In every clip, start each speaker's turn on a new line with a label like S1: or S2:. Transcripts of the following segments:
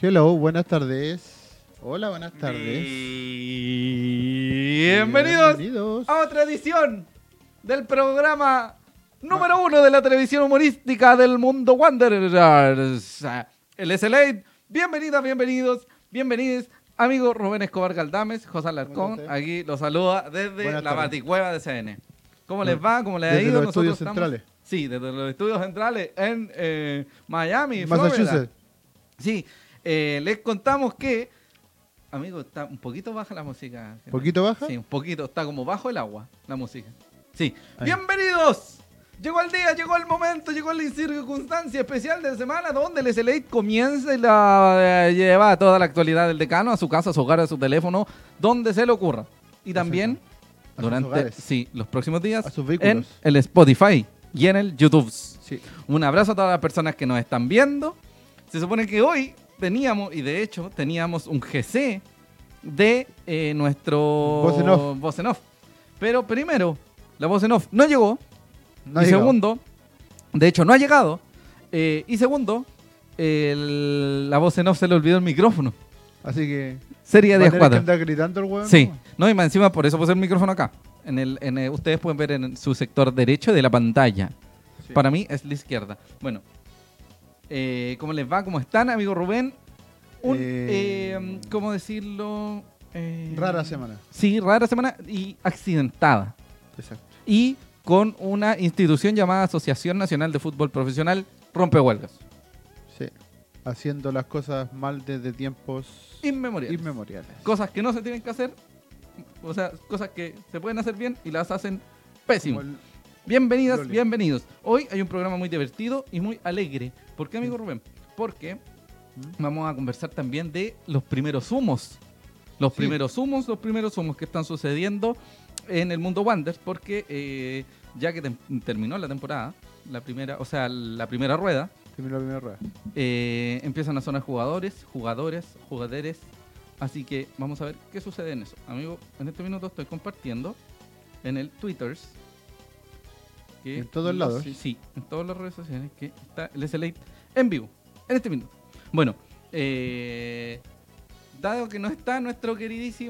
S1: Hello, buenas tardes. Hola, buenas tardes.
S2: Bienvenidos,
S1: Bienvenidos.
S2: a otra edición del programa número uno de la televisión humorística del mundo Wanderers. El SLA. Bienvenidas, bienvenidos, bienvenidos. Amigo Rubén Escobar Galdames, José Alarcón,
S1: estás?
S2: aquí los saluda desde
S1: Buenas
S2: la
S1: tardes.
S2: Baticueva de CN. ¿Cómo les
S1: Bueno,
S2: va? ¿Cómo les ha
S1: desde
S2: ido?
S1: los estudios
S2: estamos-
S1: centrales.
S2: Sí, desde los estudios centrales en eh, Miami, Florida.
S1: Massachusetts.
S2: Sí, eh, les contamos que. Amigo, está un poquito baja la música.
S1: ¿Un ¿Poquito baja?
S2: Sí, un poquito. Está como bajo el agua la música. Sí.
S1: Ahí.
S2: ¡Bienvenidos! Llegó el día, llegó el momento, llegó la circunstancia especial de semana donde el SLA comienza y la eh, lleva a toda la actualidad del decano, a su casa, a su hogar, a su teléfono, donde se le ocurra. Y también
S1: A sus
S2: durante
S1: hogares.
S2: sí, los próximos días
S1: A sus
S2: en
S1: vehículos.
S2: el Spotify y en el YouTube.
S1: Sí.
S2: Un abrazo a todas las personas que nos están viendo. Se supone que hoy teníamos, y de hecho teníamos un GC de eh, nuestro
S1: Voz en off.
S2: voz en off. Pero primero, la voz en off no llegó.
S1: No ha
S2: y
S1: llegado.
S2: segundo, de hecho no ha llegado. Eh, y segundo, el- la voz en off se le olvidó el micrófono.
S1: Así que.
S2: Sería
S1: va a
S2: de
S1: tener que
S2: cuadra.
S1: andar gritando el hueón,
S2: Sí,
S1: ¿no?
S2: no, y más encima por eso puse el micrófono acá. En el, en el- ustedes pueden ver en su sector derecho de la pantalla.
S1: Sí.
S2: Para mí es la izquierda. Bueno, eh, ¿cómo les va? ¿Cómo están, amigo Rubén? Un,
S1: Eh,
S2: eh, ¿Cómo decirlo? Eh,
S1: Rara semana.
S2: Sí, rara semana y accidentada.
S1: Exacto.
S2: Y con una institución llamada Asociación Nacional de Fútbol Profesional Rompehuelgas.
S1: Sí. Haciendo las cosas mal desde tiempos
S2: Inmemorial.
S1: inmemoriales.
S2: Cosas que no se tienen que hacer. O sea, cosas que se pueden hacer bien y las hacen pésimo.
S1: Como el-
S2: Bienvenidas,
S1: Loli.
S2: bienvenidos. Hoy hay un programa muy divertido y muy alegre. ¿Por qué, amigo Rubén? Porque
S1: ¿Mm?
S2: vamos a conversar también de los primeros humos. Los
S1: Sí.
S2: primeros humos, los primeros humos que están sucediendo en el mundo Wanderers, porque eh, ya que tem- terminó la temporada, la primera, o sea, la primera rueda,
S1: Terminó la primera rueda.
S2: eh, empiezan a sonar jugadores, jugadores, jugaderes. Así que vamos a ver qué sucede en eso. Amigo, en este minuto estoy compartiendo en el Twitter. que
S1: En todos
S2: los-
S1: lados.
S2: Sí, en todas las redes sociales que está el SLA en vivo, en este minuto. Bueno, eh, dado que no está nuestro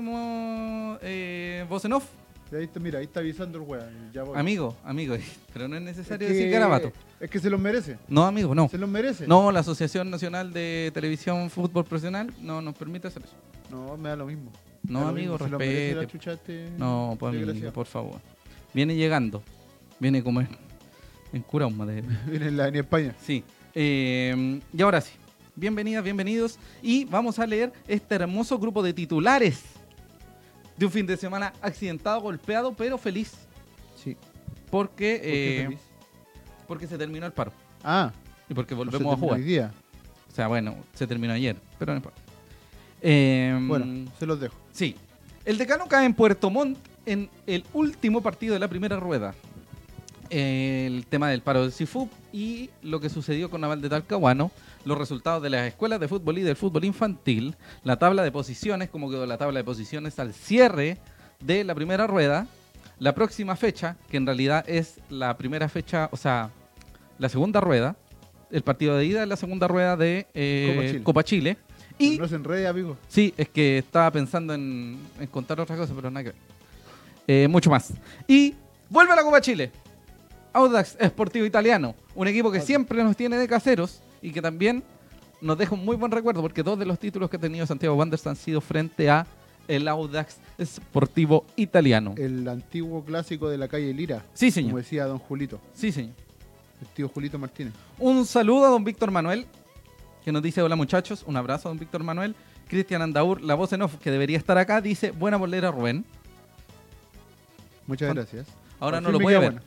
S2: queridísimo eh, voz en off,
S1: Y ahí está, mira, ahí está avisando el hueón. Ya voy.
S2: amigo, amigo, pero no es
S1: Es
S2: necesario
S1: que-
S2: decir garabato.
S1: Es que se los merece.
S2: No, amigo, no.
S1: Se los merece.
S2: No, la Asociación Nacional de Televisión Fútbol Profesional no nos permite hacer eso.
S1: No, me da lo mismo.
S2: No,
S1: Me da lo
S2: amigo,
S1: mismo, se los merece la
S2: respete.
S1: chucha este
S2: No, pues, amigo,
S1: desgraciado.
S2: por favor. Viene llegando. Viene como en, en Curauma. de-
S1: Viene en la en España.
S2: Sí. Eh, y ahora sí. Bienvenidas, bienvenidos. Y vamos a leer este hermoso grupo de titulares de un fin de semana accidentado, golpeado, pero feliz.
S1: Sí.
S2: Porque, eh, porque se terminó el paro.
S1: Ah,
S2: Y porque
S1: no se
S2: volvemos a
S1: terminó
S2: jugar.
S1: Hoy día.
S2: O sea, bueno, se terminó ayer, pero no importa. Eh,
S1: Bueno, se los dejo.
S2: Sí. El decano cae en Puerto Montt en el último partido de la primera rueda. El tema del paro del CIFUP y lo que sucedió con Naval de Talcahuano, los resultados de las escuelas de fútbol y del fútbol infantil, la tabla de posiciones, cómo quedó la tabla de posiciones al cierre de la primera rueda, la próxima fecha, que en realidad es la primera fecha, o sea, la segunda rueda, el partido de ida es la segunda rueda de eh,
S1: Copa Chile.
S2: Copa Chile. Y
S1: No se enrede, amigo.
S2: Sí, es que estaba pensando en, en contar otra cosa, pero nada que ver. Eh, mucho más. Y vuelve a la Copa Chile. Audax Esportivo Italiano, un equipo que
S1: Audax.
S2: siempre nos tiene de caseros y que también nos deja un muy buen recuerdo porque dos de los títulos que ha tenido Santiago Wanderers han sido frente a el Audax Esportivo Italiano.
S1: El antiguo clásico de la calle Lira.
S2: sí,
S1: Como
S2: señor.
S1: decía don Julito,
S2: Sí, señor.
S1: el tío Julito Martínez.
S2: Un saludo a don Víctor Manuel, que nos dice hola muchachos. Un abrazo a don Víctor Manuel. Cristian Andaur, la voz en off, que debería estar acá, dice buena bolera Rubén.
S1: Muchas
S2: Juan-
S1: gracias.
S2: Ahora
S1: Al
S2: no
S1: fin
S2: lo
S1: me
S2: puede
S1: queda
S2: ver.
S1: buena.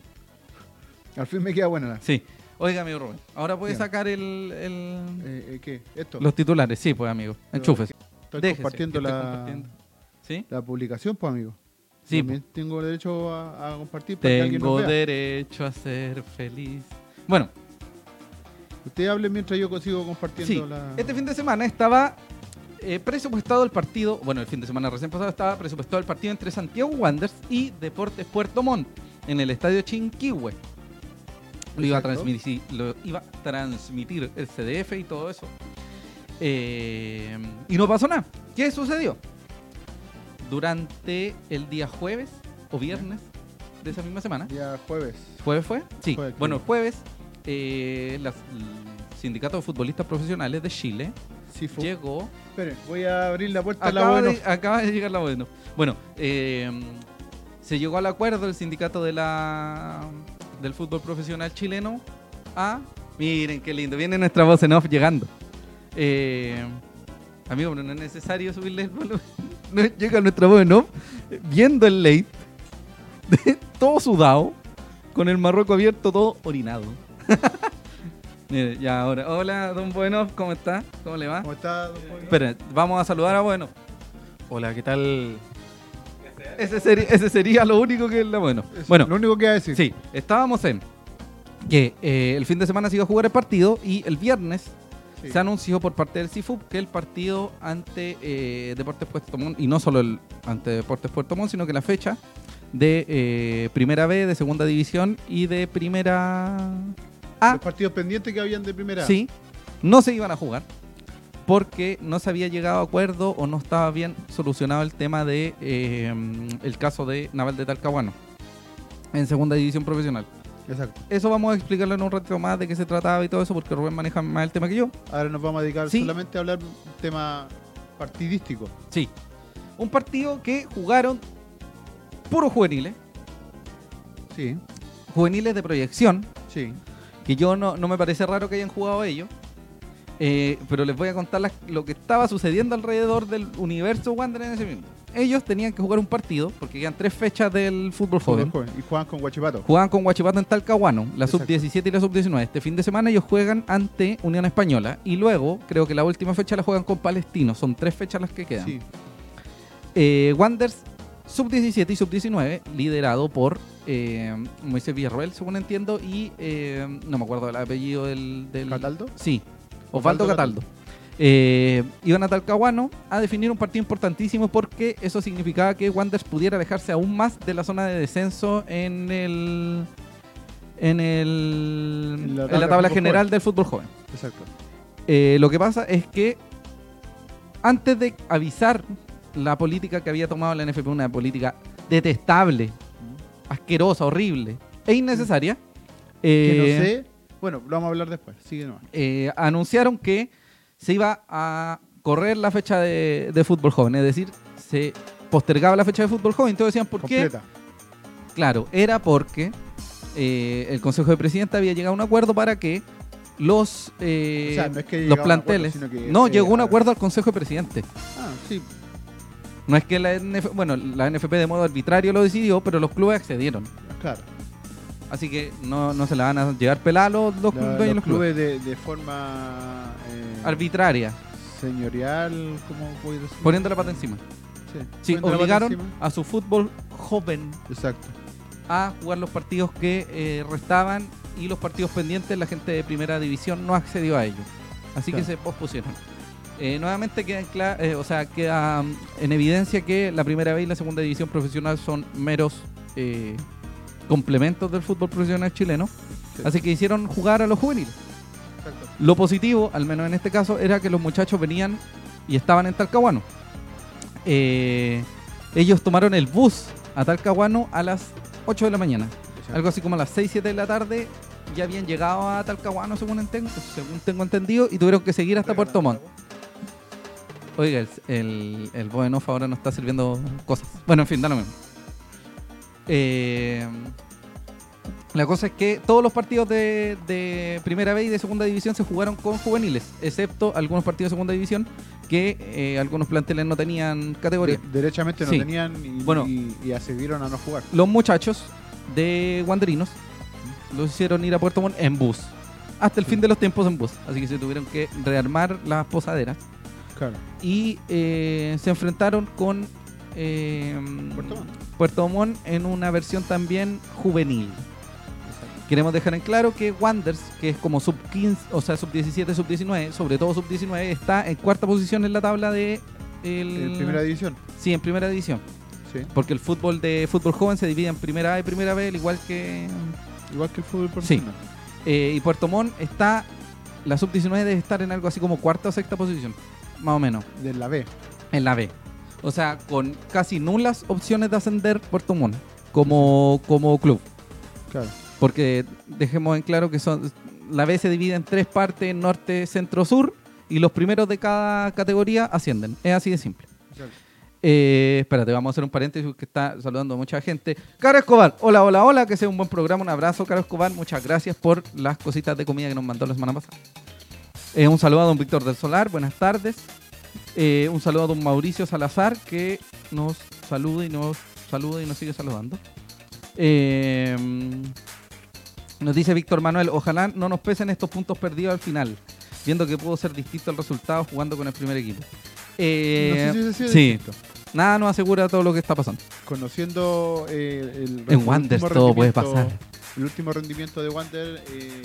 S1: Al fin me queda buena. la-
S2: Sí. Oiga, amigo Rubén, ahora puede
S1: Dígame.
S2: sacar el, el-
S1: Eh, eh, ¿Qué? Esto.
S2: los titulares. Sí, pues, amigo. Enchufes.
S1: estoy
S2: Déjese,
S1: compartiendo,
S2: que estoy
S1: la,
S2: compartiendo. ¿Sí?
S1: la publicación, pues, amigo.
S2: Sí. pues.
S1: También tengo derecho a, a compartir. para que alguien nos
S2: Tengo
S1: vea.
S2: derecho a ser feliz. Bueno,
S1: Usted hable mientras yo consigo compartiendo
S2: sí.
S1: la.
S2: Este fin de semana estaba eh, presupuestado el partido, bueno, el fin de semana recién pasado estaba presupuestado el partido entre Santiago Wanderers y Deportes Puerto Montt en el estadio Chinquihue. Lo iba, a
S1: Exacto.
S2: transmitir, lo iba a transmitir el CDF y todo eso. Eh, y no pasó nada. ¿Qué sucedió? Durante el día jueves o viernes de esa misma semana.
S1: Día jueves.
S2: ¿Jueves fue? Sí.
S1: Jueves, creo.
S2: bueno, el jueves, eh, las- el Sindicato de Futbolistas Profesionales de Chile
S1: Sí, fue.
S2: llegó
S1: Esperen, voy a abrir la puerta a la
S2: Acaba,
S1: bueno.
S2: de, acaba de llegar la bueno. Bueno, eh, se llegó al acuerdo el sindicato de la del fútbol profesional chileno a... Miren qué lindo, viene nuestra voz en off llegando. Eh, amigo, pero no es necesario subirle el volumen. No, llega nuestra voz en off viendo el late, todo sudado, con el marroco abierto, todo orinado. Mire, ya ahora. Hola, don Buenoff, ¿cómo está? ¿Cómo le va?
S1: ¿Cómo está, don Pablo?
S2: Esperen, vamos a saludar a Bueno.
S3: Hola, ¿qué tal?
S2: Ese, seri- ese sería lo único que la bueno.
S1: Eso,
S2: Bueno,
S1: Lo único que iba a decir.
S2: sí, estábamos en que eh, el fin de semana se iba a jugar el partido y el viernes
S1: Sí.
S2: se anunció por parte del CIFUP que el partido ante eh, Deportes Puerto Montt, y no solo el ante Deportes Puerto Montt, sino que la fecha de eh, Primera B, de Segunda División y de Primera A
S1: Los partidos pendientes que habían de primera.
S2: Ah. Sí, no se iban a jugar porque no se había llegado a acuerdo o no estaba bien solucionado el tema de eh, el caso de Naval de Talcahuano en segunda división profesional.
S1: Exacto.
S2: Eso vamos a explicarlo en un ratito más de qué se trataba y todo eso porque Rubén maneja más el tema que yo.
S1: Ahora nos vamos a dedicar
S2: Sí.
S1: solamente a hablar de un tema partidístico.
S2: Sí. Un partido que jugaron puros juveniles,
S1: Sí,
S2: juveniles de proyección,
S1: sí.
S2: que yo no, no me parece raro que hayan jugado ellos. Eh, pero les voy a contar las- lo que estaba sucediendo alrededor del universo Wander en ese momento. Ellos tenían que jugar un partido, porque quedan tres fechas del fútbol
S1: Fútbol
S2: joven.
S1: joven. Y juegan con Guachipato.
S2: Jugaban con Huachipato en Talcahuano, la
S1: Exacto.
S2: sub-17 y la sub-19. Este fin de semana ellos juegan ante Unión Española y luego creo que la última fecha la juegan con Palestino. Son tres fechas las que quedan.
S1: Sí.
S2: Eh, Wanders sub-17 y sub-19, liderado por eh, Moisés Villarroel, según entiendo, y eh, no me acuerdo el apellido del... del-
S1: ¿Cataldo?
S2: Sí, Osvaldo
S1: Osvaldo
S2: Cataldo. Eh, iban a Talcahuano a definir un partido importantísimo porque eso significaba que Wanders pudiera alejarse aún más de la zona de descenso en el... En, el,
S1: En la
S2: en
S1: tabla
S2: la tabla
S1: fútbol
S2: general
S1: joven.
S2: del fútbol joven.
S1: Exacto.
S2: Eh, lo que pasa es que antes de avisar la política que había tomado la NFP, una política detestable, asquerosa, horrible e innecesaria,
S1: Que
S2: eh,
S1: no sé. Bueno, lo vamos a hablar después. Sigue nomás.
S2: eh, anunciaron que se iba a correr la fecha de, de fútbol joven, es decir, se postergaba la fecha de fútbol joven. Entonces decían, ¿por qué?
S1: Completa.
S2: Claro, era porque eh, el Consejo de Presidente había llegado a un acuerdo para que los, eh,
S1: O sea, no es que
S2: los
S1: llegaba a un acuerdo,
S2: planteles...
S1: sino que,
S2: no,
S1: eh,
S2: llegó un
S1: a-
S2: acuerdo al Consejo de Presidente.
S1: Ah, sí.
S2: No es que la NFP, bueno, la NFP de modo arbitrario lo decidió, pero los clubes accedieron.
S1: Claro.
S2: Así que no, no se la van a llevar pelada los, los
S1: La-
S2: dueños
S1: los
S2: de los clubes.
S1: clubes de, de forma eh,
S2: Arbitraria,
S1: señorial, ¿cómo voy a decir?
S2: poniendo la pata encima.
S1: Sí,
S2: Sí,
S1: poniendo la pata
S2: obligaron
S1: encima.
S2: a su fútbol joven
S1: Exacto.
S2: a jugar los partidos que eh, restaban y los partidos pendientes la gente de primera división no accedió a ellos. Así que
S1: Claro.
S2: se pospusieron. Eh, nuevamente queda en, cla- eh, o sea, queda mm, en evidencia que la primera vez y la segunda división profesional son meros eh, complementos del fútbol profesional chileno.
S1: Sí.
S2: Así que hicieron jugar a los juveniles.
S1: Exacto.
S2: Lo positivo, al menos en este caso, era que los muchachos venían y estaban en Talcahuano. Eh, ellos tomaron el bus a Talcahuano a las 8 de la mañana.
S1: Exacto.
S2: Algo así como a las 6, 7 de la tarde ya habían llegado a Talcahuano, según, enten- según tengo entendido, y tuvieron que seguir hasta Puerto Montt. Oiga, el, el, el Boden Off ahora no está sirviendo cosas. Bueno, en fin, da lo mismo. Eh, la cosa es que todos los partidos de, de primera B y de segunda división se jugaron con juveniles, excepto algunos partidos de segunda división que eh, algunos planteles no tenían categoría.
S1: De- derechamente no
S2: Sí.
S1: tenían y,
S2: Bueno.
S1: y, y accedieron a no jugar.
S2: Los muchachos de Wanderinos los hicieron ir a Puerto Montt en bus. Hasta el
S1: Sí.
S2: fin de los tiempos en bus. Así que se tuvieron que rearmar las posaderas.
S1: Claro.
S2: y eh, se enfrentaron con eh,
S1: Puerto Montt.
S2: Puerto Montt en una versión también juvenil. Queremos dejar en claro que Wanders, que es como sub 15, o sea, sub 17, sub 19, sobre todo sub 19, está en cuarta posición en la tabla de el-
S1: En eh, primera división.
S2: sí, en primera división,
S1: Sí.
S2: porque el fútbol de fútbol joven se divide en primera A y primera B, al igual que
S1: Igual que el fútbol
S2: Sí.
S1: profesional.
S2: eh, y Puerto Montt está la sub-19 debe estar en algo así como cuarta o sexta posición, más o menos,
S1: de la B.
S2: en la B. O sea, con casi nulas opciones de ascender Puerto Montt como, como club.
S1: Claro.
S2: Porque dejemos en claro que son la B se divide en tres partes, norte, centro, sur, y los primeros de cada categoría ascienden. Es así de simple.
S1: Claro.
S2: Eh, espérate, vamos a hacer un paréntesis que está saludando a mucha gente. Caro Escobar, hola, hola, hola, que sea un buen programa, un abrazo, Caro Escobar, muchas gracias por las cositas de comida que nos mandó la semana pasada. Eh, un saludo a don Víctor del Solar, buenas tardes. Eh, un saludo a don Mauricio Salazar, que nos saluda y nos saluda y nos sigue saludando. Eh, nos dice Víctor Manuel, ojalá no nos pesen estos puntos perdidos al final, viendo que pudo ser distinto el resultado jugando con el primer equipo. Eh,
S1: no sé si hubiese sido
S2: sí.
S1: distinto.
S2: Nada nos asegura todo lo que está pasando.
S1: Conociendo eh, el, el
S2: En Wander
S1: último
S2: todo puede
S1: rendimiento-
S2: pasar.
S1: El último rendimiento de Wander eh,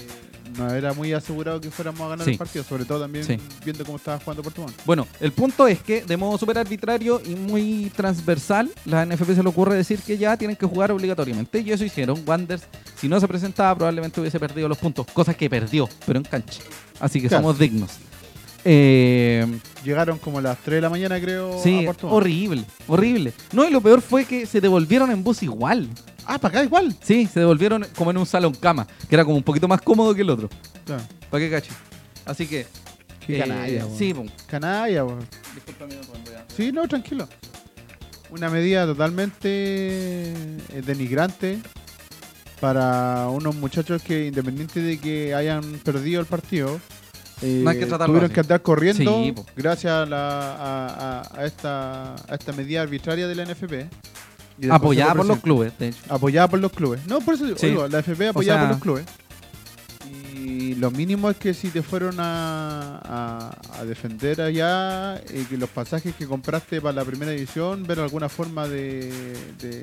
S1: no era muy asegurado que fuéramos a ganar
S2: Sí.
S1: el partido, sobre todo también
S2: Sí.
S1: viendo cómo estaba jugando Puerto Montt.
S2: Bueno, el punto es que de modo súper arbitrario y muy transversal, la NFP se le ocurre decir que ya tienen que jugar obligatoriamente. Y eso hicieron. Wanders, si no se presentaba, probablemente hubiese perdido los puntos. Cosa que perdió, pero en cancha. Así que
S1: Claro.
S2: somos dignos. Eh,
S1: Llegaron como a las 3 de la mañana, creo, a
S2: sí,
S1: Puerto Montt.
S2: horrible, horrible. No, y lo peor fue que se devolvieron en bus igual.
S1: Ah, para acá igual.
S2: Sí, se devolvieron como en un salón cama, que era como un poquito más cómodo que el otro.
S1: Claro.
S2: ¿Para qué cacho? Así que.
S1: Qué
S2: eh,
S1: canalla, weón.
S2: Sí, po.
S1: Canalla, po. Sí, no, tranquilo. Una medida totalmente eh, denigrante para unos muchachos que, independiente de que hayan perdido el partido, eh,
S2: No hay que tratarlo
S1: tuvieron
S2: así.
S1: que andar corriendo
S2: Sí, po.
S1: gracias a, la- a- a- a esta, a esta medida arbitraria de la NFP. Y después
S2: Apoyada
S1: se lo
S2: por los
S1: presenta.
S2: clubes, de hecho.
S1: Apoyada por los clubes. No, por eso digo,
S2: Sí.
S1: digo, la FP apoyada
S2: O sea-
S1: por los clubes. Y lo mínimo es que si te fueron a, a- a defender allá, eh, que los pasajes que compraste para la primera división, ver alguna forma de, de,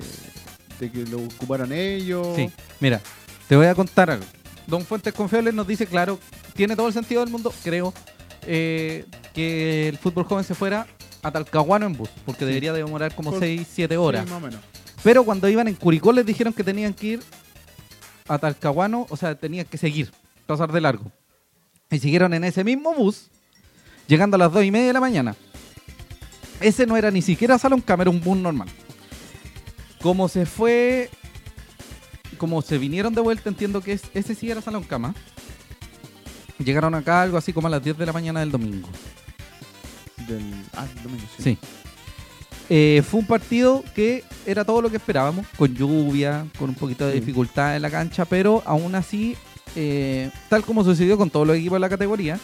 S1: de que lo ocuparan ellos.
S2: Sí, mira, te voy a contar algo. Don Fuentes Confiables nos dice, claro, tiene todo el sentido del mundo, creo, eh, que el fútbol joven se fuera a Talcahuano en bus, porque debería demorar como
S1: Por-
S2: 6, 7 horas.
S1: Sí, más o menos.
S2: Pero cuando iban en Curicó les dijeron que tenían que ir a Talcahuano, o sea, tenían que seguir, pasar de largo. Y siguieron en ese mismo bus, llegando a las 2 y media de la mañana. Ese no era ni siquiera Salón Cama, era un bus normal. Como se fue, como se vinieron de vuelta, entiendo que es- ese sí era Salón Cama. Llegaron acá algo así como a las 10 de la mañana del domingo.
S1: Del, ah, el domingo, sí.
S2: Sí. Eh, fue un partido que era todo lo que esperábamos, con lluvia, con un poquito de
S1: Sí.
S2: dificultad en la cancha, pero aún así, eh, tal como sucedió con todos los equipos de la categoría,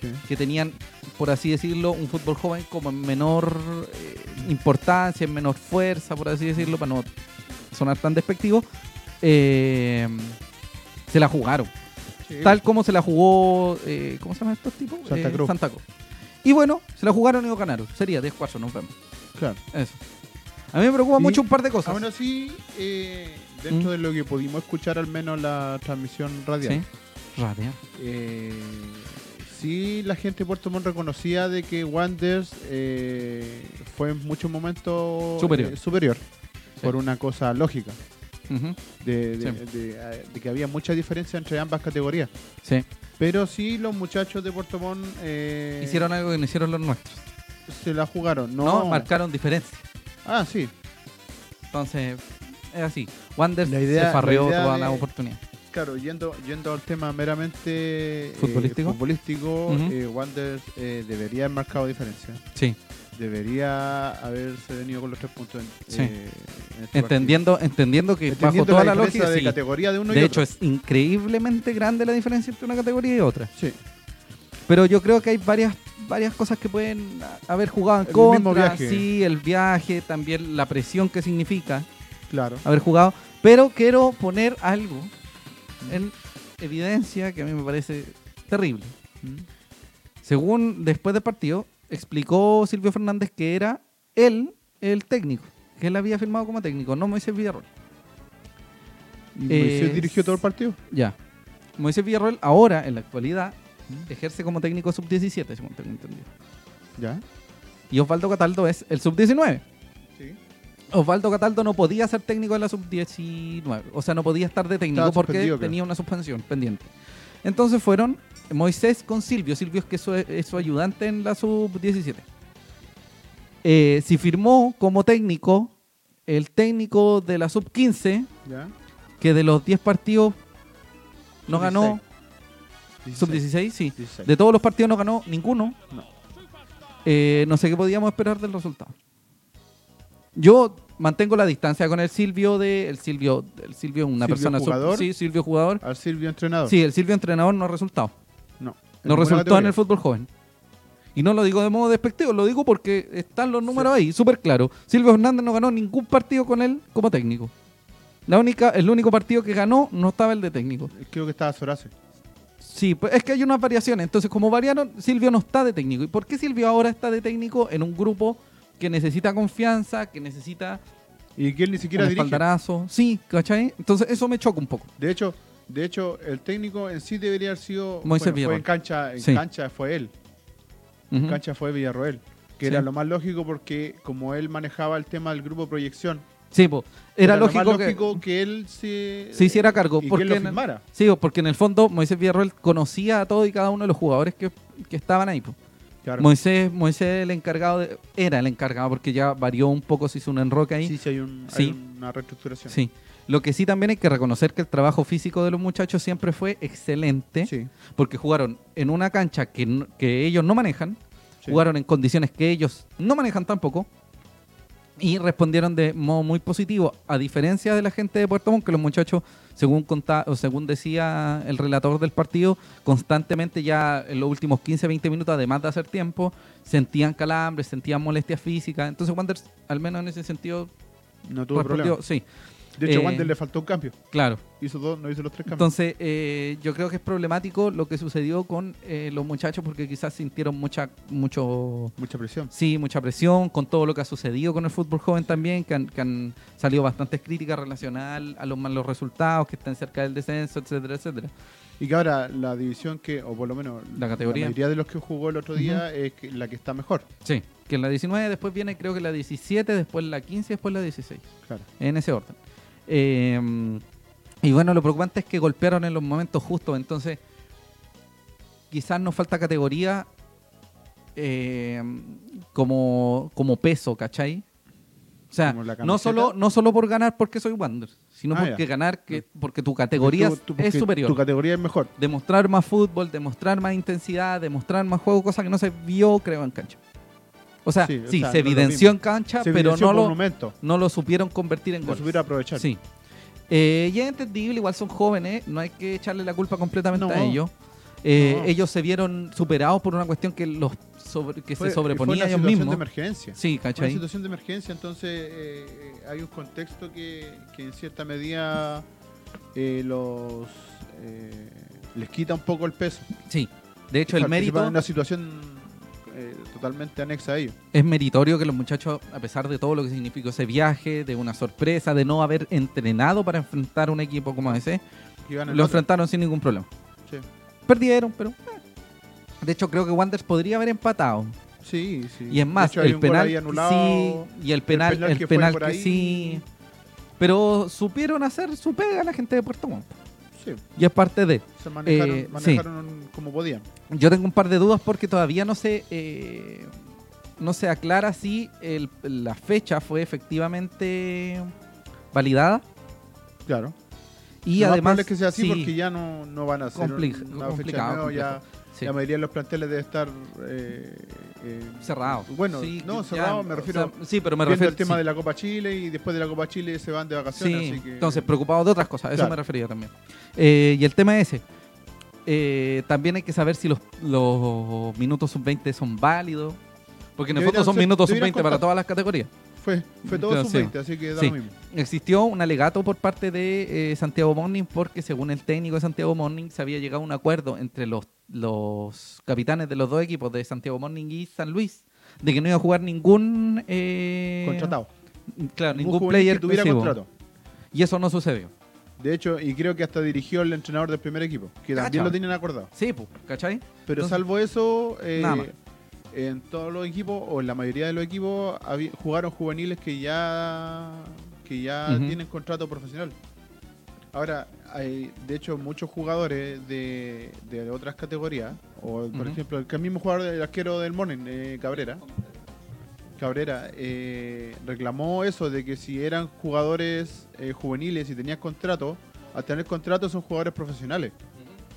S1: Sí.
S2: que tenían, por así decirlo, un fútbol joven como en menor eh, importancia, en menor fuerza, por así decirlo, para no sonar tan despectivo, eh, se la jugaron
S1: Sí.
S2: tal como se la jugó, eh, ¿cómo se llama estos tipos?
S1: Santa
S2: Eh,
S1: Cruz.
S2: Santa Cruz. Y bueno, se la jugaron y lo ganaron. Sería 10-4, nos vemos.
S1: Claro.
S2: Eso. A mí me preocupa
S1: Y-
S2: mucho un par de cosas.
S1: Aún así, eh, dentro
S2: Mm.
S1: de lo que pudimos escuchar al menos la transmisión
S2: Sí.
S1: radial.
S2: Rabia.
S1: Eh, sí, la gente de Puerto Montt reconocía de que Wanderers eh, fue en muchos momentos
S2: Superior.
S1: eh, superior
S2: Sí.
S1: por una cosa lógica,
S2: Ujú.
S1: de, de-
S2: Sí.
S1: de, eh, de que había mucha diferencia entre ambas categorías.
S2: Sí.
S1: Eh. Pero sí, los muchachos de Puerto Montt eh,
S2: Hicieron algo que no hicieron los nuestros.
S1: se la jugaron. No,
S2: No, marcaron diferencia.
S1: Ah, sí.
S2: Entonces, es así. Wander
S1: La idea-
S2: se farreó
S1: la idea
S2: toda
S1: de-
S2: la oportunidad.
S1: Claro, yendo, yendo al tema meramente eh,
S2: Futbolístico.
S1: futbolístico,
S2: Ujú.
S1: eh, Wanderers eh, debería haber marcado diferencia.
S2: Sí.
S1: debería haberse venido con los tres puntos en,
S2: Sí.
S1: eh, en este
S2: Entendiendo, entendiendo que
S1: partido. Entendiendo
S2: bajo toda la,
S1: diferencia
S2: lógica.
S1: de
S2: sí.
S1: categoría de uno y
S2: De
S1: otro.
S2: hecho, es increíblemente grande la diferencia entre una categoría y otra.
S1: sí.
S2: Pero yo creo que hay varias varias cosas que pueden a- haber jugado en
S1: El
S2: contra.
S1: mismo viaje.
S2: Sí, el viaje, también la presión que significa
S1: claro.
S2: haber jugado. Pero quiero poner algo en evidencia que a mí me parece terrible.
S1: Mm.
S2: Según después del partido, explicó Silvio Fernández que era él el técnico, que él había firmado como técnico, no Moisés Villarroel.
S1: ¿Y
S2: Eh,
S1: Moisés dirigió todo el partido?
S2: Ya. Moisés Villarroel ahora, en la actualidad, ejerce como técnico sub-17, según tengo entendido.
S1: ¿Ya?
S2: Y Osvaldo Cataldo es el sub-19.
S1: Sí.
S2: Osvaldo Cataldo no podía ser técnico de la sub-19. O sea, no podía estar de técnico
S1: Estaba
S2: porque
S1: suspendido, creo.
S2: tenía una suspensión pendiente. Entonces fueron Moisés con Silvio. Silvio es que su- es su ayudante en la sub-17. Eh, si firmó como técnico el técnico de la sub-15,
S1: ¿Ya?
S2: que de los 10 partidos no ganó,
S1: 16.
S2: sub-16, sí.
S1: 16.
S2: De todos los partidos no ganó ninguno.
S1: No.
S2: Eh, no sé qué podíamos esperar del resultado. Yo mantengo la distancia con el Silvio de. El Silvio. El Silvio es una
S1: ¿Silvio
S2: persona. sub-
S1: jugador? Ah,
S2: Sí, Silvio jugador.
S1: Al Silvio entrenador.
S2: Sí, el Silvio entrenador no ha resultado.
S1: No, en
S2: No
S1: ninguna
S2: resultó en
S1: categoría.
S2: el fútbol joven. Y no lo digo de modo despectivo, lo digo porque están los números ahí, súper claro. Silvio Hernández no ganó ningún partido con él como técnico. La única, el único partido que ganó no estaba el de técnico.
S1: Creo que estaba Sorace.
S2: Sí, pues es que hay unas variaciones. Entonces, como variaron, Silvio no está de técnico. ¿Y por qué Silvio ahora está de técnico en un grupo que necesita confianza, que necesita
S1: Y que él ni
S2: un
S1: siquiera dirige.
S2: espaldarazo? Sí, ¿cachai? Entonces, eso me choca un poco.
S1: De hecho, de hecho, el técnico en sí debería haber sido
S2: Moisés
S1: bueno, fue en
S2: Villarroel.
S1: cancha, en
S2: Sí.
S1: cancha fue él, en
S2: Ujú.
S1: cancha fue Villarroel, que
S2: Sí.
S1: era lo más lógico porque como él manejaba el tema del grupo proyección,
S2: Sí, po. era,
S1: lo más
S2: lógico, que-
S1: lógico que, él se,
S2: se hiciera cargo.
S1: y que
S2: porque
S1: él lo
S2: en el-
S1: firmara.
S2: sí, pues, porque en el fondo Moisés Villarroel conocía a todos y cada uno de los jugadores que, que estaban ahí. pues.
S1: Claro.
S2: Moisés, Moisés el encargado de- era el encargado porque ya varió un poco, se hizo un enroque ahí.
S1: Sí, sí, hay, un-
S2: Sí.
S1: hay una reestructuración.
S2: Sí. Lo que sí también hay que reconocer que el trabajo físico de los muchachos siempre fue excelente,
S1: Sí,
S2: porque jugaron en una cancha que, n- que ellos no manejan,
S1: sí.
S2: jugaron en condiciones que ellos no manejan tampoco, y respondieron de modo muy positivo, a diferencia de la gente de Puerto Montt, que los muchachos, según, conta, o según decía el relator del partido, constantemente ya en los últimos 15, 20 minutos, además de hacer tiempo, sentían calambres, sentían molestias físicas. Entonces Wanderers, al menos en ese sentido,
S1: No tuvo
S2: respondió,
S1: problema.
S2: sí,
S1: De hecho,
S2: eh,
S1: Wander le faltó un cambio.
S2: claro.
S1: Hizo dos, no hizo los tres cambios.
S2: Entonces, eh, yo creo que es problemático lo que sucedió con eh, los muchachos porque quizás sintieron mucha, mucho,
S1: Mucha presión.
S2: sí, mucha presión con todo lo que ha sucedido con el fútbol joven también, que han, que han salido bastantes críticas relacionadas a los malos resultados, que están cerca del descenso, etcétera, etcétera.
S1: Y que ahora la división que, o por lo menos
S2: La categoría.
S1: mayoría de los que jugó el otro día es que- la que está mejor.
S2: Sí. Que en la 19 después viene creo que la 17, después la 15, después la 16.
S1: Claro.
S2: en ese orden. Eh, y bueno, lo preocupante es que golpearon en los momentos justos, entonces quizás nos falta categoría eh, como, como peso, ¿cachai? O sea,
S1: Como la
S2: no
S1: camiseta.
S2: solo, no solo por ganar porque soy Wander, sino
S1: Ah,
S2: porque
S1: ya.
S2: ganar que, porque tu categoría
S1: Tú- tú-
S2: es
S1: porque
S2: superior.
S1: Tu categoría es mejor.
S2: demostrar más fútbol, demostrar más intensidad, demostrar más juego, cosa que no se vio, creo, en cancha. O sea,
S1: Sí,
S2: sí,
S1: o sea,
S2: se
S1: no es lo
S2: evidenció
S1: mismo.
S2: en cancha,
S1: Se
S2: pero
S1: evidenció
S2: no
S1: por
S2: lo,
S1: un momento.
S2: no lo supieron convertir en
S1: Lo
S2: gol.
S1: supiera aprovechar.
S2: Sí. Eh, y es entendible, igual son jóvenes, no hay que echarle la culpa completamente
S1: No.
S2: a ellos. Eh,
S1: No.
S2: Ellos se vieron superados por una cuestión que los sobre- que
S1: Fue-
S2: se
S1: fue
S2: sobreponía a
S1: una
S2: ellos
S1: situación de
S2: mismos.
S1: emergencia.
S2: Sí,
S1: Fue una
S2: ¿cachai?
S1: situación de emergencia, entonces eh, eh, hay un contexto que, que en cierta medida eh, los eh, les quita un poco el peso.
S2: Sí. De hecho,
S1: Participan
S2: el
S1: en
S2: mérito
S1: una situación eh, totalmente anexa a ellos.
S2: es meritorio que los muchachos, a pesar de todo lo que significó ese viaje, de una sorpresa, de no haber entrenado para enfrentar un equipo como ese,
S1: que ganan
S2: lo
S1: otra.
S2: enfrentaron sin ningún problema.
S1: Sí.
S2: Perdieron, pero... eh. De hecho, creo que Wanderers podría haber empatado.
S1: Sí, sí.
S2: Y es más,
S1: De hecho, hay
S2: el
S1: un gol
S2: penal
S1: ahí
S2: que
S1: anulado,
S2: sí, y el penal, el
S1: penal
S2: penal
S1: que
S2: que,
S1: fue por ahí.
S2: sí. Pero supieron hacer su pega la gente de Puerto Montt.
S1: sí.
S2: Y es parte de.
S1: Se manejaron,
S2: Eh, sí.
S1: manejaron como podían.
S2: Yo tengo un par de dudas porque todavía no se eh, no se aclara si el- la fecha fue efectivamente validada
S1: Claro. Lo
S2: y
S1: más
S2: además
S1: probable es que sea así
S2: sí,
S1: porque ya no, no van a ser
S2: Compli-
S1: una fecha
S2: complicado,
S1: nueva, ya,
S2: sí.
S1: la mayoría de los planteles debe estar eh, eh,
S2: cerrado.
S1: Bueno,
S2: Sí,
S1: no,
S2: ya,
S1: cerrado me
S2: o
S1: refiero
S2: sea, sí, pero me
S1: viendo
S2: refiero
S1: el tema
S2: sí.
S1: de la Copa Chile y después de la Copa Chile se van de vacaciones.
S2: Sí,
S1: así que,
S2: entonces preocupado de otras cosas, a eso
S1: Claro.
S2: me refería también. Eh, y el tema ese, eh, también hay que saber si los, los minutos sub-20 son válidos, porque en el
S1: Deberían
S2: fondo son
S1: ser-
S2: minutos
S1: deberían
S2: sub-20 para
S1: contar.
S2: todas las categorías.
S1: fue, fue todo
S2: Entonces,
S1: sub-20, así que da
S2: sí.
S1: lo mismo.
S2: Existió un alegato por parte de eh, Santiago Morning porque según el técnico de Santiago Morning se había llegado a un acuerdo entre los, los capitanes de los dos equipos, de Santiago Morning y San Luis, de que no iba a jugar ningún... eh,
S1: Contratado.
S2: Claro,
S1: Ningún
S2: ningún
S1: juvenil
S2: player
S1: que tuviera
S2: agresivo.
S1: contrato.
S2: Y eso no sucedió.
S1: De hecho, y creo que hasta dirigió el entrenador del primer equipo, que
S2: Cacha.
S1: también lo tenían acordado.
S2: Sí, pues, ¿cachai?
S1: Pero
S2: Entonces-
S1: salvo eso, eh,
S2: Nada más.
S1: en todos los equipos, o en la mayoría de los equipos, habi- jugaron juveniles que ya que ya
S2: Ujú.
S1: tienen contrato profesional. Ahora, hay de hecho muchos jugadores de, de otras categorías, o por
S2: Ujú.
S1: ejemplo, el que mismo jugador del arquero del Morning, eh, Cabrera. Cabrera eh, reclamó eso de que si eran jugadores eh, juveniles y tenían contrato, al tener contrato son jugadores profesionales.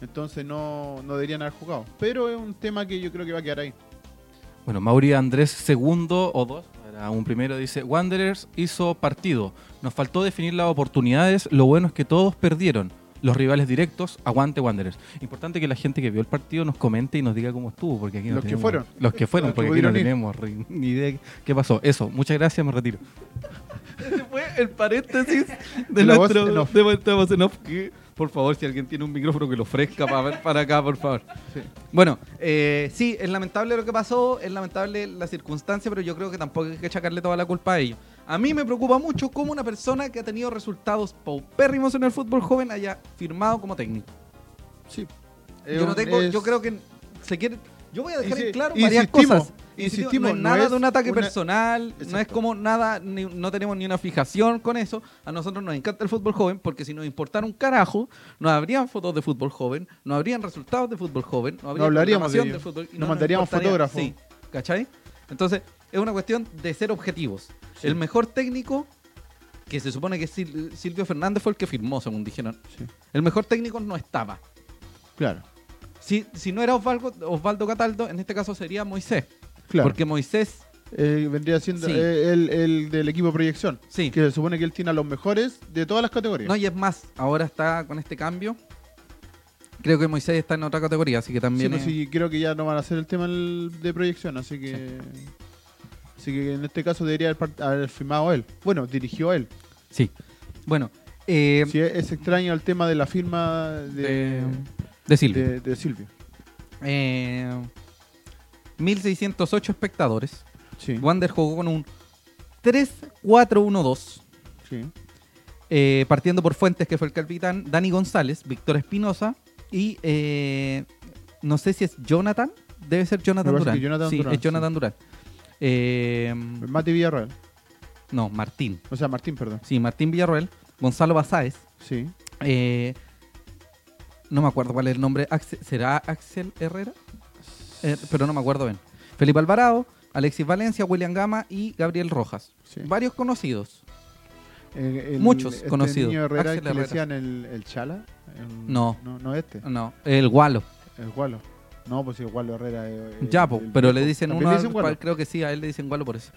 S1: Entonces no, no deberían haber jugado. Pero es un tema que yo creo que va a quedar ahí.
S3: Bueno, Mauri Andrés segundo o dos, era un primero, dice, Wanderers hizo partido, nos faltó definir las oportunidades, lo bueno es que todos perdieron. Los rivales directos, aguante Wanderers. Importante que la gente que vio el partido nos comente y nos diga cómo estuvo, porque aquí no
S1: Los que
S3: tenemos-
S1: fueron.
S3: Los que fueron,
S1: Los que
S3: porque aquí no
S1: pudieron
S3: tenemos ri- ni idea de qué pasó. Eso, muchas gracias, me retiro.
S2: Ese fue el paréntesis de,
S1: De la voz
S2: nuestro,
S1: en off.
S2: de nuestra voz en off, que, por favor, si alguien tiene un micrófono que lo ofrezca para, ver- para acá, por favor.
S1: Sí.
S2: Bueno, eh, sí, es lamentable lo que pasó, es lamentable la circunstancia, pero yo creo que tampoco hay que echarle toda la culpa a ellos. A mí me preocupa mucho cómo una persona que ha tenido resultados paupérrimos en el fútbol joven haya firmado como técnico.
S1: Sí.
S2: Yo no tengo, yo creo que se quiere. Yo voy a dejar en
S1: Insi-
S2: claro varias
S1: insistimos,
S2: cosas.
S1: insistimos,
S2: no es
S1: no
S2: nada
S1: es
S2: de un ataque
S1: una-
S2: personal, no es
S1: Exacto.
S2: como nada, ni- no tenemos ni una fijación con eso. A nosotros nos encanta el fútbol joven porque si nos importara un carajo, no habrían fotos de fútbol joven, no habrían resultados de fútbol joven, no habría
S1: hablaríamos de
S2: programación
S1: ello.
S2: fútbol. y
S1: Nos mandaríamos
S2: importaría.
S1: fotógrafos.
S2: Sí, ¿cachai? Entonces, es una cuestión de ser objetivos.
S1: Sí.
S2: El mejor técnico, que se supone que Sil- Silvio Fernández fue el que firmó, según dijeron,
S1: Sí.
S2: el mejor técnico no estaba.
S1: Claro,
S2: Si, si no era Osvaldo, Osvaldo Cataldo, en este caso sería Moisés.
S1: claro.
S2: Porque Moisés,
S1: Eh, vendría siendo
S2: Sí.
S1: eh, el, el del equipo proyección.
S2: sí.
S1: Que se supone que él tiene a los mejores de todas las categorías.
S2: No, y es más, ahora está con este cambio. Creo que Moisés está en otra categoría, así que
S1: Sí,
S2: también.
S1: no,
S2: es-
S1: pues, sí, creo que ya no van a hacer el tema el- de proyección, así que. Así que en este caso debería haber, part- haber firmado él. Bueno, dirigió él.
S2: sí. Bueno, eh,
S1: Sí, es, es extraño el tema de la firma de,
S2: de, de Silvio.
S1: de, de Silvio.
S2: Eh, 1608 espectadores.
S1: Sí,
S2: Wander jugó con un 3-4-1-2.
S1: sí.
S2: eh, partiendo por Fuentes, que fue el capitán, Dani González, Víctor Espinosa y eh, no sé si es Jonathan, debe ser Jonathan
S1: Me parece
S2: Durán.
S1: que Jonathan
S2: sí,
S1: Durán,
S2: es Jonathan
S1: sí.
S2: Durán. Eh,
S1: Mati Villarreal.
S2: no, Martín.
S1: O sea, Martín, perdón.
S2: Sí, Martín Villarroel, Gonzalo Basáez,
S1: Sí.
S2: eh, no me acuerdo cuál es el nombre, Axel- ¿será Axel Herrera? Eh, pero no me acuerdo bien. Felipe Alvarado, Alexis Valencia, William Gama y Gabriel Rojas.
S1: sí.
S2: Varios conocidos.
S1: El- el-
S2: Muchos
S1: este
S2: conocidos.
S1: niño Herrera
S2: Axel
S1: que le
S2: Herrera.
S1: decían el, el Chala. el-
S2: No.
S1: no. no este.
S2: No, el Gualo.
S1: El Gualo. No, pues si el Gualo Herrera. eh, eh,
S2: Ya, po,
S1: el
S2: pero
S1: viejo.
S2: le dicen
S1: También
S2: uno,
S1: le
S2: al-
S1: dicen Gualo.
S2: cual- creo que sí, a él le dicen gualo por eso.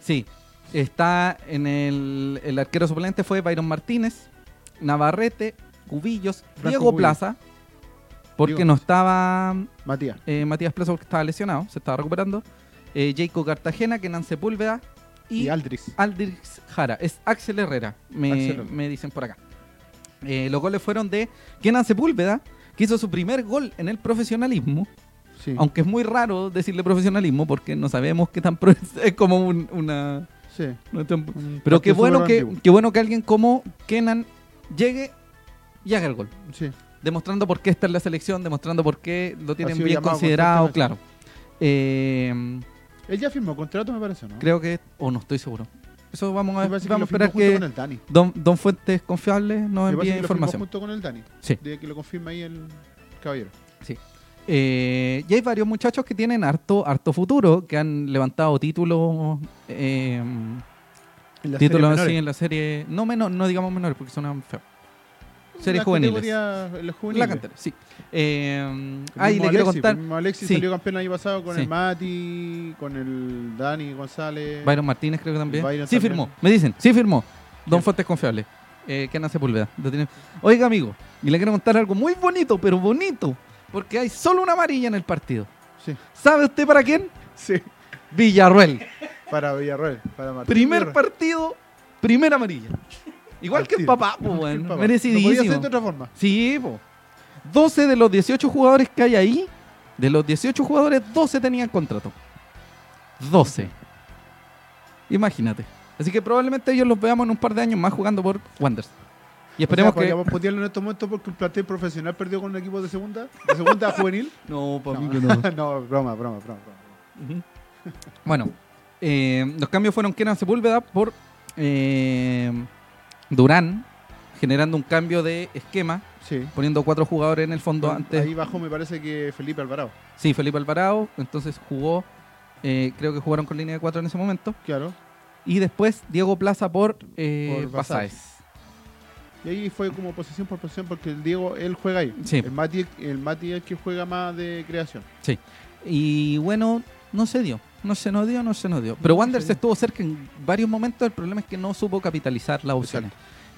S2: Sí, está en el, el arquero suplente fue Byron Martínez, Navarrete, Cubillos,
S1: Franco
S2: Diego
S1: Cubillos.
S2: Plaza, porque
S1: Diego
S2: no estaba
S1: Matías.
S2: eh, Matías Plaza porque estaba lesionado, se estaba recuperando, eh, Jacob Cartagena, Kenan Sepúlveda
S1: Y,
S2: y,
S1: Aldrich.
S2: Aldrix Jara. Es Axel Herrera, me,
S1: Axel Herrera.
S2: me dicen por acá. Eh, los goles fueron de Kenan Sepúlveda, que hizo su primer gol en el profesionalismo.
S1: Sí.
S2: Aunque es muy raro decirle profesionalismo porque no sabemos qué tan pro es, es como un- una...
S1: sí.
S2: no es tan-
S1: Un
S2: pero qué
S1: partido
S2: bueno
S1: súper
S2: que,
S1: antiguo.
S2: qué bueno que alguien como Kenan llegue y haga el gol.
S1: Sí.
S2: Demostrando por qué está en la selección, demostrando por qué lo tienen
S1: sido
S2: bien
S1: llamado
S2: considerado, claro.
S1: constantemente.
S2: Eh,
S1: Él ya firmó contrato, me parece, ¿no?
S2: creo que... O no estoy seguro. Eso vamos a,
S1: Me parece
S2: vamos
S1: que
S2: a
S1: lo firmó
S2: esperar
S1: junto
S2: que
S1: con el Dani.
S2: don, don Fuentes Confiable
S1: Me
S2: nos
S1: parece
S2: envíe
S1: que lo firmó
S2: información.
S1: junto con el Dani.
S2: Sí.
S1: De que lo confirma ahí el caballero.
S2: Eh, y hay varios muchachos que tienen harto, harto futuro, que han levantado títulos... eh,
S1: En la
S2: títulos así en la serie. No menor, no digamos menores porque son feos. series juveniles.
S1: La
S2: La
S1: juvenil. pues.
S2: cantera, sí. Eh, ah, y le quiero contar.
S1: Alexis
S2: sí.
S1: salió campeón el año pasado con
S2: Sí.
S1: el Mati, con el Dani González.
S2: Byron Martínez creo que también.
S1: Byron
S2: sí
S1: también.
S2: firmó, me dicen, sí firmó. Don
S1: Bien.
S2: Fuentes Confiable. Eh, que nace Sepúlveda. Lo tiene- Oiga, amigo, y le quiero contar algo muy bonito, pero bonito. Porque hay solo una amarilla en el partido.
S1: Sí.
S2: ¿Sabe usted para quién?
S1: Sí.
S2: Villarruel.
S1: Para Villarreal. Para Martín.
S2: Primer
S1: Villarreal.
S2: partido, primera amarilla. Igual
S1: Al
S2: que el
S1: tiro.
S2: papá, pues,
S1: El papá. No podía
S2: merecidísimo.
S1: ser de otra forma.
S2: Sí, po. 12 de los 18 jugadores que hay ahí, de los 18 jugadores, 12 tenían contrato. 12. Imagínate. Así que probablemente ellos los veamos en un par de años más jugando por Wanderers. Y esperemos
S1: O sea,
S2: que...
S1: podríamos ponerlo en estos momentos porque un plantel profesional perdió con un equipo de segunda, de segunda juvenil.
S2: No,
S1: No, no, broma, broma, broma. broma.
S2: Ujú. Bueno, eh, los cambios fueron Kenan Sepúlveda por eh, Durán, generando un cambio de esquema,
S1: Sí.
S2: poniendo cuatro jugadores en el fondo antes.
S1: Ahí bajo me parece que Felipe Alvarado.
S2: Sí, Felipe Alvarado, entonces jugó, eh, creo que jugaron con línea de cuatro en ese momento.
S1: Claro.
S2: Y después Diego Plaza por, eh,
S1: Por Basáez.
S2: Basáez.
S1: Y ahí fue como posición por posición porque el Diego, él juega ahí.
S2: Sí.
S1: El, Mati, el Mati es el que juega más de creación.
S2: Y bueno, no se dio. No se nos dio, no se nos dio. Pero Wanderers estuvo cerca en varios momentos. El problema es que no supo capitalizar las opciones.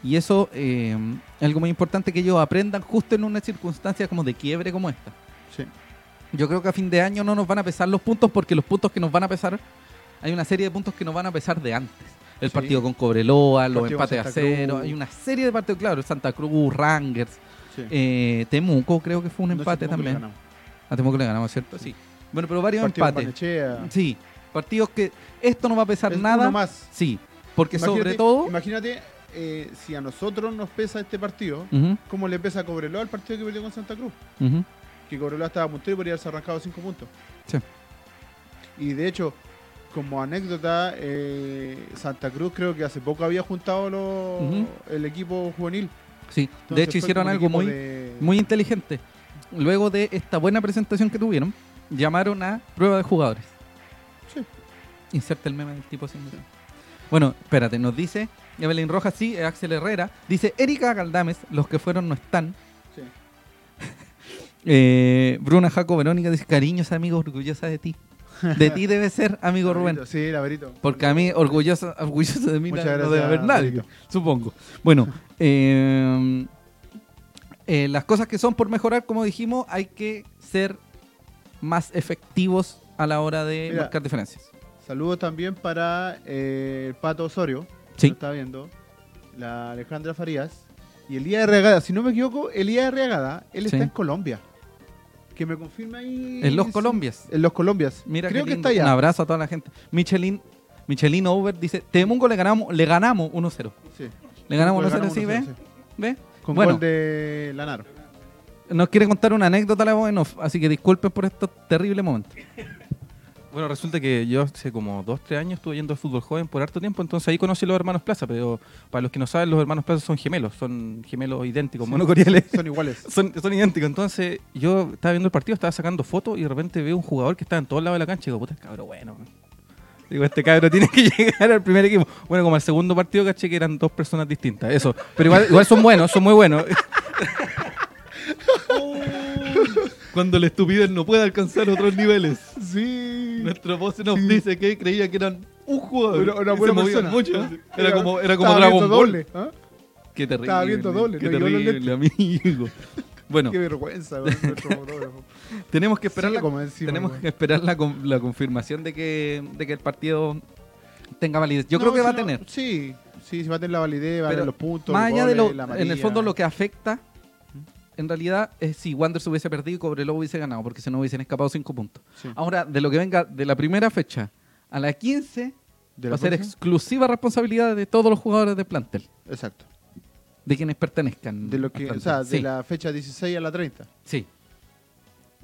S2: Y eso eh, es algo muy importante que ellos aprendan justo en una circunstancia como de quiebre como esta.
S1: Sí.
S2: Yo creo que a fin de año no nos van a pesar los puntos porque los puntos que nos van a pesar, hay una serie de puntos que nos van a pesar de antes. El
S1: Sí.
S2: partido con Cobreloa,
S1: partido
S2: los
S1: con
S2: empates a
S1: Santa Cruz.
S2: cero, hay una serie de partidos, claro, Santa Cruz, Rangers,
S1: Sí.
S2: eh, Temuco creo que fue un
S1: No sé
S2: empate
S1: cómo que le
S2: también.
S1: ganamos.
S2: A Temuco le ganamos, ¿cierto? Sí. Bueno, pero varios
S1: Partido con
S2: empates.
S1: Barnechea.
S2: Sí, partidos que esto no va a pesar
S1: Es
S2: nada.
S1: uno más.
S2: Sí, porque sobre
S1: Imagínate-
S2: todo...
S1: Imagínate eh, si a nosotros nos pesa este partido,
S2: Ujú,
S1: ¿cómo le pesa a Cobreloa el partido que perdió con Santa Cruz?
S2: ujú.
S1: Que Cobreloa estaba puntero y podría haberse arrancado 5 puntos.
S2: Sí.
S1: Y de hecho, como anécdota, eh, Santa Cruz creo que hace poco había juntado los-
S2: Ujú.
S1: el equipo juvenil.
S2: Sí, de
S1: Entonces
S2: hecho
S1: fue
S2: hicieron
S1: como un
S2: algo
S1: equipo
S2: muy...
S1: de-
S2: muy inteligente. Luego de esta buena presentación que tuvieron, llamaron a prueba de jugadores.
S1: Sí.
S2: Inserta el meme del tipo sin miedo. Bueno, espérate, nos dice Evelyn Rojas, sí, eh, Axel Herrera. Dice Erika Galdames, los que fueron no están.
S1: Sí.
S2: Eh, Bruna Jaco Verónica dice, cariños amigos, orgullosa de ti. De ti debe ser, amigo Rubén.
S1: Laberito, Sí, Laberito.
S2: Porque a mí, orgullosa, orgullosa de mí,
S1: Muchas
S2: no
S1: gracias,
S2: debe haber nadie,
S1: Rodrigo.
S2: supongo. Bueno, eh, eh, las cosas que son por mejorar, como dijimos, hay que ser más efectivos a la hora de
S1: Mira.
S2: marcar diferencias.
S1: Saludos también para eh, el Pato Osorio, que
S2: Sí.
S1: nos está viendo, la Alejandra Farías y Elías Arriagada. Si no me equivoco, Elías Arriagada, él
S2: Sí.
S1: está en Colombia. Que me confirma ahí.
S2: En los
S1: si-
S2: Colombias.
S1: En los Colombias.
S2: Mira
S1: Creo
S2: qué
S1: que
S2: lindo.
S1: está allá.
S2: Un abrazo a toda la gente. Michelin, Michelin Over dice, Temungo le ganamos, le ganamos 1-0.
S1: Sí.
S2: Le ganamos
S1: Lo
S2: 1-0, sí, ¿ves?
S1: sí.
S2: ¿Ves?
S1: Con
S2: Bueno.
S1: gol de Lanaro.
S2: Nos quiere contar una anécdota la voz en off, así que disculpen por estos terribles momentos.
S3: Bueno, resulta que yo hace como dos, tres años estuve yendo al fútbol joven por harto tiempo, entonces ahí conocí a los hermanos Plaza, pero para los que no saben, los hermanos Plaza son gemelos, son gemelos idénticos, monocoriales.
S1: Son iguales.
S3: Son, son idénticos, entonces yo estaba viendo el partido, estaba sacando fotos y de repente veo un jugador que estaba en todos lados de la cancha y digo, puta, cabrón, bueno. man". Digo, este cabrón tiene que llegar al primer equipo. Bueno, como al segundo partido caché que eran dos personas distintas, eso. Pero igual, igual son buenos, son muy buenos.
S2: Cuando el estupidez no puede alcanzar otros niveles.
S1: Sí.
S2: Nuestro voz nos dice que creía que eran un jugador.
S1: Una, una
S2: y se
S1: buena
S2: movían
S1: persona.
S2: mucho. Era como, era como
S1: ¿eh? Estaba
S2: Dragon
S1: viendo
S2: Ball.
S1: doble, ¿ah?
S2: Qué terrible.
S1: Estaba viendo doble,
S2: Qué
S1: no llegó los
S2: terrible, amigo. Bueno,
S1: Qué vergüenza. güey, nuestro fotógrafo.
S2: tenemos que esperar,
S1: Sí,
S2: la,
S1: como encima,
S2: tenemos
S1: güey.
S2: que esperar la, con- la confirmación de que, de que el partido tenga validez. Yo creo
S1: No,
S2: que va a
S1: si no-
S2: tener.
S1: Sí, sí, sí va a tener la validez, va a
S2: Pero
S1: tener los puntos.
S2: Más
S1: los
S2: allá de
S1: goles,
S2: lo.
S1: la
S2: En el
S1: amarilla.
S2: fondo, lo que afecta, en realidad, es si Wanderers hubiese perdido y Cobreloa hubiese ganado, porque si no hubiesen escapado cinco puntos.
S1: Sí.
S2: Ahora, de lo que venga de la primera fecha a la 15,
S1: ¿De
S2: va
S1: la
S2: a ser
S1: próxima?
S2: exclusiva responsabilidad de todos los jugadores de plantel,
S1: Exacto.
S2: de quienes pertenezcan.
S1: De lo
S2: al
S1: que, o
S2: plantel.
S1: sea, de
S2: sí,
S1: la fecha 16 a la 30.
S2: sí.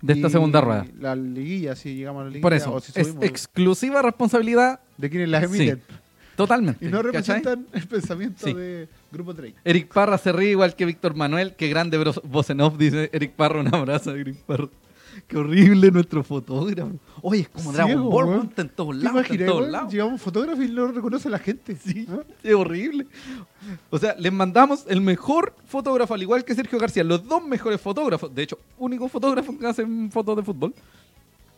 S2: De esta
S1: Y
S2: segunda rueda.
S1: La liguilla, si llegamos a la liguilla.
S2: Por eso,
S1: o si
S2: es
S1: subimos,
S2: exclusiva responsabilidad
S1: de quienes las emiten.
S2: totalmente.
S1: Y no
S2: ¿cachai?
S1: representan el pensamiento
S2: Sí.
S1: de Grupo 3.
S2: Eric Parra se ríe igual que Víctor Manuel. Qué grande bro- voz en off, dice Eric Parra. Un abrazo, Eric Parra. Qué horrible nuestro fotógrafo. Oye, es como Dragon
S1: Ciego,
S2: Ball,
S1: weón.
S2: weón, está en todos
S1: ¿Te
S2: lados. está en
S1: imaginas,
S2: todos
S1: weón?
S2: lados.
S1: Llegamos fotógrafos y no lo reconoce la gente.
S2: Sí,
S1: ¿Ah?
S2: es horrible. O sea, les mandamos el mejor fotógrafo, al igual que Sergio García, los dos mejores fotógrafos, de hecho, único fotógrafo que hacen fotos de fútbol.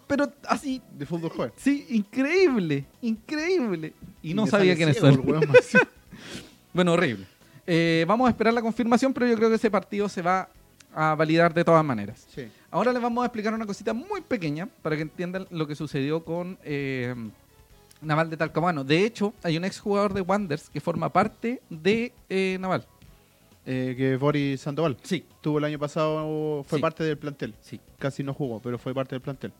S2: Pero así,
S1: De fútbol joven.
S2: sí, increíble, increíble. Y no
S1: me
S2: sabía
S1: sale
S2: quiénes
S1: ciego el
S2: son.
S1: weón, más- sí.
S2: Bueno, horrible. Eh, vamos a esperar la confirmación, pero yo creo que ese partido se va a validar de todas maneras.
S1: Sí.
S2: Ahora les vamos a explicar una cosita muy pequeña para que entiendan lo que sucedió con eh, Naval de Talcahuano. De hecho, hay un exjugador de Wanders que forma parte de eh, Naval.
S1: Eh, que Boris Sandoval
S2: Sí,
S1: tuvo el año pasado, fue
S2: Sí.
S1: parte del plantel.
S2: sí.
S1: Casi no jugó, pero fue parte del plantel.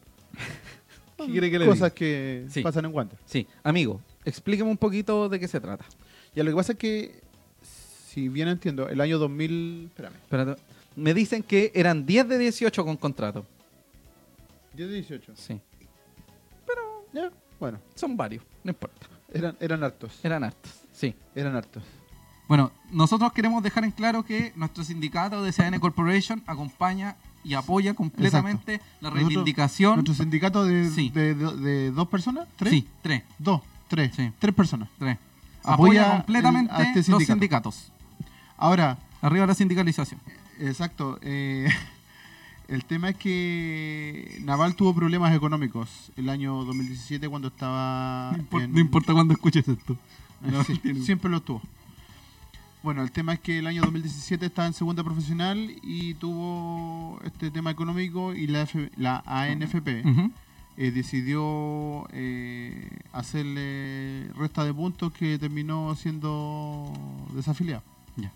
S2: ¿Qué quiere que le diga?
S1: Cosas que
S2: Sí.
S1: pasan en Wander.
S2: Sí, amigo, explíqueme un poquito de qué se trata.
S1: Ya lo que pasa es que, si bien entiendo, el año 2000. Espérame.
S2: Espérate. Me dicen que eran 10 de 18 con contrato.
S1: 10 de 18.
S2: Sí,
S1: Ya, bueno,
S2: son varios, no importa.
S1: eran, eran hartos.
S2: Eran hartos, sí.
S1: Eran hartos.
S3: Bueno, nosotros queremos dejar en claro que nuestro sindicato de CN Corporation acompaña y apoya completamente la
S1: Nosotros-
S3: reivindicación.
S1: ¿Nuestro sindicato de,
S3: Sí.
S1: de- de- de dos personas? ¿Tres?
S3: Sí, tres,
S1: Dos, tres.
S3: Sí.
S1: Tres personas.
S3: tres.
S1: Apoya
S3: Apoya, completamente
S1: el- a este
S3: los
S1: sindicato.
S3: sindicatos.
S1: Ahora,
S3: Arriba la sindicalización.
S1: Exacto. eh, el tema es que Naval tuvo problemas económicos el año 2017 cuando estaba...
S2: Ah,
S3: No impor-
S1: en-
S3: no importa cuándo escuches esto. Naval
S1: Sí,
S3: tiene un-
S1: siempre lo tuvo. Bueno, el tema es que el año 2017 estaba en segunda profesional y tuvo este tema económico y la, F- la ANFP
S3: Ujú.
S1: eh, decidió eh, hacerle resta de puntos que terminó siendo desafiliado.
S3: Ya.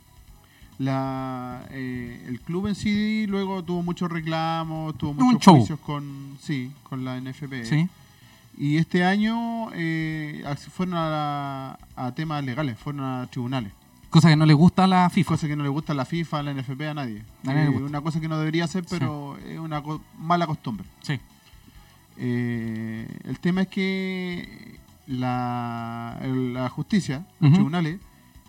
S1: La, eh, el club en sí luego tuvo muchos reclamos, tuvo
S3: Tuvo un
S1: muchos
S3: show.
S1: juicios con, sí, con la
S2: Eh,
S1: NFP.
S3: Sí.
S1: Y este año eh, ac- fueron a, a temas legales, fueron a tribunales.
S3: Cosa que no le gusta a la FIFA.
S1: Cosa que no le gusta a la FIFA, a la NFP, a nadie.
S3: A nadie le
S1: Eh,
S3: gusta.
S1: una cosa que no debería ser, pero es una co- mala costumbre.
S3: Sí.
S1: Eh, el tema es que la, el- la justicia, los
S3: Ujú.
S1: tribunales, eh,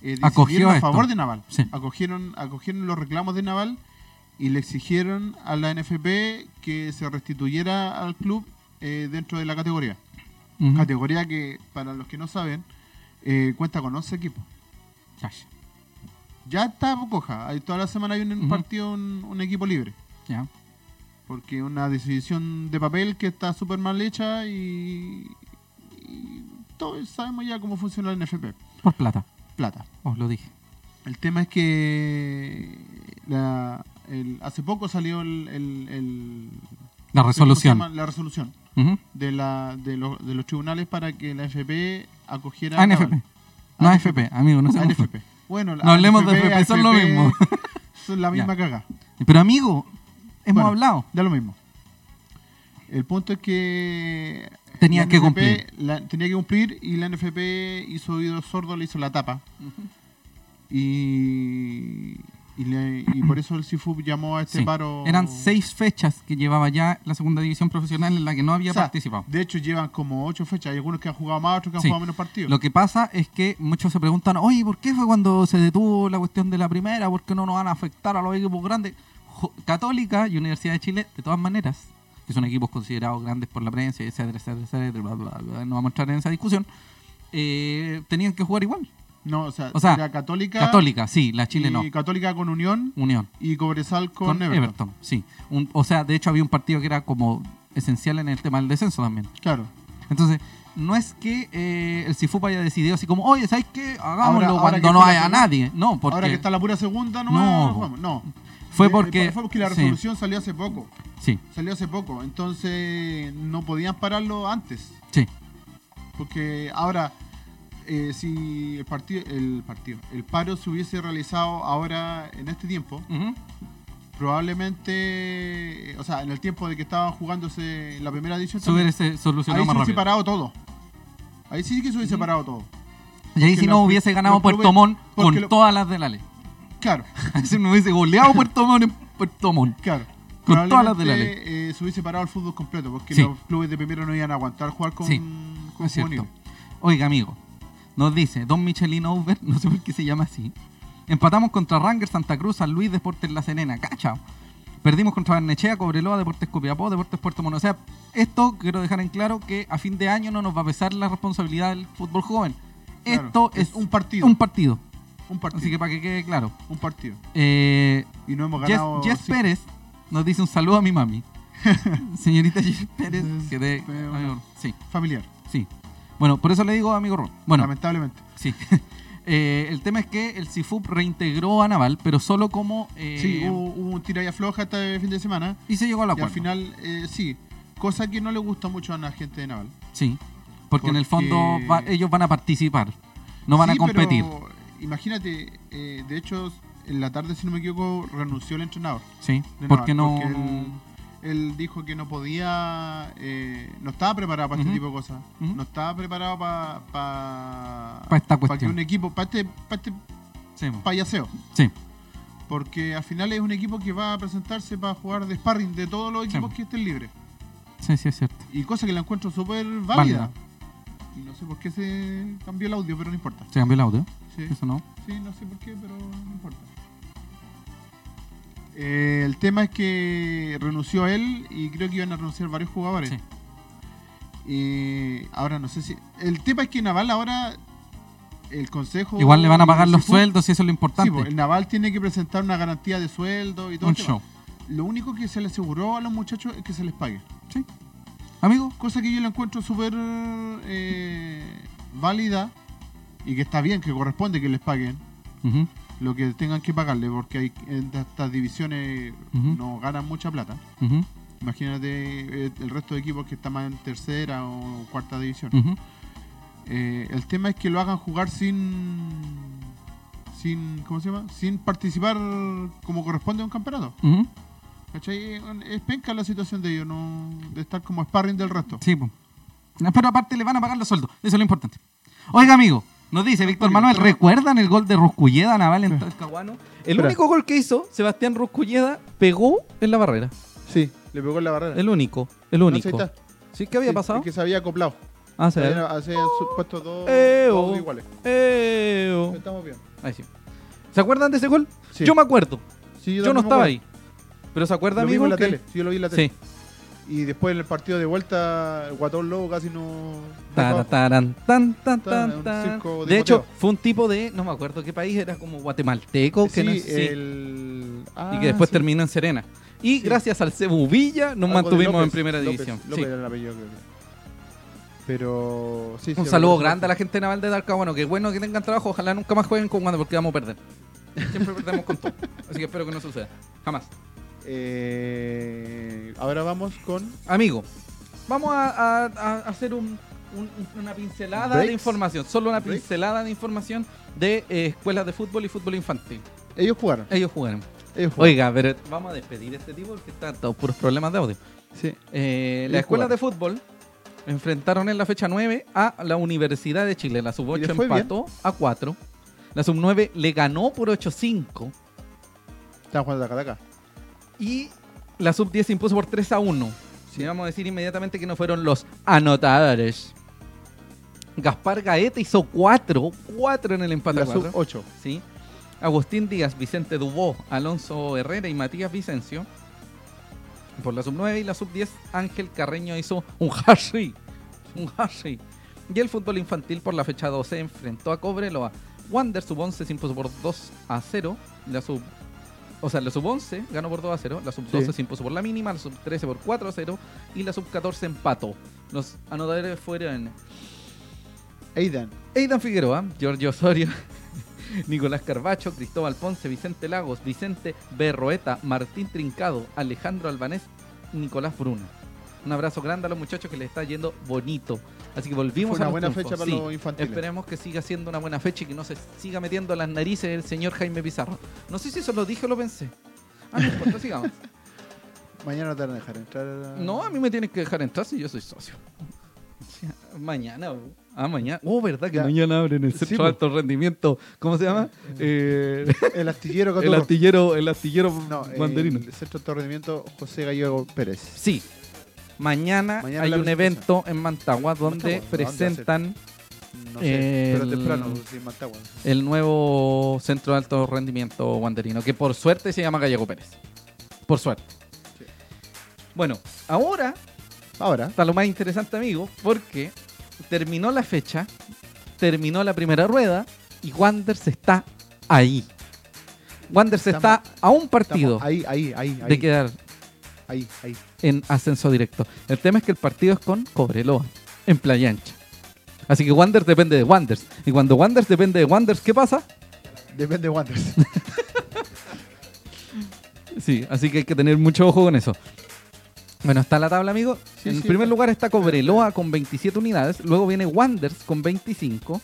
S1: decidieron
S3: Acogió
S1: a
S3: esto.
S1: favor de Naval.
S3: Sí.
S1: Acogieron, acogieron los reclamos de Naval y le exigieron a la NFP que se restituyera al club eh, dentro de la categoría.
S3: Ujú.
S1: Categoría que, para los que no saben, eh, cuenta con 11 equipos.
S3: Ya,
S1: Ya está coja. Hay- Toda la semana hay un
S3: Ujú.
S1: partido, un- un equipo libre.
S3: ya.
S1: Porque una decisión de papel que está súper mal hecha y, y todos sabemos ya cómo funciona el NFP.
S3: Por plata.
S1: Plata.
S3: Os lo dije.
S1: El tema es que la- el- hace poco salió el, el- el-
S3: La
S1: ¿cómo se
S3: resolución.
S1: llama? la resolución
S3: Ujú.
S1: de, la, de, lo- de los tribunales para que la FP acogiera... a
S3: ANFP.
S1: Naval. Ah,
S3: No AFP, amigo, no se confundan.
S1: ANFP. Bueno, la
S3: No hablemos de
S1: ANFP,
S3: FP, son lo
S1: AFP,
S3: mismo.
S1: Son la misma cagada.
S3: Pero amigo, hemos
S1: Bueno,
S3: hablado.
S1: Da lo mismo. El punto es que.
S3: Tenía
S1: la
S3: que
S1: NFP
S3: cumplir.
S1: la- tenía que cumplir y la NFP hizo oído sordo, le hizo la tapa. Y. Y, le- y por eso el CIFUB llamó a este
S3: Sí.
S1: paro.
S3: Eran seis fechas que llevaba ya la segunda división profesional en la que no había
S1: O sea,
S3: participado.
S1: De hecho, llevan como ocho fechas. Hay algunos que han jugado más, otros que han
S3: Sí.
S1: jugado menos partidos.
S3: Lo que pasa es que muchos se preguntan, oye, ¿por qué fue cuando se detuvo la cuestión de la primera? ¿Por qué no nos van a afectar a los equipos grandes? Jo- Católica y Universidad de Chile, de todas maneras, que son equipos considerados grandes por la prensa, etcétera, etcétera, etcétera, bla, bla, bla, no vamos a entrar en esa discusión, eh, tenían que jugar igual.
S1: no, o sea,
S3: o sea,
S1: era Católica.
S3: Católica, sí, la Chile
S1: y
S3: no.
S1: Católica con Unión
S3: Unión.
S1: y Cobresal con,
S3: Con,
S1: Everton.
S3: Everton, sí. Un- o sea, de hecho había un partido que era como esencial en el tema del descenso también.
S1: Claro.
S3: Entonces, no es que eh, el Cifup haya decidido así como, oye, ¿sabes qué? Hagámoslo
S1: ahora
S3: cuando
S1: que
S3: no
S1: fue la
S3: haya
S1: segunda-
S3: nadie. No, porque
S1: Ahora que está la pura segunda, no,
S3: No,
S1: no, no.
S3: fue
S1: Eh,
S3: porque...
S1: fue porque la
S3: sí,
S1: resolución salió hace poco.
S3: Sí,
S1: Salió hace poco, entonces no podían pararlo antes.
S3: sí,
S1: Porque ahora, eh, si el partido, el partido, el paro se hubiese realizado ahora en este tiempo,
S3: Ujú.
S1: probablemente, eh, o sea, en el tiempo de que estaban jugándose la primera edición,
S3: Se hubiera
S1: también,
S3: se
S1: ahí
S3: solucionado
S1: se
S3: más
S1: hubiese
S3: rápido.
S1: parado todo. Ahí sí que se hubiese
S3: Ujú.
S1: parado todo.
S3: Y ahí si
S1: porque
S3: no
S1: los-
S3: hubiese ganado
S1: los clubes-
S3: Puerto Montt con
S1: porque lo-
S3: todas las de la ley.
S1: Claro,
S3: Si no hubiese goleado Puerto Montt en Puerto Montt.
S1: claro.
S3: Con todas las de la
S1: Probablemente, eh, se hubiese parado el fútbol completo, porque
S3: Sí.
S1: los clubes de primero no iban a aguantar jugar con,
S3: Sí,
S1: con
S3: es cierto.
S1: juveniles.
S3: Oiga, amigo, nos dice Don Michelin Over, no sé por qué se llama así. Empatamos contra Rangers, Santa Cruz, San Luis, Deportes La Serena, cacha. Perdimos contra Barnechea, Cobreloa, Deportes Copiapó, Deportes Puerto Montt. O sea, esto quiero dejar en claro que a fin de año no nos va a pesar la responsabilidad del fútbol joven.
S1: Claro,
S3: esto es,
S1: es un partido.
S3: Un partido.
S1: Un partido.
S3: Así que para que quede claro.
S1: Un partido.
S3: Eh,
S1: Y no hemos
S3: Jess,
S1: ganado.
S3: Jess
S1: sí.
S3: Pérez nos dice un saludo a mi mami. Señorita Jess Pérez, que de...
S1: Pero-
S3: amigo, sí,
S1: Familiar,
S3: sí. Bueno, por eso le digo amigo Ron. Bueno,
S1: lamentablemente.
S3: Sí. Eh, el tema es que el CIFUP reintegró a Naval, pero solo como. eh,
S1: sí, hubo, hubo un tira y afloja este fin de semana.
S3: Y se llegó al
S1: Y al
S3: acuerdo.
S1: final, eh, sí. Cosa que no le gusta mucho a la gente de Naval.
S3: Sí. Porque, en el
S1: Porque-
S3: fondo va- ellos van a participar, no van
S1: Sí,
S3: a competir.
S1: pero imagínate, eh, de hecho, en la tarde, si no me equivoco, renunció el entrenador.
S3: Sí.
S1: de
S3: Porque no.
S1: Naval, porque él, él dijo que no podía. eh, no estaba preparado para este
S3: Ujú.
S1: tipo de cosas.
S3: Ujú.
S1: No estaba preparado para. Para
S3: Pa' esta
S1: que
S3: cuestión.
S1: un equipo. Para este, para este
S3: Sí, mo.
S1: payaseo.
S3: Sí,
S1: Porque al final es un equipo que va a presentarse para jugar de sparring de todos los equipos
S3: Sí.
S1: que estén libres.
S3: sí, sí, es cierto.
S1: Y cosa que la encuentro súper
S3: Válida.
S1: válida. Y no sé por qué se cambió el audio, pero no importa.
S3: Se cambió el audio.
S1: Sí.
S3: Eso no.
S1: Sí, no sé por qué, pero no importa. Eh, el tema es que renunció él y creo que iban a renunciar varios jugadores.
S4: Sí.
S1: Eh, ahora no sé si. El tema es que Naval ahora. El consejo.
S4: Igual le van a pagar
S1: Sí,
S4: los
S1: pues,
S4: sueldos y eso es lo
S1: Sí,
S4: importante.
S1: pues, el Naval tiene que presentar una garantía de sueldo y todo.
S4: un
S1: el tema.
S4: show.
S1: Lo único que se le aseguró a los muchachos es que se les pague.
S4: Amigo,
S1: Cosa que yo la encuentro súper eh, válida y que está bien, que corresponde que les paguen
S4: ujú,
S1: lo que tengan que pagarle, porque hay, en estas divisiones
S4: Ujú.
S1: no ganan mucha plata.
S4: ujú,
S1: Imagínate eh, el resto de equipos que están más en tercera o cuarta división.
S3: Mm.
S4: ujú.
S1: Eh, el tema es que lo hagan jugar sin. sin ¿Cómo se llama? Sin participar como corresponde a un campeonato.
S4: Ujú.
S1: ¿Cachai? Es- Es penca la situación de ellos, no de estar como sparring del resto.
S4: Sí, pues. No, Pero aparte le van a pagar los sueldos. Eso es lo importante. Oiga, amigo, nos dice Víctor Manuel, ¿recuerdan el gol de Rusculleda Naval en Talcahuano?
S2: El
S1: Espera.
S2: único gol que hizo Sebastián Rusculleda pegó en la barrera.
S1: Sí, le pegó en la barrera.
S2: El único, el
S1: No,
S2: único.
S1: sí, está.
S2: ¿Sí? ¿Qué había
S1: Sí,
S2: pasado?
S1: es que se había acoplado.
S2: Ah, se
S1: Se
S2: había-
S1: habían- se habían puesto dos,
S2: Eh,
S1: dos
S2: oh.
S1: iguales.
S2: Eh, oh.
S1: Estamos bien.
S2: Ahí sí. ¿Se acuerdan de ese gol?
S1: Sí.
S2: Yo me acuerdo.
S1: Sí,
S2: Yo, no
S1: también me
S2: estaba
S1: acuerdo.
S2: ahí. Pero ¿se acuerda,
S1: Lo
S2: amigo?
S1: vimos en la
S2: que-
S1: tele. Sí, yo lo vi en la tele.
S2: Sí.
S1: Y después en el partido de vuelta, el Guatón Lobo casi no.
S2: Tara,
S1: no-
S2: taran, tan,
S1: Tan,
S2: tan, tan,
S1: un
S2: tan.
S1: circo de
S2: De hecho,
S1: goteo.
S2: fue un tipo de, no me acuerdo qué país, era como guatemalteco, que
S1: Sí,
S2: no sé- sí.
S1: el-
S2: y
S1: Ah,
S2: que después
S1: sí.
S2: terminó en Serena. Y
S1: Sí.
S2: gracias al Cebu Villa nos
S1: Algo de
S2: mantuvimos
S1: López,
S2: en primera
S1: López,
S2: división.
S1: López era el apellido, creo que. Pero. sí,
S2: Sí. Un
S1: sí,
S2: saludo
S1: recuerdo.
S2: grande a la gente de naval de Talca. Bueno, que bueno que tengan trabajo. Ojalá nunca más jueguen con Wander porque vamos a perder. Siempre perdemos con todo. Así que espero que no suceda. Jamás.
S1: Eh, ahora vamos con.
S2: Amigo, vamos a, a- a hacer un- un- una pincelada de
S1: Breaks.
S2: información. Solo una
S1: Breaks.
S2: pincelada de información de eh, escuelas de fútbol y fútbol infantil.
S1: Ellos jugaron.
S2: Ellos jugaron.
S1: Ellos jugaron.
S2: Oiga, pero vamos a despedir a este tipo porque están todos puros problemas de audio.
S1: Sí.
S2: Eh,
S1: Ellos
S2: las escuelas de fútbol enfrentaron en la fecha 9 a la Universidad de Chile. La
S1: ¿Y les
S2: sub-8
S1: fue bien?
S2: empató a 4. La sub-9 le ganó por 8-5.
S1: Estaban jugando a Cataca.
S2: Y la sub-10 se impuso por 3 a 1. Si vamos a decir inmediatamente que no fueron los anotadores. Gaspar Gaeta hizo 4, 4 en el empate.
S1: La
S2: a cuatro.
S1: sub 8.
S2: ¿sí? Agustín Díaz, Vicente Dubó, Alonso Herrera y Matías Vicencio. Por la sub-9 y la sub-10, Ángel Carreño hizo un hashi. Un hashi. Y el fútbol infantil por la fecha 12 enfrentó a Cobreloa. Wander sub-11 se impuso por 2 a 0. La sub... O sea, la sub-11 ganó por 2 a 0. La sub-12
S1: Sí.
S2: se impuso por la mínima. La sub-13 por 4 a 0. Y la sub-14 empató. Los anotadores fueron
S1: Aidan.
S2: Eidan Figueroa, Giorgio Osorio, Nicolás Carbacho, Cristóbal Ponce, Vicente Lagos, Vicente Berroeta, Martín Trincado, Alejandro Albanés, Nicolás Bruna. Un abrazo grande a los muchachos que les está yendo bonito. Así que
S1: Fue
S2: volvimos
S1: una
S2: a los
S1: buena
S2: triunfos,
S1: fecha para
S2: sí.
S1: los infantiles.
S2: Esperemos que siga siendo una buena fecha y que no se siga metiendo las narices el señor Jaime Pizarro. No sé si eso lo dije o lo pensé. Ah, no importa, sigamos.
S1: Mañana te van a dejar entrar. a-
S2: No, a mí me tienen que dejar entrar si yo soy socio. Mañana, bo. ah, mañana. Oh, ¿verdad que
S1: Ya.
S2: mañana abren el
S1: Sí,
S2: centro
S1: bo.
S2: de alto rendimiento? ¿Cómo se llama? Eh,
S1: El astillero
S2: el
S1: Caturro.
S2: astillero, el astillero
S1: No,
S2: mandarino.
S1: el centro de alto rendimiento José Gallego Pérez.
S2: Sí. Mañana,
S1: Mañana
S2: hay
S1: la
S2: un
S1: presentación.
S2: evento en Mantagua donde
S1: Mantagua, ¿dónde va a ser?
S2: presentan
S1: No sé,
S2: El-
S1: pero
S2: mm.
S1: temprano, sin Mantagua.
S2: el nuevo centro de alto rendimiento Wanderino, que por suerte se llama Gallego Pérez. Por suerte.
S1: Sí.
S2: Bueno, ahora
S1: Ahora,
S2: está lo más interesante, amigo, porque terminó la fecha, terminó la primera rueda y Wander se está ahí. Wander se está
S1: Estamos-
S2: a un partido
S1: estamos ahí, ahí, ahí, ahí,
S2: de quedar
S1: ahí, ahí.
S2: en ascenso directo. El tema es que el partido es con Cobreloa, en Playa Ancha. Así que Wander depende de Wanders. Y cuando Wanders depende de Wanders, ¿qué pasa?
S1: Depende de Wanderers.
S2: Sí, así que hay que tener mucho ojo con eso. Bueno, está la tabla, amigo.
S1: Sí, sí,
S2: en primer
S1: está.
S2: lugar está Cobreloa con 27 unidades. Luego viene Wanders con 25.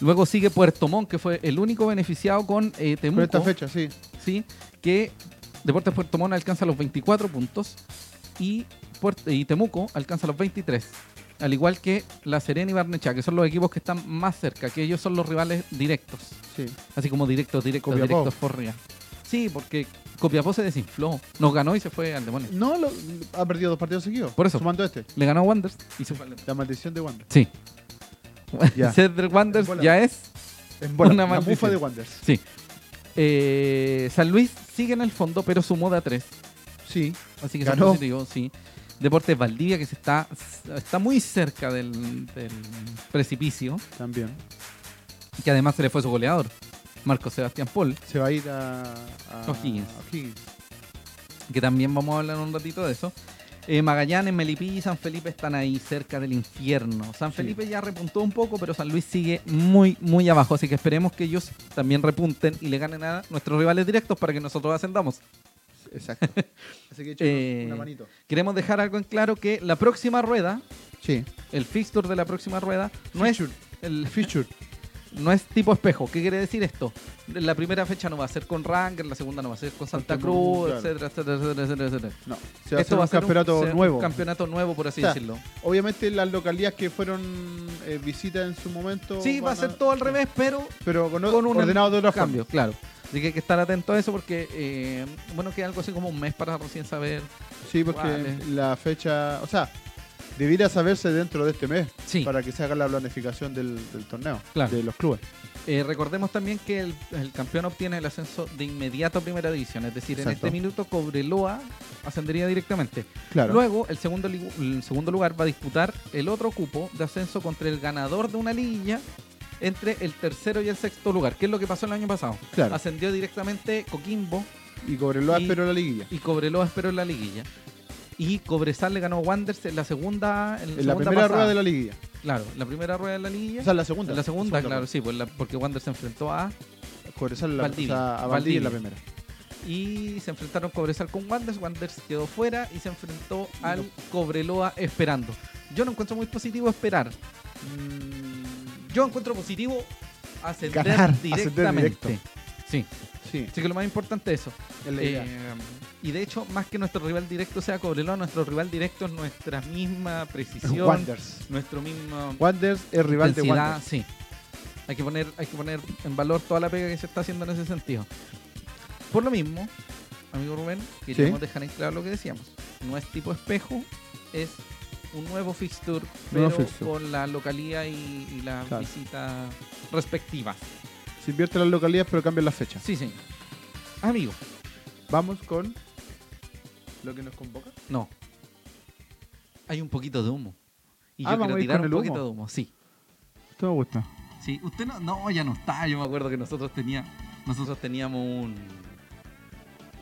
S2: Luego sigue Puerto Montt, que fue el único beneficiado con eh,
S1: Por
S2: Temuco.
S1: esta fecha, sí.
S2: ¿sí? Que Deportes Puerto Montt alcanza los 24 puntos y, Puert- y Temuco alcanza los 23. Al igual que La Serena y Barnechea, que son los equipos que están más cerca, que ellos son los rivales directos.
S1: sí.
S2: Así como directos, directos,
S1: Copiapó.
S2: directos por real. Sí, porque Copiapó se desinfló. Nos ganó y se fue al demonio.
S1: No, lo- ha perdido dos partidos seguidos.
S2: Por eso.
S1: Sumando este.
S2: Le ganó a Wanders y se fue al demonio.
S1: La maldición de Wander.
S2: Sí.
S1: Ya.
S2: Cedric Wanders
S1: Bola.
S2: ya es
S1: En bola,
S2: Una
S1: la bufa
S2: maldición.
S1: de Wanderers.
S2: Sí. Eh, San Luis sigue en el fondo, pero sumó de a tres.
S1: Sí.
S2: Así que
S1: Ganó.
S2: son positivos, sí. Deportes Valdivia, que se está, está muy cerca del, del precipicio,
S1: También.
S2: y que además se le fue su goleador, Marco Sebastián Paul,
S1: Se va a ir a. a
S2: O'Higgins.
S1: a O'Higgins.
S2: que también vamos a hablar un ratito de eso. Eh, Magallanes, Melipilla y San Felipe están ahí cerca del infierno. San
S1: Sí.
S2: Felipe ya repuntó un poco, pero San Luis sigue muy, muy abajo. Así que esperemos que ellos también repunten y le ganen a nuestros rivales directos para que nosotros ascendamos.
S1: Exacto. Así que échanos
S2: Eh,
S1: una manito.
S2: Queremos dejar algo en claro que la próxima rueda,
S1: Sí.
S2: el fixture de la próxima rueda, no es, el,
S1: Feature.
S2: no es tipo espejo. ¿Qué quiere decir esto? La primera fecha no va a ser con Ranger, la segunda no va a ser con Santa
S1: Porque no,
S2: Cruz,
S1: claro.
S2: etcétera, etcétera, etcétera, etcétera, etcétera.
S1: No. Se va
S2: Esto
S1: a hacer un campeonato
S2: se- un
S1: nuevo.
S2: campeonato nuevo, por así
S1: O sea,
S2: decirlo.
S1: Obviamente las localidades que fueron eh, visitas en su momento.
S2: Sí, va a
S1: van
S2: ser todo al revés, pero
S1: Pero con, o-
S2: con un
S1: ordenado de otra
S2: cambio, claro. Así que hay que estar atento a eso porque, eh, bueno, queda algo así como un mes para recién saber.
S1: forma. Sí, porque
S2: Vale.
S1: la fecha. O sea, debiera saberse dentro de este mes.
S2: Sí.
S1: Para que se haga la planificación del, del torneo.
S2: Claro.
S1: De los clubes.
S2: Eh, recordemos también que el, el campeón obtiene el ascenso de inmediato a primera división, es decir, en
S1: Exacto.
S2: este minuto Cobreloa ascendería directamente.
S1: Claro.
S2: Luego, el segundo, ligu- el segundo lugar va a disputar el otro cupo de ascenso contra el ganador de una liguilla entre el tercero y el sexto lugar, que es lo que pasó el año pasado.
S1: Claro.
S2: Ascendió directamente Coquimbo
S1: Y Cobreloa
S2: y-
S1: esperó la liguilla.
S2: y Cobreloa esperó en la liguilla. Y Cobresal le ganó a Wanderers en la segunda. En la,
S1: En la
S2: segunda
S1: primera
S2: pasada.
S1: rueda de la liguilla.
S2: Claro, en la primera rueda de la liguilla.
S1: O sea, en la segunda.
S2: En la segunda, claro,
S1: rueda.
S2: sí, pues la- porque Wanderers se enfrentó a
S1: Cobresal en la,
S2: Valdivia.
S1: o sea, a Valdivia en la
S2: Valdivia.
S1: primera.
S2: y se enfrentaron Cobresal con Wanderers, Wanderers quedó fuera y se enfrentó al Cobreloa esperando. Yo no encuentro muy positivo esperar. Mm, Yo encuentro positivo ascender
S1: Ganar, ascender
S2: directamente.
S1: directo.
S2: Sí,
S1: Sí,
S2: así que lo más importante es eso.
S1: es la idea.
S2: Eh, y de hecho, más que nuestro rival directo sea Cobreloa, nuestro rival directo es nuestra misma precisión,
S1: Wanderers.
S2: nuestro mismo
S1: Wanderers es rival de
S2: intensidad,
S1: Wanderers.
S2: sí. Hay que poner, hay que poner en valor toda la pega que se está haciendo en ese sentido. Por lo mismo, amigo Rubén, queríamos dejar en claro lo que decíamos. No es tipo espejo, es un nuevo fixture, pero
S1: Nuevo fixture.
S2: con la localía y, y la
S1: Claro.
S2: visita respectiva.
S1: Se invierte las localidades, pero cambian las fechas.
S2: Sí, señor. Amigo,
S1: Vamos con lo que nos convoca.
S2: no. Hay un poquito de humo. Y
S1: Ah, vamos
S2: yo quiero
S1: a ir
S2: tirar
S1: con
S2: un
S1: el humo.
S2: poquito de humo, sí.
S1: Esto me gusta.
S4: Sí, usted no, no, ya no está, yo me
S2: Yo me
S4: acuerdo.
S2: acuerdo que nosotros, te-
S4: Tenía, nosotros
S2: nosotros teníamos un,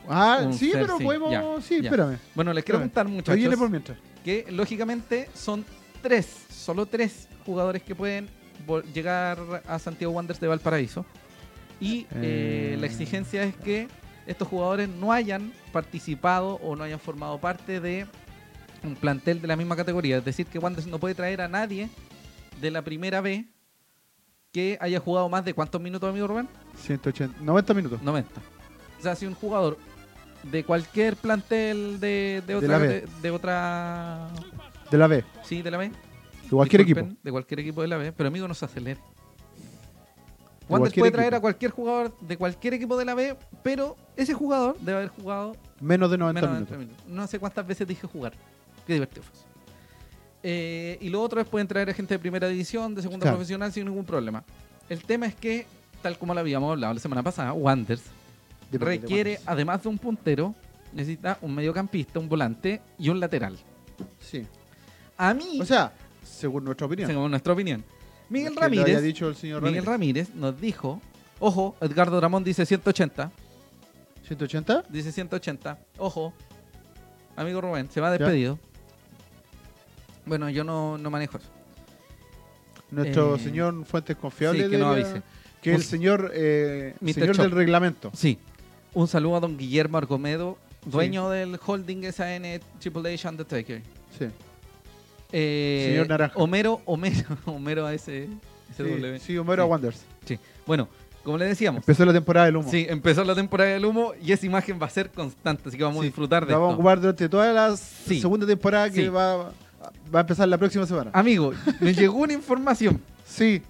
S1: Ah,
S2: Un
S1: sí,
S2: ser,
S1: pero
S2: sí,
S1: podemos.
S2: ya,
S1: sí,
S2: ya.
S1: espérame.
S2: Bueno, les quiero
S1: Espérame.
S2: contar,
S1: Ahí viene
S2: muchachos,
S1: por mientras.
S2: que lógicamente son tres, solo tres jugadores que pueden vol- llegar a Santiago Wanderers de Valparaíso. Y eh,
S1: Eh.
S2: la exigencia es que estos jugadores no hayan participado o no hayan formado parte de un plantel de la misma categoría. Es decir, que Wanderers no puede traer a nadie de la primera B que haya jugado más de cuántos minutos, amigo Rubén?
S1: 180, 90 minutos.
S2: 90. O sea, si un jugador de cualquier plantel de, de otra
S1: la B.
S2: de- de otra
S1: De la B.
S2: sí de la B.
S1: De cualquier
S2: Disculpen,
S1: equipo.
S2: De cualquier equipo de la B, pero amigo no se acelere. Wander
S1: cualquier
S2: puede traer
S1: equipo.
S2: a cualquier jugador de cualquier equipo de la B, pero ese jugador debe haber jugado
S1: Menos de 90
S2: menos de
S1: minutos.
S2: 90 minutos. No sé cuántas veces dije jugar. Qué divertido fue. eso. Eh, y lo otro es pueden traer a gente de primera división, de segunda
S1: Claro.
S2: profesional sin ningún problema. El tema es que, tal como lo habíamos hablado la semana pasada, Wanders
S1: Depende de
S2: requiere,
S1: cuántos.
S2: además de un puntero, necesita un mediocampista, un volante y un lateral.
S1: Sí.
S2: A mí,
S1: O sea, según nuestra opinión.
S2: según nuestra opinión, Miguel
S1: Que lo haya
S2: Ramírez,
S1: dicho el señor
S2: Miguel
S1: Ramírez.
S2: Ramírez nos dijo, ojo, Edgardo Ramón dice 180,
S1: 180.
S2: dice 180, ojo, amigo Rubén, se va despedido. Bueno, yo no, no manejo eso.
S1: Nuestro
S2: Eh,
S1: señor Fuentes Confiable.
S2: sí, que nos avise.
S1: Que el
S2: Mus-
S1: señor, eh,
S2: Mr.
S1: señor
S2: Chop.
S1: del reglamento.
S2: Sí, un saludo a don Guillermo Argomedo, dueño del holding SAN Triple H Undertaker.
S1: Sí.
S2: Eh,
S1: Señor Naranja.
S2: Homero, Homero, Homero a ese...
S1: Sí, sí, Homero
S2: Sí.
S1: Wanderers.
S2: Bueno, como le decíamos,
S1: Empezó la temporada del humo.
S2: sí, empezó la temporada del humo y esa imagen va a ser constante, así que vamos a
S1: Sí,
S2: disfrutar de
S1: La vamos a
S2: esto.
S1: ocupar durante toda la
S2: Sí.
S1: segunda temporada que
S2: Sí.
S1: va, va a empezar la próxima semana.
S2: Amigo, me llegó una información.
S1: Sí.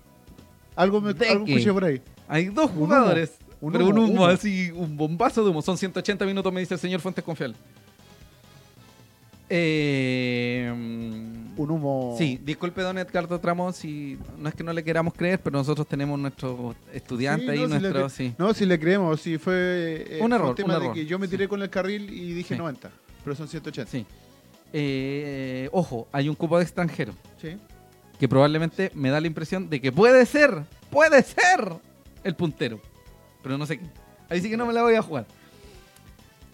S1: Algo me
S2: ¿De
S1: algo
S2: qué?
S1: escuché por ahí.
S2: Hay dos
S1: humo,
S2: jugadores,
S1: un
S2: pero
S1: humo,
S2: un humo,
S1: humo.
S2: así, un bombazo de humo. Son 180 minutos, me dice el señor Fuentes Confial. Eh, mm,
S5: un humo.
S2: Sí, disculpe, don Edgardo Tramo, si no es que no le queramos creer, pero nosotros tenemos nuestros estudiantes
S5: Sí,
S2: ahí,
S5: no, si le
S2: nuestros.
S5: cre-
S2: Sí.
S5: No, si le creemos, si fue eh,
S2: Un
S5: fue
S2: error,
S5: tema
S2: un
S5: de
S2: error.
S5: que yo me tiré con el carril y dije
S2: Sí.
S5: 90, pero son 180.
S2: sí. Eh, ojo, hay un cupo de extranjero
S5: Sí.
S2: que probablemente me da la impresión de que puede ser, puede ser el puntero, pero no sé quién. Ahí sí que no me la voy a jugar.